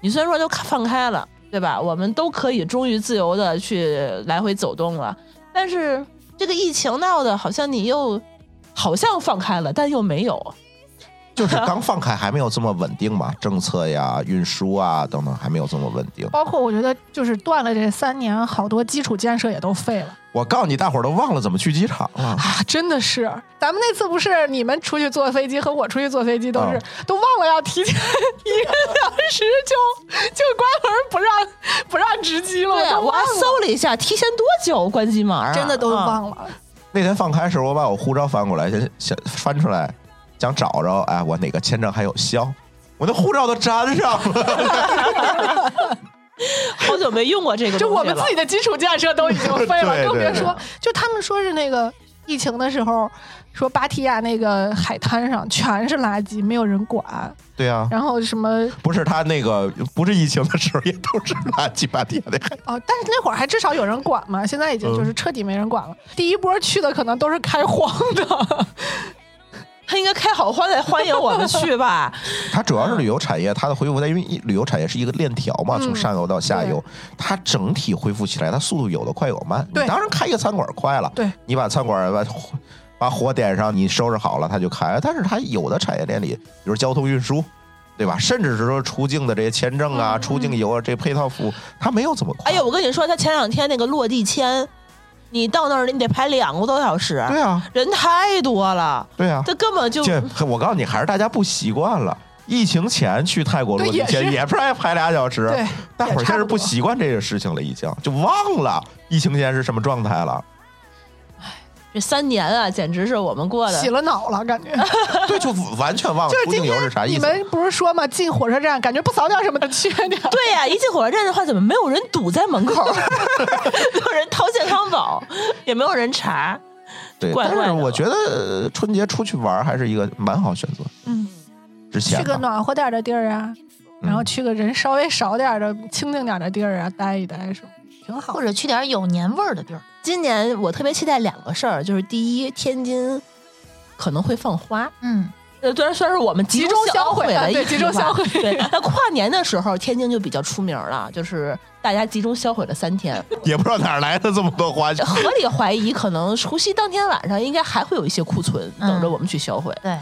[SPEAKER 3] 你虽然说都放开了，对吧？我们都可以终于自由的去来回走动了，但是这个疫情闹的，好像你又好像放开了，但又没有。
[SPEAKER 1] 就是刚放开还没有这么稳定嘛，政策呀、运输啊等等还没有这么稳定。
[SPEAKER 2] 包括我觉得就是断了这三年，好多基础建设也都废了
[SPEAKER 1] 我告诉你，大伙儿都忘了怎么去机场了。
[SPEAKER 2] 啊！真的是，咱们那次不是你们出去坐飞机和我出去坐飞机都是、
[SPEAKER 1] 啊
[SPEAKER 2] 都忘了要提前一个小时就就关门不让不让值机了，
[SPEAKER 3] 对啊，
[SPEAKER 2] 都
[SPEAKER 3] 我
[SPEAKER 2] 忘
[SPEAKER 3] 还
[SPEAKER 2] 了，
[SPEAKER 3] 搜了一下，提前多久关机门啊？
[SPEAKER 2] 真的都
[SPEAKER 3] 嗯
[SPEAKER 2] 忘了。
[SPEAKER 1] 那天放开时候，我把我护照翻过来，先想翻出来，想找着，哎，我哪个签证还有效？我那护照都粘上了， *laughs*
[SPEAKER 3] 好久没用过这个
[SPEAKER 2] *laughs* 就
[SPEAKER 3] 东西
[SPEAKER 2] 我们
[SPEAKER 3] 了
[SPEAKER 2] 自己的基础建设都已 *laughs* 经废了，
[SPEAKER 1] 对
[SPEAKER 2] 更别
[SPEAKER 1] 对
[SPEAKER 2] 说，就他们说是那个疫情的时候，说芭提雅那个海滩上全是垃圾，没有人管，
[SPEAKER 1] 对呀、
[SPEAKER 2] 然后什么
[SPEAKER 1] 不是他那个不是疫情的时候也都是垃圾半天的，
[SPEAKER 2] 哦，但是那会儿还至少有人管嘛，现在已经就是彻底没人管了。第一波去的可能都是啊开荒的，
[SPEAKER 3] 他应该开好欢来欢迎我们去吧？
[SPEAKER 1] 它主要是旅游产业，它的恢复在因为一旅游产业是一个链条嘛，
[SPEAKER 2] 嗯
[SPEAKER 1] 从上游到下游，它整体恢复起来，它速度有的快有慢。你
[SPEAKER 2] 对
[SPEAKER 1] 当然开一个餐馆快了，
[SPEAKER 2] 对，
[SPEAKER 1] 你把餐馆把把火点上，你收拾好了，它就开了。但是它有的产业链里，比如交通运输，对吧？甚至是说出境的这些签证
[SPEAKER 2] 嗯
[SPEAKER 1] 啊、出境游啊这配套服务，它没有这么快。
[SPEAKER 3] 哎呦，，我跟你说，他前两天那个落地签，你到那儿你得排两个多小时，
[SPEAKER 2] 嗯
[SPEAKER 1] 对啊，
[SPEAKER 3] 人太多了，
[SPEAKER 1] 对啊，
[SPEAKER 3] 这根本就
[SPEAKER 1] 这我告诉你，还是大家不习惯了。疫情前去泰国
[SPEAKER 2] 对
[SPEAKER 1] 落地
[SPEAKER 2] 也是
[SPEAKER 1] 签也不是排俩小时，
[SPEAKER 2] 对，
[SPEAKER 1] 大伙儿
[SPEAKER 2] 也
[SPEAKER 1] 现
[SPEAKER 2] 差
[SPEAKER 1] 在
[SPEAKER 2] 不
[SPEAKER 1] 不
[SPEAKER 2] 多
[SPEAKER 1] 习惯这个事情了，已经就忘了疫情前是什么状态
[SPEAKER 2] *laughs*
[SPEAKER 1] 了。
[SPEAKER 3] 这三年啊，简直是我们过
[SPEAKER 2] 洗
[SPEAKER 3] 的。
[SPEAKER 2] 了脑了，感觉。
[SPEAKER 1] 对，就完全忘了
[SPEAKER 2] 就是
[SPEAKER 1] 出境
[SPEAKER 2] 今
[SPEAKER 1] 游是啥
[SPEAKER 2] 天
[SPEAKER 1] 意
[SPEAKER 2] 你
[SPEAKER 1] 思。啊
[SPEAKER 2] 们不是说嘛，进火车站感觉不扫点什么的去点儿。
[SPEAKER 3] 对呀、一进火车站的话，怎么没有人堵在门
[SPEAKER 2] *laughs*
[SPEAKER 3] 口？没有人掏健康宝，也没有人查。
[SPEAKER 1] 对，
[SPEAKER 3] 怪
[SPEAKER 1] 但
[SPEAKER 3] 怪
[SPEAKER 1] 是
[SPEAKER 3] 的
[SPEAKER 1] 我觉得呃春节出去玩儿还是一个蛮好选择。
[SPEAKER 2] 嗯，
[SPEAKER 1] 之前
[SPEAKER 2] 去个
[SPEAKER 1] 吧
[SPEAKER 2] 暖和点儿的地儿啊，
[SPEAKER 1] 嗯
[SPEAKER 2] 然后去个人稍微少点儿的、清静点儿的地儿啊，待一待什么，挺好
[SPEAKER 4] 或。者去点有年味儿的地儿，
[SPEAKER 3] 今年我特别期待两个事儿，就是第一，天津可能会放花，
[SPEAKER 4] 嗯，
[SPEAKER 3] 呃，虽然虽然是我们
[SPEAKER 2] 集
[SPEAKER 3] 中
[SPEAKER 2] 中
[SPEAKER 3] 销
[SPEAKER 2] 销毁啊
[SPEAKER 3] 了一
[SPEAKER 2] 对
[SPEAKER 3] 批
[SPEAKER 2] 集中
[SPEAKER 3] 嘛
[SPEAKER 2] 销毁
[SPEAKER 3] 对，那跨年的时候，天津就比较出名了，就是大家集中销毁了三天。
[SPEAKER 1] 也不知道哪儿来的这么多花椒。
[SPEAKER 3] 合理怀疑，可能除夕当天晚上应该还会有一些库存
[SPEAKER 4] 嗯
[SPEAKER 3] 等着我们去销毁。
[SPEAKER 4] 对，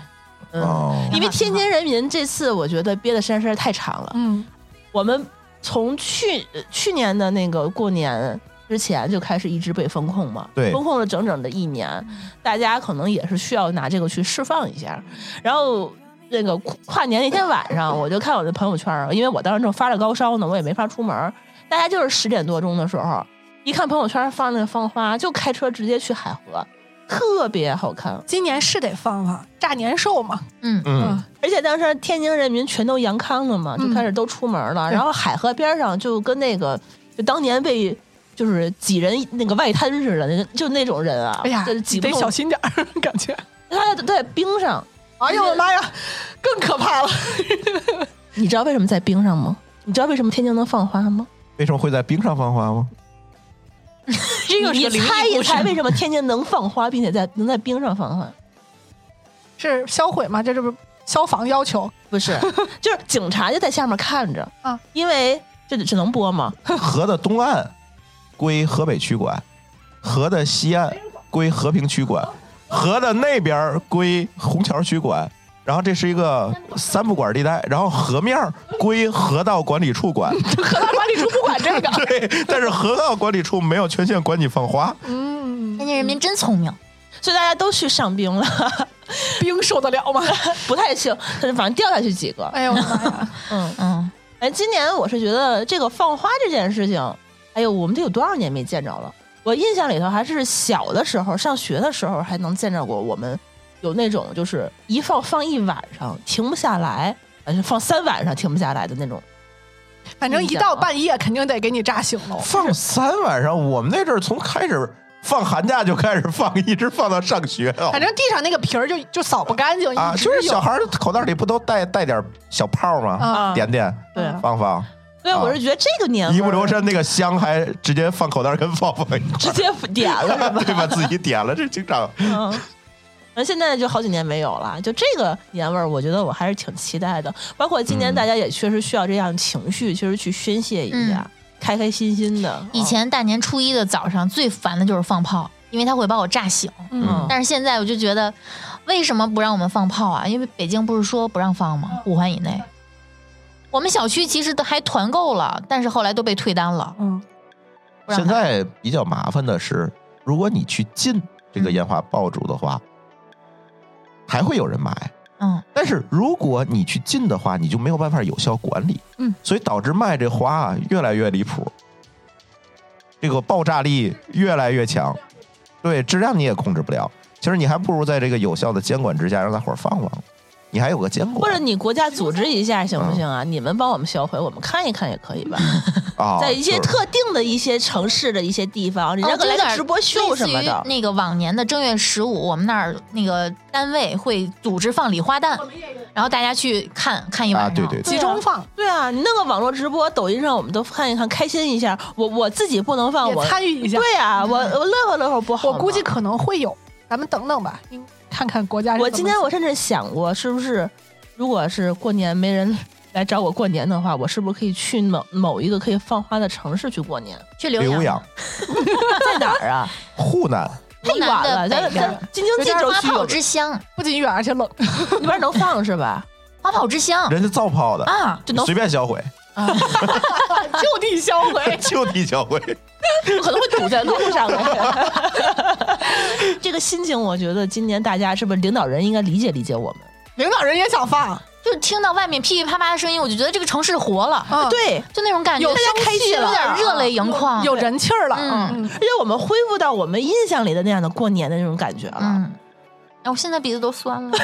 [SPEAKER 3] 嗯，
[SPEAKER 1] 哦
[SPEAKER 3] 因为天津人民这次我觉得憋的实在是太长了。
[SPEAKER 2] 嗯，
[SPEAKER 3] 我们从去呃去年的那个过年之前就开始一直被封控嘛，
[SPEAKER 1] 对
[SPEAKER 3] 封控了整整的一年，大家可能也是需要拿这个去释放一下。然后那个跨跨年那天晚上，我就看我的朋友圈儿，因为我当时正发着高烧呢，我也没法出门儿。大家就是十点多钟的时候，一看朋友圈放那个放花，就开车直接去海河，特别好看。
[SPEAKER 2] 今年是得放放炸年兽嘛，
[SPEAKER 4] 嗯，
[SPEAKER 1] 嗯，
[SPEAKER 2] 嗯，
[SPEAKER 3] 而且当时天津人民全都阳康了嘛，
[SPEAKER 2] 嗯
[SPEAKER 3] 就开始都出门了。
[SPEAKER 2] 对
[SPEAKER 3] 然后海河边上就跟那个就当年被就是挤人那个外滩似的，那就那种人啊，
[SPEAKER 2] 哎呀，
[SPEAKER 3] 就是挤
[SPEAKER 2] 你
[SPEAKER 3] 不
[SPEAKER 2] 得
[SPEAKER 3] 动
[SPEAKER 2] 小。心点儿， *laughs* 感觉，
[SPEAKER 3] 他在冰上，
[SPEAKER 2] 哎呦我的妈呀，更可怕了，
[SPEAKER 3] *laughs* 你知道为什么在冰上吗？你知道为什么天津能放花
[SPEAKER 2] *laughs*
[SPEAKER 3] 吗？
[SPEAKER 1] 为什么会在冰上放花吗？
[SPEAKER 4] 这个
[SPEAKER 3] 你
[SPEAKER 4] 是灵
[SPEAKER 3] 猜
[SPEAKER 4] 异
[SPEAKER 3] 一
[SPEAKER 4] 故事
[SPEAKER 3] 猜，为什么天津能放花，并且在能在冰上放花？
[SPEAKER 2] 是销毁吗？这这不消防要求，
[SPEAKER 3] 不
[SPEAKER 2] *laughs*
[SPEAKER 3] 是，就是警察就在下面看着
[SPEAKER 2] 啊，
[SPEAKER 3] 因为这只能播
[SPEAKER 2] *laughs*
[SPEAKER 3] 嘛，
[SPEAKER 1] 河的东岸归河北区管，河的西岸归和平区管，河的那边儿归虹桥区管。然后这是一个三不管地带，然后河面儿归河道管理处 *laughs* 管，
[SPEAKER 2] 河南管理处不管这个，
[SPEAKER 1] 对，但是河道管理处没有权限管你放花。
[SPEAKER 2] 嗯
[SPEAKER 4] 天，津人民真聪明，
[SPEAKER 3] *laughs* 所以大家都去上冰了，
[SPEAKER 2] 冰受得了吗？
[SPEAKER 3] 不太行，但是反正掉下去几个，
[SPEAKER 2] *laughs* 哎呦我的妈呀，
[SPEAKER 3] *laughs* 嗯。
[SPEAKER 4] 嗯，
[SPEAKER 3] 哎，今年我是觉得这个放花这件事情，哎呦，我们得有多少年没见着了？我印象里头还是小的时候，上学的时候还能见着过我们有那种就是一放放一晚上停不下来，而且放三晚上停不下来的那种。
[SPEAKER 2] 反正一到半夜肯定得给你炸醒喽。
[SPEAKER 1] 放三晚上，我们那阵儿从开始放寒假就开始放，一直放到上学啊。
[SPEAKER 2] 反正地上那个皮儿就就扫不干净，
[SPEAKER 1] 啊，
[SPEAKER 2] 一直
[SPEAKER 1] 就是
[SPEAKER 2] 有
[SPEAKER 1] 小孩儿口袋里不都带带点小泡吗？
[SPEAKER 2] 啊，
[SPEAKER 3] 啊
[SPEAKER 1] 点点
[SPEAKER 3] 对啊
[SPEAKER 1] 放放，
[SPEAKER 3] 所以我是觉得这个年
[SPEAKER 1] 一啊
[SPEAKER 3] 味
[SPEAKER 1] 不
[SPEAKER 3] 儿
[SPEAKER 1] 留神那个香还直接放口袋跟放放一块
[SPEAKER 3] 直接点了是
[SPEAKER 1] 儿，
[SPEAKER 3] 吧？
[SPEAKER 1] *laughs* 对把自己点了，这经常
[SPEAKER 3] 嗯， *laughs* 然后现在就好几年没有了，就这个年味儿，我觉得我还是挺期待的。包括今年
[SPEAKER 1] 嗯
[SPEAKER 3] 大家也确实需要这样情绪，其实去宣泄一下，开开心心的。
[SPEAKER 4] 嗯以前大年初一的早上最烦的就是放炮，因为它会把我炸醒。
[SPEAKER 1] 嗯
[SPEAKER 4] 但是现在我就觉得，为什么不让我们放炮啊？因为北京不是说不让放吗？五环以内。我们小区其实都还团购了，但是后来都被退单了。
[SPEAKER 2] 嗯，
[SPEAKER 4] 不让
[SPEAKER 1] 现在比较麻烦的是，如果你去进这
[SPEAKER 3] 嗯
[SPEAKER 1] 个烟花爆竹的话，还会有人买。
[SPEAKER 4] 嗯，
[SPEAKER 1] 但是如果你去进的话，你就没有办法有效管理，
[SPEAKER 2] 嗯，
[SPEAKER 1] 所以导致卖这花啊越来越离谱，这个爆炸力越来越强，对质量你也控制不了。其实你还不如在这个有效的监管之下，让大伙儿放放，你还有个监管，
[SPEAKER 3] 或者你国家组织一下行
[SPEAKER 1] 嗯
[SPEAKER 3] 不行啊？你们帮我们销毁，我们看一看也可以吧？
[SPEAKER 1] 啊，
[SPEAKER 3] 在一些
[SPEAKER 1] 就是
[SPEAKER 3] 特定的一些城市的一些地方，人
[SPEAKER 4] 哦
[SPEAKER 3] 家
[SPEAKER 4] 就
[SPEAKER 3] 来
[SPEAKER 4] 有
[SPEAKER 3] 个
[SPEAKER 4] 点
[SPEAKER 3] 直播秀什么
[SPEAKER 4] 类
[SPEAKER 3] 的
[SPEAKER 4] 似于。那个往年的正月十五，我们那儿那个单位会组织放礼花弹，然后大家去看看一
[SPEAKER 1] 啊，
[SPEAKER 4] 晚上。
[SPEAKER 1] 对对对，
[SPEAKER 2] 集中放
[SPEAKER 3] 对啊，你弄个网络直播，抖音上我们都看一看，开心一下。我我自己不能放，
[SPEAKER 2] 也
[SPEAKER 3] 我
[SPEAKER 2] 参与一下。
[SPEAKER 3] 对啊，我
[SPEAKER 4] 嗯
[SPEAKER 3] 我乐呵乐呵不好
[SPEAKER 2] 我
[SPEAKER 3] 吗。
[SPEAKER 2] 估计可能会有，咱们等等吧，应看看国家是
[SPEAKER 3] 我
[SPEAKER 2] 怎么
[SPEAKER 3] 今天我甚至想过，是不是如果是过年没人来找我过年的话，我是不是可以去某某一个可以放花的城市去过年？
[SPEAKER 4] 去浏
[SPEAKER 1] 浏
[SPEAKER 4] 阳，
[SPEAKER 1] 阳、
[SPEAKER 3] 在哪儿 *laughs* 啊？
[SPEAKER 1] 湖南，
[SPEAKER 3] 太
[SPEAKER 4] 湖
[SPEAKER 3] 远
[SPEAKER 4] 南
[SPEAKER 3] 了，
[SPEAKER 4] 的
[SPEAKER 3] 咱
[SPEAKER 4] 北
[SPEAKER 3] 们
[SPEAKER 4] 边
[SPEAKER 3] 咱
[SPEAKER 4] 儿
[SPEAKER 3] 们京津冀
[SPEAKER 4] 有
[SPEAKER 3] 州
[SPEAKER 4] 花
[SPEAKER 3] 区有
[SPEAKER 4] 炮之乡，
[SPEAKER 2] 不仅远而且冷， *laughs*
[SPEAKER 3] 那 *laughs* 边能放是吧？
[SPEAKER 4] 花炮之乡
[SPEAKER 1] 人家造炮的，
[SPEAKER 4] 嗯啊，
[SPEAKER 3] 就能
[SPEAKER 1] 随便销毁，
[SPEAKER 2] 就地销
[SPEAKER 3] *laughs*
[SPEAKER 2] 毁。
[SPEAKER 1] 就地销毁。
[SPEAKER 3] 可能会堵在路上。啊这个心情，我觉得今年大家是不是领导人应该理解理解我们？
[SPEAKER 2] 领导人也想
[SPEAKER 3] 啊
[SPEAKER 2] 放，
[SPEAKER 4] 就听到外面噼噼啪啪的声音，我就觉得这个城市活了，
[SPEAKER 3] 啊
[SPEAKER 2] 嗯，
[SPEAKER 3] 对，
[SPEAKER 4] 就那种感觉，
[SPEAKER 2] 有
[SPEAKER 4] 生
[SPEAKER 3] 开
[SPEAKER 4] 气
[SPEAKER 3] 心
[SPEAKER 4] 有点
[SPEAKER 3] 了啊
[SPEAKER 4] 热泪盈眶。
[SPEAKER 2] 有人气儿了。
[SPEAKER 4] 嗯
[SPEAKER 2] 嗯，
[SPEAKER 3] 而且我们恢复到我们印象里的那样的过年的那种感觉了。
[SPEAKER 4] 嗯，哎，我现在鼻子都酸了。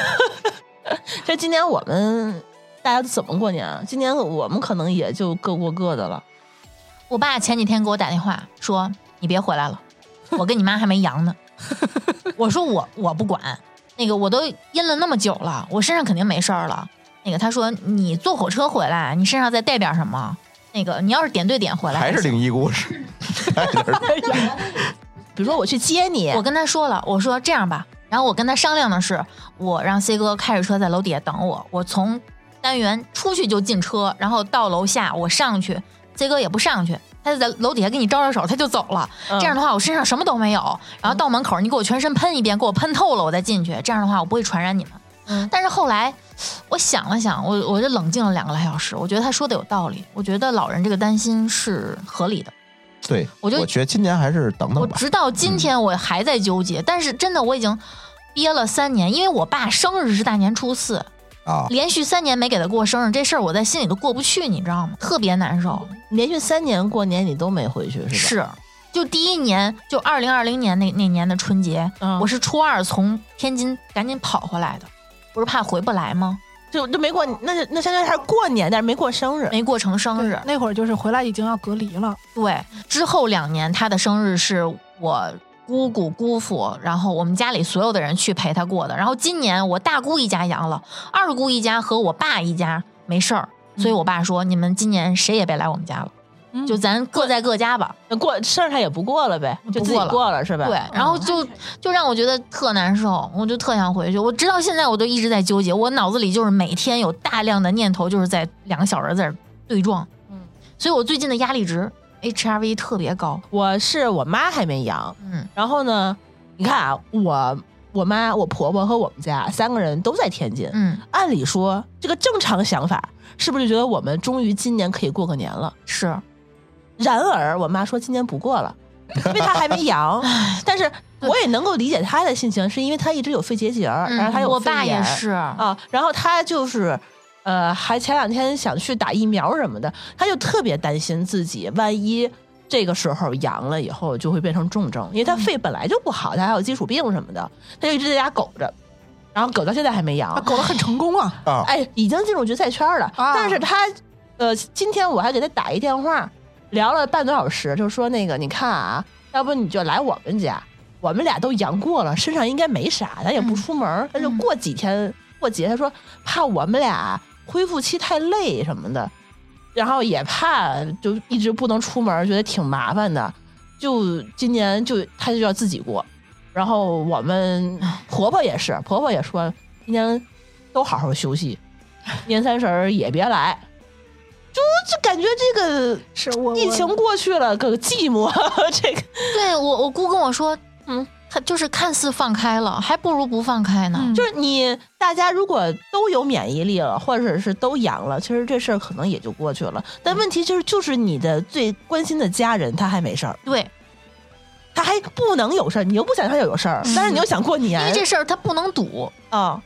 [SPEAKER 3] 这、今年我们大家都怎么过年啊？今年我们可能也就各过各的了。
[SPEAKER 4] 我爸前几天给我打电话说：“你别回来了，我跟你妈还没
[SPEAKER 1] *laughs*
[SPEAKER 4] 阳呢。”我说我：“我不管，那个我都阴了那么久了，我身上肯定没事儿了。”那个他说：“你坐火车回来，你身上再带点什么？那个你要是点对点回来，
[SPEAKER 1] 还是灵异故事，还是
[SPEAKER 3] 比如说我去接你，
[SPEAKER 4] 我跟他说了，我说这样吧，然后我跟他商量的是，我让 C 哥开着车在楼底下等我，我从单元出去就进车，然后到楼下我上去，C 哥也不上去，他就在楼底下给你招招手，他就走了。
[SPEAKER 3] 嗯
[SPEAKER 4] 这样的话，我身上什么都没有，然后到门口你给我全身喷一遍，给我喷透了，我再进去。这样的话，我不会传染你们。
[SPEAKER 3] 嗯
[SPEAKER 4] 但是后来我想了想，我我就冷静了两个来小时，我觉得他说的有道理，我觉得老人这个担心是合理的。
[SPEAKER 1] 对，
[SPEAKER 4] 我就
[SPEAKER 1] 觉得今年还是等
[SPEAKER 4] 我
[SPEAKER 1] 等吧。
[SPEAKER 4] 直到今天我还在纠结，但是真的我已经憋了三年，因为我爸生日是大年初四，
[SPEAKER 1] 啊，
[SPEAKER 4] 连续三年没给他过生日，这事儿我在心里都过不去，你知道吗？特别难受。
[SPEAKER 3] 连续三年过年你都没回去是吧？
[SPEAKER 4] 是，就第一年，就二零二零年那那年的春节，
[SPEAKER 3] 嗯
[SPEAKER 4] 我是初二从天津赶紧跑回来的，不是怕回不来吗？
[SPEAKER 3] 就就没过，那就那相当于还是过年，但是没过生日。
[SPEAKER 4] 没过成生日
[SPEAKER 2] 对，那会儿就是回来已经要隔离了，
[SPEAKER 3] 啊
[SPEAKER 4] 对，之后两年他的生日是我姑姑、姑父，然后我们家里所有的人去陪他过的。然后今年我大姑一家阳了，二姑一家和我爸一家没事儿，所以我爸说、你们今年谁也别来我们家了，
[SPEAKER 2] 嗯
[SPEAKER 4] 就咱各在各家吧。
[SPEAKER 3] 那过生日他也不过了呗，就自己
[SPEAKER 4] 不过了
[SPEAKER 3] 过了是吧？
[SPEAKER 4] 对，嗯然后就就让我觉得特难受，我就特想回去。我直到现在我都一直在纠结，我脑子里就是每天有大量的念头就是在两个小人在这儿对撞，
[SPEAKER 3] 嗯，
[SPEAKER 4] 所以我最近的压力值 HRV 特别高，
[SPEAKER 3] 我是我妈还没阳，
[SPEAKER 4] 嗯
[SPEAKER 3] 然后呢，你看啊，我我妈、我婆婆和我们家三个人都在天津。
[SPEAKER 4] 嗯
[SPEAKER 3] 按理说，这个正常想法是不是就觉得我们终于今年可以过个年了？
[SPEAKER 4] 是。
[SPEAKER 3] 然而，我妈说今年不过了，因为她还没
[SPEAKER 4] *laughs*
[SPEAKER 3] 阳。但是我也能够理解她的心情，是因为她一直有肺结节儿，
[SPEAKER 4] 嗯
[SPEAKER 3] 然后她有
[SPEAKER 4] 我
[SPEAKER 3] 肺
[SPEAKER 4] 爸也
[SPEAKER 3] 炎
[SPEAKER 4] 是，
[SPEAKER 3] 啊，然后她就是。呃，还前两天想去打疫苗什么的，她就特别担心自己万一这个时候阳了以后就会变成重症，因为她肺本来就不好，她还有基础病什么的，她就一直在家苟着，然后苟到现在还没阳
[SPEAKER 2] 啊，，狗得很成功
[SPEAKER 3] *laughs*
[SPEAKER 2] 啊，
[SPEAKER 1] 啊，
[SPEAKER 3] 哎，已经进入决赛圈了。
[SPEAKER 2] 啊
[SPEAKER 3] 但是他，呃，今天我还给他打一电话，聊了半多小时，就说那个，你看啊，要不你就来我们家，我们俩都阳过了，身上应该没啥，咱也不出门儿，那、就过几天过节。他说怕我们俩恢复期太累什么的，然后也怕就一直不能出门儿，觉得挺麻烦的。就今年就他就要自己过，然后我们婆婆也是，婆婆也说今年都好好休息，年三十儿也别来。就就感觉这个
[SPEAKER 2] 是我
[SPEAKER 3] 疫情过去了，个寂寞， *laughs* 这个
[SPEAKER 4] 对我我姑跟我说，
[SPEAKER 3] 嗯
[SPEAKER 4] 嗯，她就是看似放开了，还不如不放开呢。
[SPEAKER 2] 嗯
[SPEAKER 3] 就是你大家如果都有免疫力了，或者是都阳了，其实这事儿可能也就过去了。但问题就是，就是你的最关心的家人他还没事儿，
[SPEAKER 4] 对，
[SPEAKER 3] 他还不能有事儿，你又不想他有事儿，
[SPEAKER 4] 嗯
[SPEAKER 3] 但是你又想过
[SPEAKER 4] 因
[SPEAKER 3] 年
[SPEAKER 4] 为这事儿她不能赌，
[SPEAKER 3] 啊。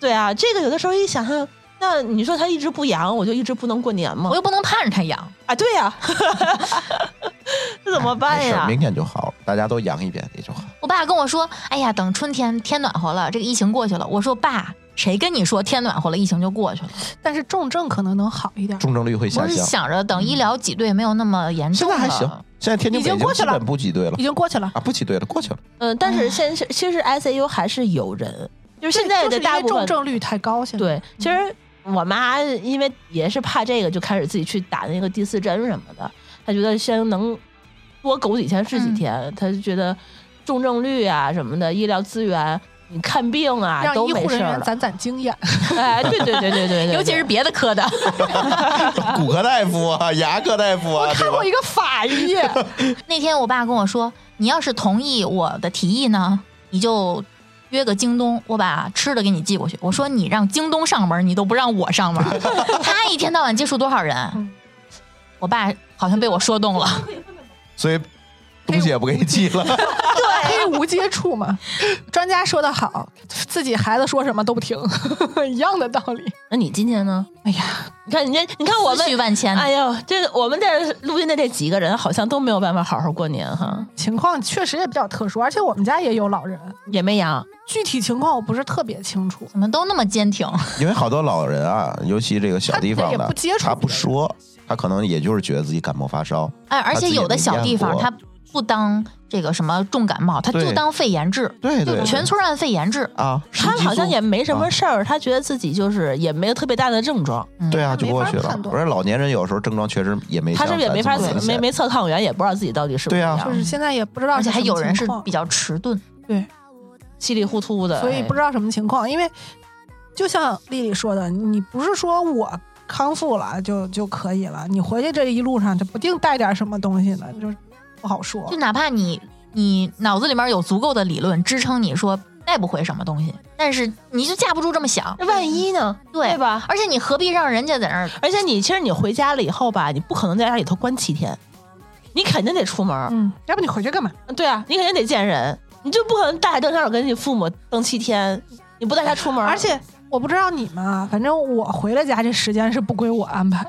[SPEAKER 3] 对啊，这个有的时候一想想，那你说他一直不阳，我就一直不能过年吗
[SPEAKER 4] 我？又不能盼着她养。
[SPEAKER 3] 啊，对
[SPEAKER 2] *laughs*
[SPEAKER 3] 呀、这怎么办
[SPEAKER 1] 哎没事
[SPEAKER 3] 呀？
[SPEAKER 1] 明年就好了，大家都阳一遍也就好。
[SPEAKER 4] 我爸跟我说，哎呀，等春天天暖和了，这个疫情过去了。我说爸，谁跟你说天暖和了，疫情就过去了？
[SPEAKER 2] 但是重症可能能好一点，
[SPEAKER 1] 重症率会
[SPEAKER 4] 我
[SPEAKER 1] 下
[SPEAKER 4] 是
[SPEAKER 1] 降。
[SPEAKER 4] 想着等医疗挤兑没有那么严
[SPEAKER 1] 现
[SPEAKER 4] 重
[SPEAKER 1] 在
[SPEAKER 4] 了。
[SPEAKER 1] 还行，现在天津、
[SPEAKER 2] 已经
[SPEAKER 1] 北京
[SPEAKER 2] 过去
[SPEAKER 1] 基
[SPEAKER 2] 了
[SPEAKER 1] 本不挤兑了
[SPEAKER 2] 已经过去了。
[SPEAKER 1] 啊，不挤兑了，过去了。
[SPEAKER 3] 嗯，但
[SPEAKER 4] 哎
[SPEAKER 3] 是现实其实 ICU 还是有人，就是 *laughs* 现
[SPEAKER 2] 对
[SPEAKER 3] 在
[SPEAKER 2] 就
[SPEAKER 3] 的
[SPEAKER 2] 是
[SPEAKER 3] 大
[SPEAKER 2] 因
[SPEAKER 3] 部
[SPEAKER 2] 为重
[SPEAKER 3] 分
[SPEAKER 2] 症率嗯太高，现在
[SPEAKER 3] 对，其实我妈因为也是怕这个，就开始自己去打那个第四针什么的。她觉得先能多苟几天是几
[SPEAKER 4] 嗯
[SPEAKER 3] 天，她就觉得重症率啊什么的，医疗资源，你看病啊
[SPEAKER 2] 让
[SPEAKER 3] 都
[SPEAKER 2] 医
[SPEAKER 3] 没
[SPEAKER 2] 护人
[SPEAKER 3] 事儿
[SPEAKER 2] 员
[SPEAKER 3] 了。
[SPEAKER 2] 攒攒经
[SPEAKER 1] 啊
[SPEAKER 2] 验，
[SPEAKER 3] *laughs* 哎，对对对对对对，
[SPEAKER 4] 尤其
[SPEAKER 3] 对
[SPEAKER 4] 是别的科的， *laughs*
[SPEAKER 1] 骨科大夫啊，牙科大夫啊，
[SPEAKER 2] *laughs* 看
[SPEAKER 1] 对吧
[SPEAKER 2] 过？一个
[SPEAKER 1] *laughs*
[SPEAKER 2] 法医，
[SPEAKER 4] 那天我爸跟我说，你要是同意我的提议呢，你就约个京东，我把吃的给你寄过去。我说你让京东上门，你都不让我上门，他一天到晚接触多少人
[SPEAKER 2] 嗯？
[SPEAKER 4] 我爸好像被我说动了，
[SPEAKER 1] 所以东西也不给你寄了。
[SPEAKER 2] 可以无接触嘛。专家说的好，自己孩子说什么都不听， *laughs* 一样的道理。
[SPEAKER 3] 那你今天呢？
[SPEAKER 2] 哎呀，
[SPEAKER 3] 你看人家，你看我
[SPEAKER 4] 思绪
[SPEAKER 3] 们，
[SPEAKER 4] 万千。
[SPEAKER 3] 哎呦，这我们在录音的这几个人好像都没有办法好好过年哈，
[SPEAKER 2] 情况确实也比较特殊，而且我们家也有老人，
[SPEAKER 3] 也没阳。
[SPEAKER 2] 具体情况我不是特别清楚。
[SPEAKER 4] 怎么都那么坚挺？
[SPEAKER 1] 因为好多老人啊，尤其这个小地方
[SPEAKER 2] 他也
[SPEAKER 1] 的
[SPEAKER 2] 不接，触
[SPEAKER 1] 他不说，他可能也就是觉得自己感冒发烧。
[SPEAKER 4] 哎，而且有的小地方
[SPEAKER 1] 他
[SPEAKER 4] 他不当这个什么重感冒，他就
[SPEAKER 1] 对
[SPEAKER 4] 当肺炎治，
[SPEAKER 1] 对对，
[SPEAKER 4] 就
[SPEAKER 1] 对
[SPEAKER 4] 全村按肺炎治。
[SPEAKER 1] 啊，
[SPEAKER 3] 他好像也没什
[SPEAKER 1] 啊
[SPEAKER 3] 么事儿，他觉得自己就是也没有特别大的症状，
[SPEAKER 1] 对啊，就
[SPEAKER 2] 没
[SPEAKER 1] 过
[SPEAKER 2] 法
[SPEAKER 1] 去了
[SPEAKER 2] 判。断
[SPEAKER 1] 而且老年人有时候症状确实也没
[SPEAKER 3] 他
[SPEAKER 1] 像
[SPEAKER 3] 是不是也
[SPEAKER 1] 咱
[SPEAKER 3] 没
[SPEAKER 1] 这
[SPEAKER 3] 法
[SPEAKER 1] 么
[SPEAKER 3] 自
[SPEAKER 1] 明
[SPEAKER 3] 没
[SPEAKER 1] 显
[SPEAKER 3] 没测抗原，也不知道自己到底是不是
[SPEAKER 1] 对啊
[SPEAKER 3] 阳
[SPEAKER 2] 就是现在也不知道
[SPEAKER 4] 嗯而
[SPEAKER 2] 是
[SPEAKER 4] 且
[SPEAKER 2] 什么情况，
[SPEAKER 4] 还有人是比较迟钝，
[SPEAKER 2] 对，
[SPEAKER 3] 稀里糊涂的，哎
[SPEAKER 2] 所以不知道什么情况。因为就像丽丽说的，你不是说我康复了就就可以了，你回去这一路上就不定带点什么东西呢，就是不好说
[SPEAKER 4] 就。哪怕你你脑子里面有足够的理论支撑你说带不回什么东西，但是你就架不住这么想，
[SPEAKER 3] 那万一呢？
[SPEAKER 4] 对
[SPEAKER 3] 对吧？
[SPEAKER 4] 而且你何必让人家在那儿？
[SPEAKER 3] 而且你其实你回家了以后吧，你不可能在家里头关七天，你肯定得出门儿。
[SPEAKER 2] 嗯，要不你回去干嘛？
[SPEAKER 3] 对啊，你肯定得见人，你就不可能带着登山手跟你父母登七天，你不带他出门儿。
[SPEAKER 2] 而且我不知道你们啊，反正我回了家这时间是不归我安排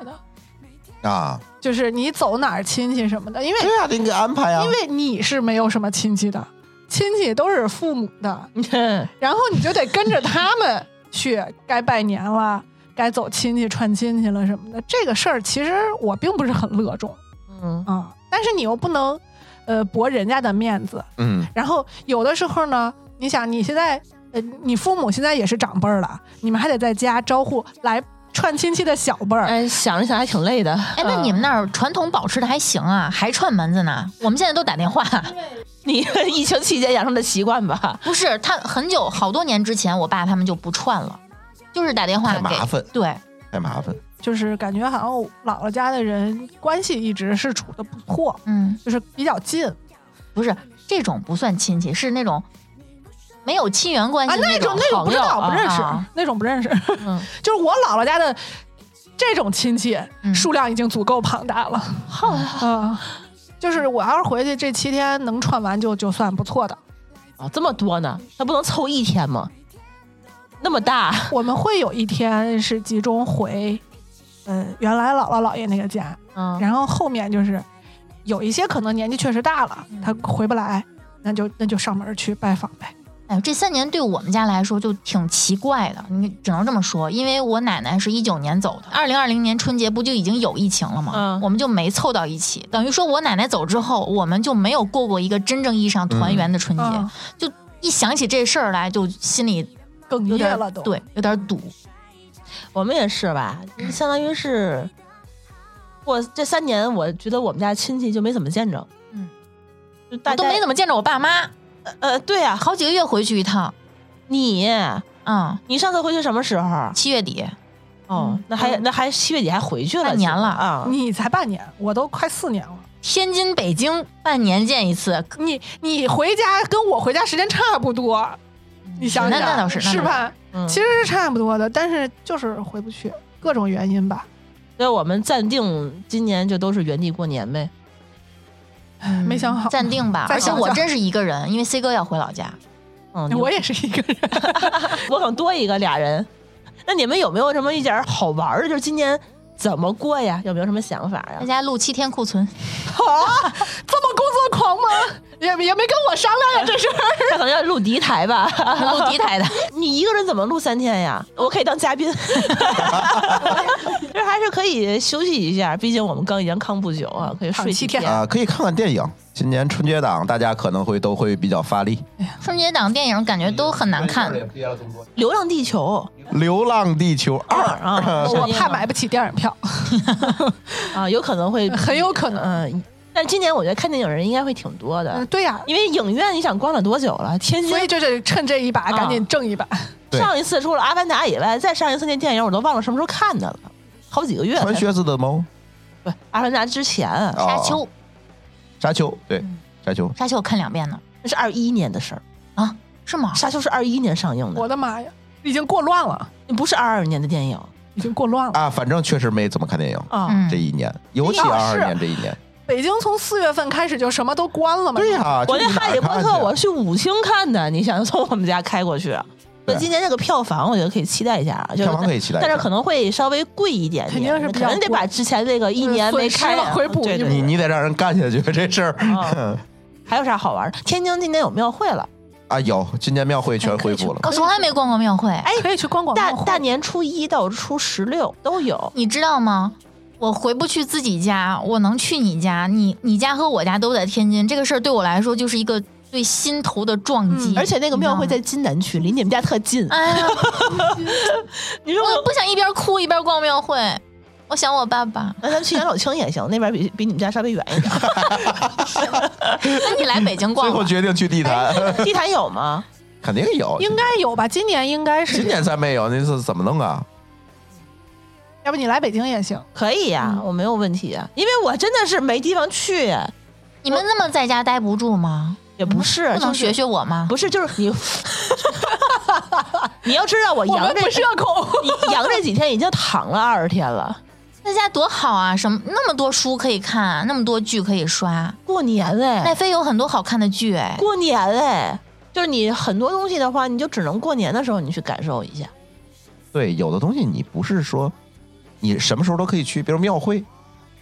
[SPEAKER 2] 的，
[SPEAKER 1] 啊，
[SPEAKER 2] 就是你走哪儿亲戚什么的，因为
[SPEAKER 1] 对啊，得给安排啊
[SPEAKER 2] 因。为你是没有什么亲戚的，亲戚都是父母的，然后你就得跟着他们去，该拜年了，该走亲戚串亲戚了什么的。这个事儿其实我并不是很乐衷
[SPEAKER 3] *laughs* 嗯，
[SPEAKER 2] 啊，但是你又不能，呃，驳人家的面子。
[SPEAKER 1] 嗯，
[SPEAKER 2] 然后有的时候呢，你想你现在，呃，你父母现在也是长辈儿了，你们还得在家招呼来串亲戚的小辈儿。
[SPEAKER 3] 哎，想一想还挺累的。
[SPEAKER 4] 哎，那你们那儿传统保持的还行啊，还串门子呢。我们现在都打
[SPEAKER 3] *laughs*
[SPEAKER 4] 电话，
[SPEAKER 3] 你疫情期间养成的习惯吧？
[SPEAKER 4] 不是他很久好多年之前，我爸他们就不串了，就是打电话
[SPEAKER 1] 太
[SPEAKER 4] 给
[SPEAKER 1] 麻烦，
[SPEAKER 4] 对，
[SPEAKER 1] 太麻烦。
[SPEAKER 2] 就是感觉好像我姥姥家的人关系一直是处的不错，
[SPEAKER 4] 嗯，
[SPEAKER 2] 就是比较近啊，
[SPEAKER 4] 不是这种不算亲戚，是那种没有亲缘关系的
[SPEAKER 2] 啊那种
[SPEAKER 4] 哎种
[SPEAKER 2] 那种不知道
[SPEAKER 3] 朋友
[SPEAKER 2] 不认识
[SPEAKER 4] 啊，
[SPEAKER 2] 那种不认识，
[SPEAKER 3] 嗯，
[SPEAKER 2] *laughs* 就是我姥姥家的这种亲戚
[SPEAKER 4] 嗯
[SPEAKER 2] 数量已经足够庞大了，
[SPEAKER 3] 好呀，
[SPEAKER 2] 嗯，就是我要是回去这七天能串完就就算不错的。
[SPEAKER 3] 啊，这么多呢，那不能凑一天吗？那么大，
[SPEAKER 2] *laughs* 我们会有一天是集中回，呃，原来姥姥姥爷那个家，
[SPEAKER 3] 嗯，
[SPEAKER 2] 然后后面就是有一些可能年纪确实大了，
[SPEAKER 4] 嗯
[SPEAKER 2] 他回不来，那就那就上门去拜访呗。
[SPEAKER 4] 哎，这三年对我们家来说就挺奇怪的，你只能这么说，因为我奶奶是一九年走的，二零二零年春节不就已经有疫情了吗？
[SPEAKER 3] 嗯
[SPEAKER 4] 我们就没凑到一起，等于说我奶奶走之后，我们就没有过过一个真正意义上团圆的春节。
[SPEAKER 2] 嗯，
[SPEAKER 4] 一想起这事儿来，就心里
[SPEAKER 2] 哽
[SPEAKER 4] 有
[SPEAKER 2] 咽
[SPEAKER 4] 点
[SPEAKER 2] 了都。，
[SPEAKER 4] 对，有点堵。
[SPEAKER 3] 我们也是吧，相当于是我这三年，我觉得我们家亲戚就没怎么见着，
[SPEAKER 4] 嗯，
[SPEAKER 3] 就大
[SPEAKER 4] 我
[SPEAKER 3] 家
[SPEAKER 4] 都没怎么见着我爸妈，
[SPEAKER 3] 呃，对呀、
[SPEAKER 4] 好几个月回去一趟。
[SPEAKER 3] 你
[SPEAKER 4] 嗯，
[SPEAKER 3] 你上次回去什么时候？
[SPEAKER 4] 七月底，
[SPEAKER 3] 哦
[SPEAKER 2] 嗯，
[SPEAKER 3] 那还那还七月底还回去了，
[SPEAKER 4] 半年了
[SPEAKER 3] 啊，
[SPEAKER 2] 你才半年，我都快四年了。
[SPEAKER 4] 天津、北京半年见一次，
[SPEAKER 2] 你你回家跟我回家时间差不多，你想
[SPEAKER 4] 那
[SPEAKER 2] 想，
[SPEAKER 4] 那倒是，那
[SPEAKER 2] 是
[SPEAKER 4] 倒
[SPEAKER 2] 吧？
[SPEAKER 3] 嗯
[SPEAKER 2] 其实是差不多的，但是就是回不去，各种原因吧。
[SPEAKER 3] 所以我们暂定今年就都是原地过年呗。
[SPEAKER 4] 是？
[SPEAKER 2] 没想好，
[SPEAKER 4] 暂定吧，
[SPEAKER 2] 再
[SPEAKER 4] 而且
[SPEAKER 2] 想
[SPEAKER 4] 我
[SPEAKER 2] 想
[SPEAKER 4] 真是一个人，因为 C 哥要回老家。
[SPEAKER 3] 嗯，
[SPEAKER 2] 我也是一个人。
[SPEAKER 3] 我可能多一个俩人。那你们有没有什么一点儿好玩儿的？就是今年怎么过呀？有没有什么想法呀
[SPEAKER 2] *laughs*
[SPEAKER 4] 大？家录七天库存，
[SPEAKER 2] 啊，这么工作狂吗？也也没跟我商量呀，这事儿。
[SPEAKER 3] 那可能要录敌台吧？
[SPEAKER 4] 录敌台的。
[SPEAKER 3] 你一个人怎么录三天呀？我可以当嘉宾，这还是可以休息一下。毕竟我们刚阳康不久啊，可以睡
[SPEAKER 2] 躺七
[SPEAKER 3] 几天。
[SPEAKER 2] 天
[SPEAKER 1] 啊、可以看看电影。今年春节档大家可能会都会比较发力，
[SPEAKER 4] 春节档电影感觉都很难看，
[SPEAKER 1] 嗯
[SPEAKER 3] 流浪地球
[SPEAKER 1] 《流浪地球二》
[SPEAKER 3] 啊，
[SPEAKER 2] 我
[SPEAKER 3] 上映
[SPEAKER 2] 怕
[SPEAKER 3] 了
[SPEAKER 2] 买不起电影票，
[SPEAKER 3] 啊，有可能会，
[SPEAKER 2] *laughs* 很有可能。
[SPEAKER 3] 嗯，但今年我觉得看电影人应该会挺多
[SPEAKER 2] 嗯
[SPEAKER 3] 的，，
[SPEAKER 2] 对呀、
[SPEAKER 3] 因为影院你想关了多久了？天津
[SPEAKER 2] 所以就得趁这一把
[SPEAKER 3] 啊
[SPEAKER 2] 赶紧挣一把。
[SPEAKER 1] 对
[SPEAKER 3] 上一次除了《阿凡达》以外，再上一次那电影我都忘了什么时候看的了，好几个月才
[SPEAKER 1] 穿靴子的猫，
[SPEAKER 3] 不，《阿凡达》之前啊
[SPEAKER 1] 哦
[SPEAKER 4] 沙丘，
[SPEAKER 1] 沙丘，对
[SPEAKER 4] 嗯，
[SPEAKER 1] 沙丘，
[SPEAKER 4] 沙丘我看两遍呢，
[SPEAKER 3] 那是二一年的事儿，
[SPEAKER 4] 是吗？
[SPEAKER 3] 《沙丘》是二一年上映
[SPEAKER 2] 我
[SPEAKER 3] 的，
[SPEAKER 2] 的妈呀，已经过乱了，
[SPEAKER 3] 不是二二年的电影
[SPEAKER 2] 已经过乱了。
[SPEAKER 1] 啊，反正确实没怎么看电影。
[SPEAKER 3] 啊。
[SPEAKER 4] 嗯
[SPEAKER 1] 哦这，一年，尤其
[SPEAKER 2] 哦
[SPEAKER 1] 二
[SPEAKER 2] 是
[SPEAKER 1] 二年这一年，
[SPEAKER 2] 北京从四月份开始就什么都关了嘛。
[SPEAKER 1] 对呀、
[SPEAKER 3] 我那
[SPEAKER 1] 这啊
[SPEAKER 3] 《
[SPEAKER 1] 你哪
[SPEAKER 3] 哈利波
[SPEAKER 1] 看
[SPEAKER 3] 特》
[SPEAKER 1] 去
[SPEAKER 3] 我是去武清看的，你想从我们家开过去，所以
[SPEAKER 1] 对
[SPEAKER 3] 今年这个票房我觉得可以期待一下，啊就是
[SPEAKER 1] 票房可以期待一下。
[SPEAKER 3] 但是可能会稍微贵一点点，
[SPEAKER 2] 肯定是比
[SPEAKER 3] 可
[SPEAKER 2] 较
[SPEAKER 3] 能得
[SPEAKER 2] 贵
[SPEAKER 3] 把之前那个一年没
[SPEAKER 2] 损失
[SPEAKER 3] 开
[SPEAKER 2] 往回补
[SPEAKER 3] 对
[SPEAKER 2] 一
[SPEAKER 3] 对
[SPEAKER 1] 你
[SPEAKER 3] 对
[SPEAKER 1] 你得让人干下去这事儿 *laughs*
[SPEAKER 3] 嗯还有啥好玩的？天津今年有庙会了，
[SPEAKER 1] 啊，有今年庙会全恢复了。
[SPEAKER 4] 我从来没逛过庙会。
[SPEAKER 2] 哎，可以去逛逛
[SPEAKER 3] 大
[SPEAKER 2] 庙会
[SPEAKER 3] 大年初一到初十六都有。
[SPEAKER 4] 你知道吗？我回不去自己家，我能去你家。你你家和我家都在天津，这个事儿对我来说就是一个对心头的撞击。
[SPEAKER 2] 嗯
[SPEAKER 3] 而且那个庙会在金南区，离你们家特近。
[SPEAKER 4] 哎呀，
[SPEAKER 3] 你说
[SPEAKER 4] 我
[SPEAKER 3] 我，
[SPEAKER 4] 不想一边哭一边逛庙会，我想我爸爸。
[SPEAKER 3] 那咱去杨柳青也行，那边比比你们家稍微远一
[SPEAKER 4] *laughs*
[SPEAKER 3] 点。
[SPEAKER 4] 那你来北京
[SPEAKER 1] 最
[SPEAKER 4] 逛
[SPEAKER 1] 后
[SPEAKER 4] 吧，
[SPEAKER 3] 哎
[SPEAKER 1] 决定去地坛，
[SPEAKER 3] 地坛有吗？
[SPEAKER 1] *laughs* 肯定有，
[SPEAKER 2] 应该有吧？今年应该是
[SPEAKER 1] 今年咱没有，那次怎么弄啊？
[SPEAKER 2] 要不你来北京也行。
[SPEAKER 3] 可以呀、
[SPEAKER 4] 嗯
[SPEAKER 3] 我没有问题呀、因为我真的是没地方去呀，
[SPEAKER 4] 你们那么在家待不住吗？
[SPEAKER 3] 也不是，
[SPEAKER 4] 嗯不能
[SPEAKER 3] 就是
[SPEAKER 4] 学学我吗？
[SPEAKER 3] 不是，就是
[SPEAKER 4] *laughs*
[SPEAKER 3] 你， *laughs* 你要知道我
[SPEAKER 2] 我们
[SPEAKER 3] 阳
[SPEAKER 2] 不
[SPEAKER 3] 这
[SPEAKER 2] 社恐，
[SPEAKER 3] *laughs* 你阳这几天已经躺了二十天了。
[SPEAKER 4] 在家多好啊！什么那么多书可以看，那么多剧可以刷。
[SPEAKER 3] 过年嘞，
[SPEAKER 4] 奈飞有很多好看的剧哎，
[SPEAKER 3] 过年嘞，就是你很多东西的话，你就只能过年的时候你去感受一下。
[SPEAKER 1] 对，有的东西你不是说你什么时候都可以去，比如庙会，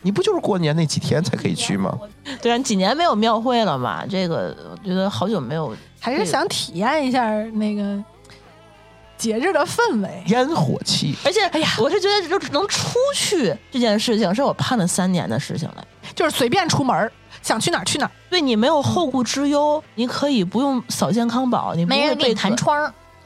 [SPEAKER 1] 你不就是过年那几天才可以去吗？
[SPEAKER 3] 对啊，几年没有庙会了嘛，这个我觉得好久没有。
[SPEAKER 2] 还是想体验一下那个节日的氛围。
[SPEAKER 1] 烟火气，
[SPEAKER 3] 而且，哎呀，我是觉得就是能出去这件事情，是我盼了三年的事情了。
[SPEAKER 2] 就是随便出门儿，想去哪儿去哪儿。
[SPEAKER 3] 对你没有后顾之忧，你可以不用扫健康宝，你不
[SPEAKER 4] 没
[SPEAKER 3] 会
[SPEAKER 4] 人给
[SPEAKER 3] 被
[SPEAKER 4] 你弹
[SPEAKER 3] 责
[SPEAKER 4] 窗儿，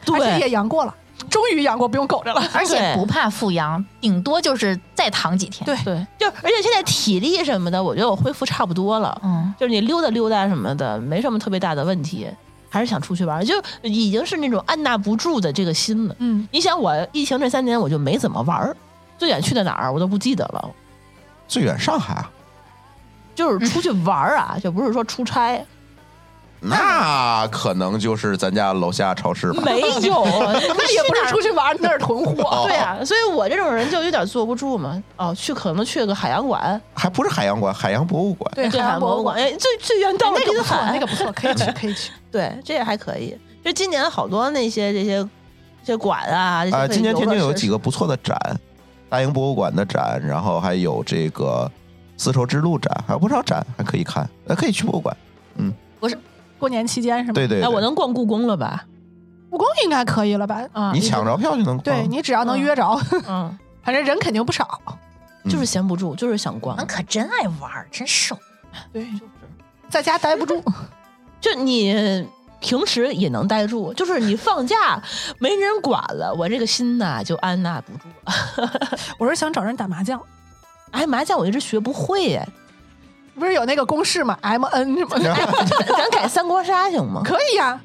[SPEAKER 2] 而且
[SPEAKER 3] 对
[SPEAKER 2] 也阳过了，终于阳过，不用苟着了。
[SPEAKER 4] 而且
[SPEAKER 3] 对
[SPEAKER 4] 不怕复阳，顶多就是再躺几天。
[SPEAKER 2] 对
[SPEAKER 3] 对，就而且现在体力什么的，我觉得我恢复差不多了。
[SPEAKER 4] 嗯，
[SPEAKER 3] 就是你溜达溜达什么的，没什么特别大的问题，还是想出去玩儿，就已经是那种按捺不住的这个心了。
[SPEAKER 2] 嗯，
[SPEAKER 3] 你想，我疫情这三年我就没怎么玩儿，最远去的哪儿我都不记得了，
[SPEAKER 1] 最远上海啊，
[SPEAKER 3] 就是出去玩儿啊，就不是说出差，
[SPEAKER 1] 那可能就是咱家楼下超市吧。
[SPEAKER 3] 没有，
[SPEAKER 2] 那
[SPEAKER 3] 那
[SPEAKER 2] 也不是出去玩儿，那是囤货。
[SPEAKER 1] 哦
[SPEAKER 3] 对啊，所以我这种人就有点坐不住嘛。哦，去可能去个海洋馆，
[SPEAKER 1] 还不是海洋馆，海洋博物馆。
[SPEAKER 2] 对
[SPEAKER 3] 对海洋博物馆，，哎，最最远到了
[SPEAKER 2] 那个
[SPEAKER 3] 滨
[SPEAKER 2] 不错，
[SPEAKER 3] 海，
[SPEAKER 2] 那个不错，可以去，可以去。
[SPEAKER 3] 对，这也还可以。就今年好多那些这些这些馆啊，这些
[SPEAKER 1] 啊、
[SPEAKER 3] 可以
[SPEAKER 1] 今年
[SPEAKER 3] 游乐
[SPEAKER 1] 天津有
[SPEAKER 3] 设施
[SPEAKER 1] 几个不错的展，大英博物馆的展，然后还有这个丝绸之路展，还有不少展还可以看，呃，可以去博物馆。
[SPEAKER 2] 过年期间是吗？
[SPEAKER 1] 对对
[SPEAKER 3] 哎，我
[SPEAKER 1] 对，
[SPEAKER 3] 能逛故宫了吧？
[SPEAKER 2] 故宫应该可以了吧？
[SPEAKER 3] 啊，
[SPEAKER 1] 你抢着票就能
[SPEAKER 2] 对
[SPEAKER 1] 逛。 *laughs*
[SPEAKER 2] 你只要能约着， *laughs*
[SPEAKER 3] 嗯，
[SPEAKER 2] 反正人肯定不少。
[SPEAKER 3] 就是闲不住，就是想逛
[SPEAKER 4] 你们。可真爱玩儿，真受。
[SPEAKER 2] 对，在家待不
[SPEAKER 3] *laughs*
[SPEAKER 2] 住。
[SPEAKER 3] 就你平时也能待住，就是你放假没人管了，我这个心呐就按捺不住了。
[SPEAKER 2] 我是想找人打麻将，
[SPEAKER 3] 哎，麻将我一直学不会哎，
[SPEAKER 2] 不是有那个公式吗？M N 什么的，
[SPEAKER 3] 咱 *laughs* 改三国杀行吗？
[SPEAKER 2] 可
[SPEAKER 3] *laughs*
[SPEAKER 2] 以呀，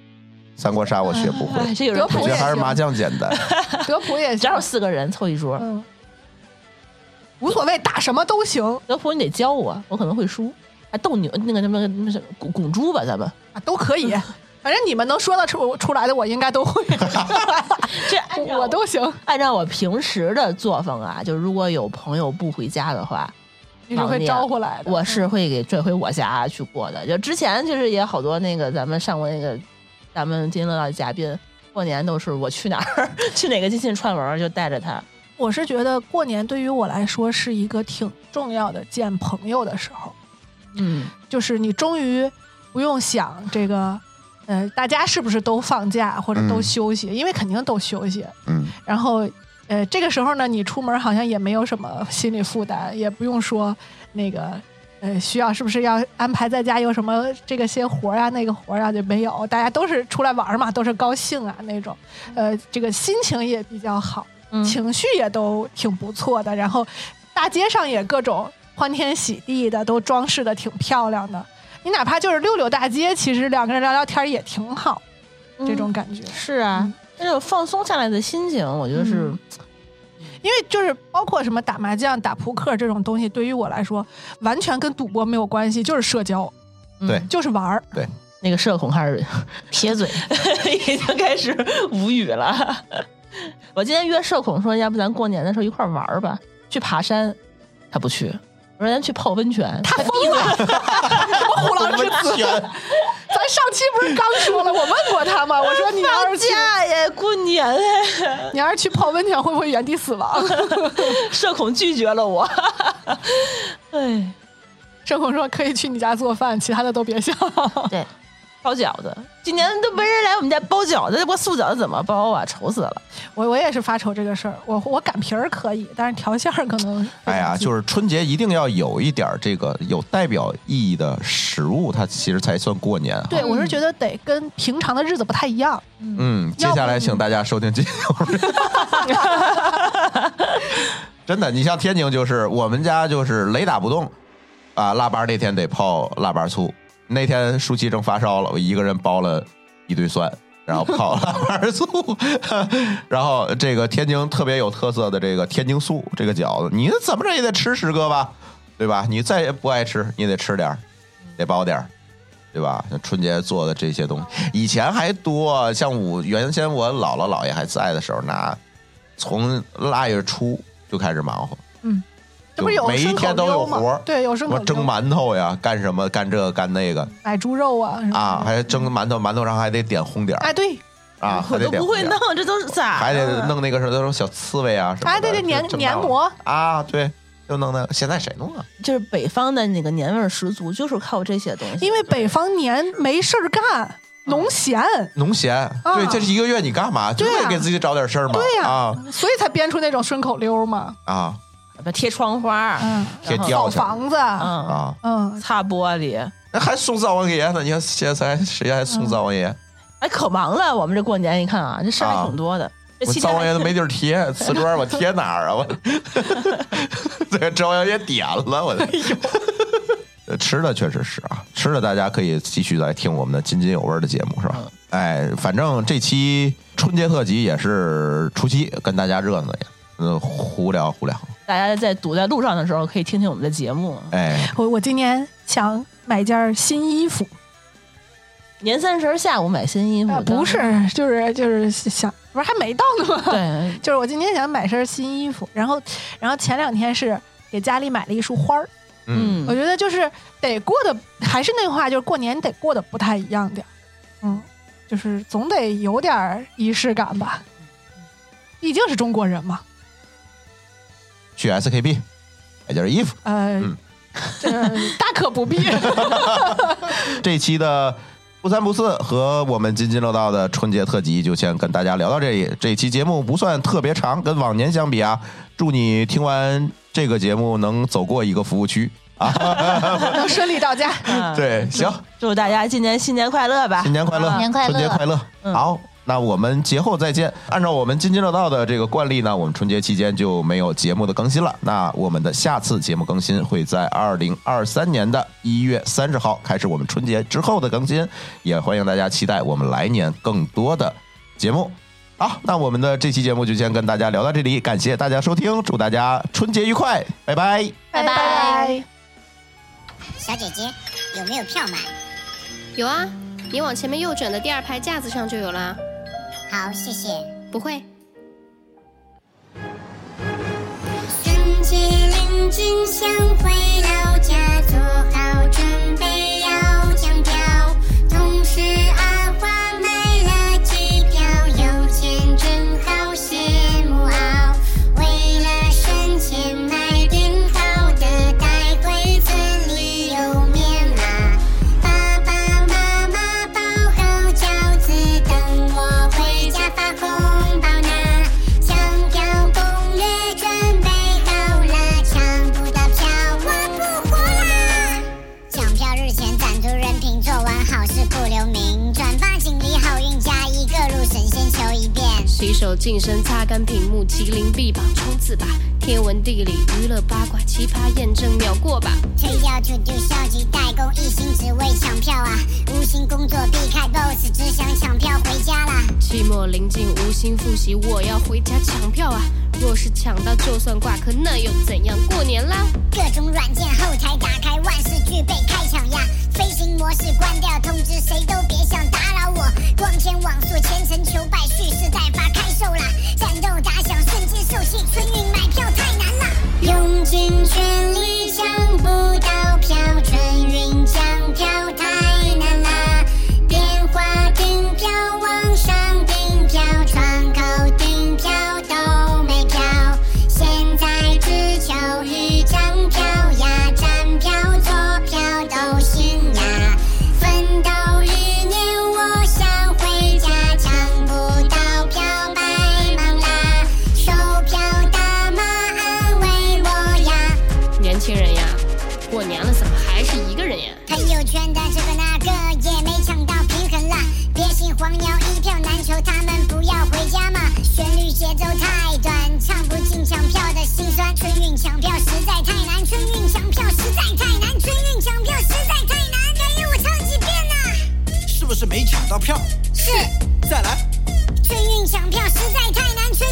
[SPEAKER 1] 三国杀我学不会
[SPEAKER 3] 哎，，这有人
[SPEAKER 2] 德
[SPEAKER 3] 太
[SPEAKER 2] 普
[SPEAKER 1] 我觉得
[SPEAKER 3] *laughs*
[SPEAKER 2] 也
[SPEAKER 1] 还是
[SPEAKER 2] 行
[SPEAKER 1] 麻将简单。
[SPEAKER 2] 德普也
[SPEAKER 3] 只
[SPEAKER 2] 行
[SPEAKER 3] 要。四个人凑一桌，
[SPEAKER 2] 嗯，无所谓，打什么都行
[SPEAKER 3] 德普你得教我，我可能会输。还斗牛那个什么那什么拱拱猪吧，咱们
[SPEAKER 2] 啊，都可以。
[SPEAKER 3] 嗯
[SPEAKER 2] 反正你们能说得出出来的，我应该都会，
[SPEAKER 3] 这按照
[SPEAKER 2] *laughs* 我
[SPEAKER 3] *laughs*
[SPEAKER 2] 都行。
[SPEAKER 3] 按照我平时的作风啊，就如果有朋友不回家的话，
[SPEAKER 2] 你是会招呼来的。嗯
[SPEAKER 3] 我是会给拽回我家去过的。就之前就是也好多那个咱们上过那个咱们津津乐道的嘉宾，过年都是我去哪儿 *laughs* 去哪个亲戚串门儿就带着他。
[SPEAKER 2] 我是觉得过年对于我来说是一个挺重要的见朋友的时候，
[SPEAKER 3] 嗯，
[SPEAKER 2] 就是你终于不用想这个，呃，大家是不是都放假或者都
[SPEAKER 1] 嗯
[SPEAKER 2] 休息，因为肯定都休息。
[SPEAKER 1] *laughs* 嗯，
[SPEAKER 2] 然后，呃，这个时候呢，你出门好像也没有什么心理负担，也不用说那个，呃，需要是不是要安排在家有什么这个些活儿啊、那个活儿啊就没有，大家都是出来玩儿嘛，都是高兴啊那种，呃，这个心情也比较好，
[SPEAKER 3] 嗯
[SPEAKER 2] 情绪也都挺不错的，然后大街上也各种欢天喜地的，都装饰的挺漂亮的。你哪怕就是溜溜大街，其实两个人聊聊天儿也挺好，这种感觉。
[SPEAKER 3] 是啊，那种放松下来的心情，我觉得是、
[SPEAKER 2] 嗯因为就是包括什么打麻将、打扑克这种东西，对于我来说，完全跟赌博没有关系，就是社交，
[SPEAKER 3] 嗯
[SPEAKER 1] 对
[SPEAKER 2] 就是玩儿。
[SPEAKER 3] 那个社恐开 *laughs* 始
[SPEAKER 4] 撇嘴，
[SPEAKER 3] 已经开始无语了。 *laughs* 我今天约社恐说，要不咱过年的时候一块儿玩儿吧，去爬山，他不去。我说咱去泡温泉，
[SPEAKER 2] 他疯了，什么虎狼之子？咱上期不是刚说 *laughs* 了，我问过他吗？我说你要是去，
[SPEAKER 3] 假耶，过年 *laughs* 嘞，
[SPEAKER 2] 你要是去泡温泉，会不会原地死亡？
[SPEAKER 3] 社恐拒绝了 *laughs* 我。哎，
[SPEAKER 2] 郑红说可以去你家做饭，其他的都别想。
[SPEAKER 4] 对，
[SPEAKER 3] 包饺子，今年都没人来我们家包饺子，这不素饺子怎么包啊？愁死了！
[SPEAKER 2] *laughs* 我我也是发愁这个事儿，我我擀皮儿可以，但是调馅儿可能。
[SPEAKER 1] 哎呀，就是春节一定要有一点儿这个有代表意义的食物，它其实才算过年哈。啊
[SPEAKER 2] 对，我是觉得得跟平常的日子不太一样。
[SPEAKER 1] 嗯，接下来请大家收听今天我们。真的，你像天津就是我们家就是雷打不动啊，腊八那天得泡腊八醋。那天舒淇正发烧了，我一个人包了一堆蒜，然后泡腊八醋，然后这个天津特别有特色的这个天津素这个饺子，你怎么着也得吃十个吧，对吧？你再不爱吃，你得吃点儿，得包点儿。对吧？像春节做的这些东西，以前还多。像我原先我姥姥姥爷还在的时候，那从腊月初就开始忙活，
[SPEAKER 2] 这不是有
[SPEAKER 1] 每一
[SPEAKER 2] 牲口
[SPEAKER 1] 天都有
[SPEAKER 2] 溜吗
[SPEAKER 1] 活儿
[SPEAKER 2] 对，有
[SPEAKER 1] 什
[SPEAKER 2] 牲
[SPEAKER 1] 么
[SPEAKER 2] 口
[SPEAKER 1] 蒸
[SPEAKER 2] 溜
[SPEAKER 1] 馒头呀，干什么干这个干那个
[SPEAKER 2] 买猪肉啊什么
[SPEAKER 1] 啊，
[SPEAKER 2] 的
[SPEAKER 1] 还蒸馒头，馒头上还得点红点儿
[SPEAKER 2] 哎对，
[SPEAKER 1] 啊，还
[SPEAKER 3] 我
[SPEAKER 1] 得
[SPEAKER 3] 都
[SPEAKER 1] 点
[SPEAKER 3] 不
[SPEAKER 1] 红
[SPEAKER 3] 会
[SPEAKER 1] 点儿
[SPEAKER 3] 弄，这都是咋？啊
[SPEAKER 1] 还得弄那个什么那种小刺猬啊什么的，
[SPEAKER 2] 哎对对
[SPEAKER 1] 就
[SPEAKER 2] 黏
[SPEAKER 1] 这么
[SPEAKER 2] 黏
[SPEAKER 1] 大碗
[SPEAKER 2] 馍
[SPEAKER 1] 啊，对，就弄那。现在谁弄啊？
[SPEAKER 3] 就是北方的那个年味儿十足，就是靠这些东西。
[SPEAKER 2] 因为北方年没事儿干，农闲，
[SPEAKER 1] 农闲，对，这是一个月你干嘛？就
[SPEAKER 2] 对
[SPEAKER 1] 得
[SPEAKER 2] 啊
[SPEAKER 1] 给自己找点事儿嘛。
[SPEAKER 2] 对呀
[SPEAKER 1] 啊
[SPEAKER 2] 所以才编出那种顺口溜嘛。
[SPEAKER 1] 啊
[SPEAKER 3] 把贴窗花，
[SPEAKER 2] 嗯，
[SPEAKER 1] 贴
[SPEAKER 3] 然后
[SPEAKER 1] 吊
[SPEAKER 2] 扫
[SPEAKER 1] 起来
[SPEAKER 2] 房子，
[SPEAKER 3] 嗯，
[SPEAKER 1] 啊，
[SPEAKER 2] 嗯，
[SPEAKER 3] 擦玻璃，
[SPEAKER 1] 那还送灶王爷呢？你看现在还谁还送灶王爷？
[SPEAKER 3] 哎，可忙了。我们这过年，你看啊，这事儿还挺多的。这
[SPEAKER 1] 我
[SPEAKER 3] 七
[SPEAKER 1] 灶
[SPEAKER 3] 天
[SPEAKER 1] 王爷
[SPEAKER 3] 还
[SPEAKER 1] 都没地儿贴，瓷砖我贴哪儿啊？
[SPEAKER 3] *laughs*
[SPEAKER 1] 我这灶王爷点了
[SPEAKER 3] 哎
[SPEAKER 1] 我的。呃 *laughs* 吃的确实是啊，吃的大家可以继续来听我们的津津有味儿的节目，是吧？
[SPEAKER 3] 嗯
[SPEAKER 1] 哎，反正这期春节特辑也是初七，跟大家热闹呀，嗯，胡聊胡聊，
[SPEAKER 3] 大家在堵在路上的时候，可以听听我们的节目。
[SPEAKER 1] 哎，
[SPEAKER 2] 我我今年想买件新衣服，
[SPEAKER 3] 年三十儿下午买新衣服
[SPEAKER 2] 啊，，不是，就是就是想，不是还没到呢 *laughs* 吗？
[SPEAKER 3] 当 *laughs* 对，
[SPEAKER 2] 就是我今天想买身新衣服，然后然后前两天是给家里买了一束花儿，
[SPEAKER 1] 嗯，
[SPEAKER 2] 我觉得就是得过得还是那话，就是过年得过得不太一样点儿，嗯，就是总得有点儿仪式感吧，毕竟是中国人嘛，
[SPEAKER 1] 去 SKP 买件衣服。
[SPEAKER 2] 呃，
[SPEAKER 1] 嗯
[SPEAKER 2] 这大可不必。
[SPEAKER 1] 这期的不三不四和我们津津乐道的春节特辑就先跟大家聊到这里。这期节目不算特别长，跟往年相比啊，祝你听完这个节目能走过一个服务区啊！
[SPEAKER 2] 能顺利到家。
[SPEAKER 3] 嗯，
[SPEAKER 1] 对，行，
[SPEAKER 3] 祝大家今年新年快乐吧啊
[SPEAKER 1] 新！年快乐，
[SPEAKER 4] 新年快乐
[SPEAKER 1] 春节快乐。
[SPEAKER 3] 嗯
[SPEAKER 1] 好，那我们节后再见。按照我们津津乐道的这个惯例呢，我们春节期间就没有节目的更新了。那我们的下次节目更新会在二零二三年的一月三十号开始，我们春节之后的更新，也欢迎大家期待我们来年更多的节目。好，那我们的这期节目就先跟大家聊到这里，感谢大家收听，祝大家春节愉快，拜拜。
[SPEAKER 4] 拜拜。
[SPEAKER 5] 小姐姐，有没有票买？
[SPEAKER 6] 有啊，你往前面右转的第二排架子上就有啦。
[SPEAKER 5] 好，谢谢。
[SPEAKER 6] 不会，
[SPEAKER 5] 春节临近，想回老家，做好准备要抢票。同事阿花买了机票，有钱真好羡慕啊！为了省钱，买点好的带回村里有面啊。爸爸妈妈包好饺子，等我回家发红包拿。香飘攻略准备好了，抢不到票我不活啦！抢票日前攒足人品，做完好事不留名，转发锦鲤好运加一个路，神仙求一遍。
[SPEAKER 6] 洗手、净身、擦干屏幕，麒麟臂膀冲刺吧！天文地理、娱乐八卦、奇葩验证秒过吧！
[SPEAKER 5] 推销 to do 消极怠工，一心只为抢票啊！无心工作避开 boss，只想抢票回家啦！
[SPEAKER 6] 期末临近，无心复习，我要回家抢票啊！若是抢到，就算挂科，那又怎样？过年啦！
[SPEAKER 5] 各种软件后台打开，万事俱备开抢呀！飞行模式关掉，通知谁都别想打扰我。光纤网速全程求败，蓄势待发，开售啦！战斗打响，瞬间售罄，春运买票太难啦！用尽全力抢不到票，春运抢票太难啦！电话订票，网上订票，窗口订票都没票。现在只求一张票呀，站票、坐票都行呀。奋斗一年，我想回家，抢不到票白忙啦。售票大妈安慰我呀。
[SPEAKER 6] 年轻人呀，过年了怎么还是一个人呀？
[SPEAKER 5] 朋友圈的这个那个也没抢到平衡啦，别信黄谣一票难求，他们不要回家嘛。旋律节奏太短，唱不进抢票的心酸。春运抢票实在太难，春运抢哎票实在太难，春运抢票实在太难，给我唱几遍呐、
[SPEAKER 7] 是不是是没抢到票。
[SPEAKER 5] 是
[SPEAKER 7] 再来，
[SPEAKER 5] 春运抢票实在太难，春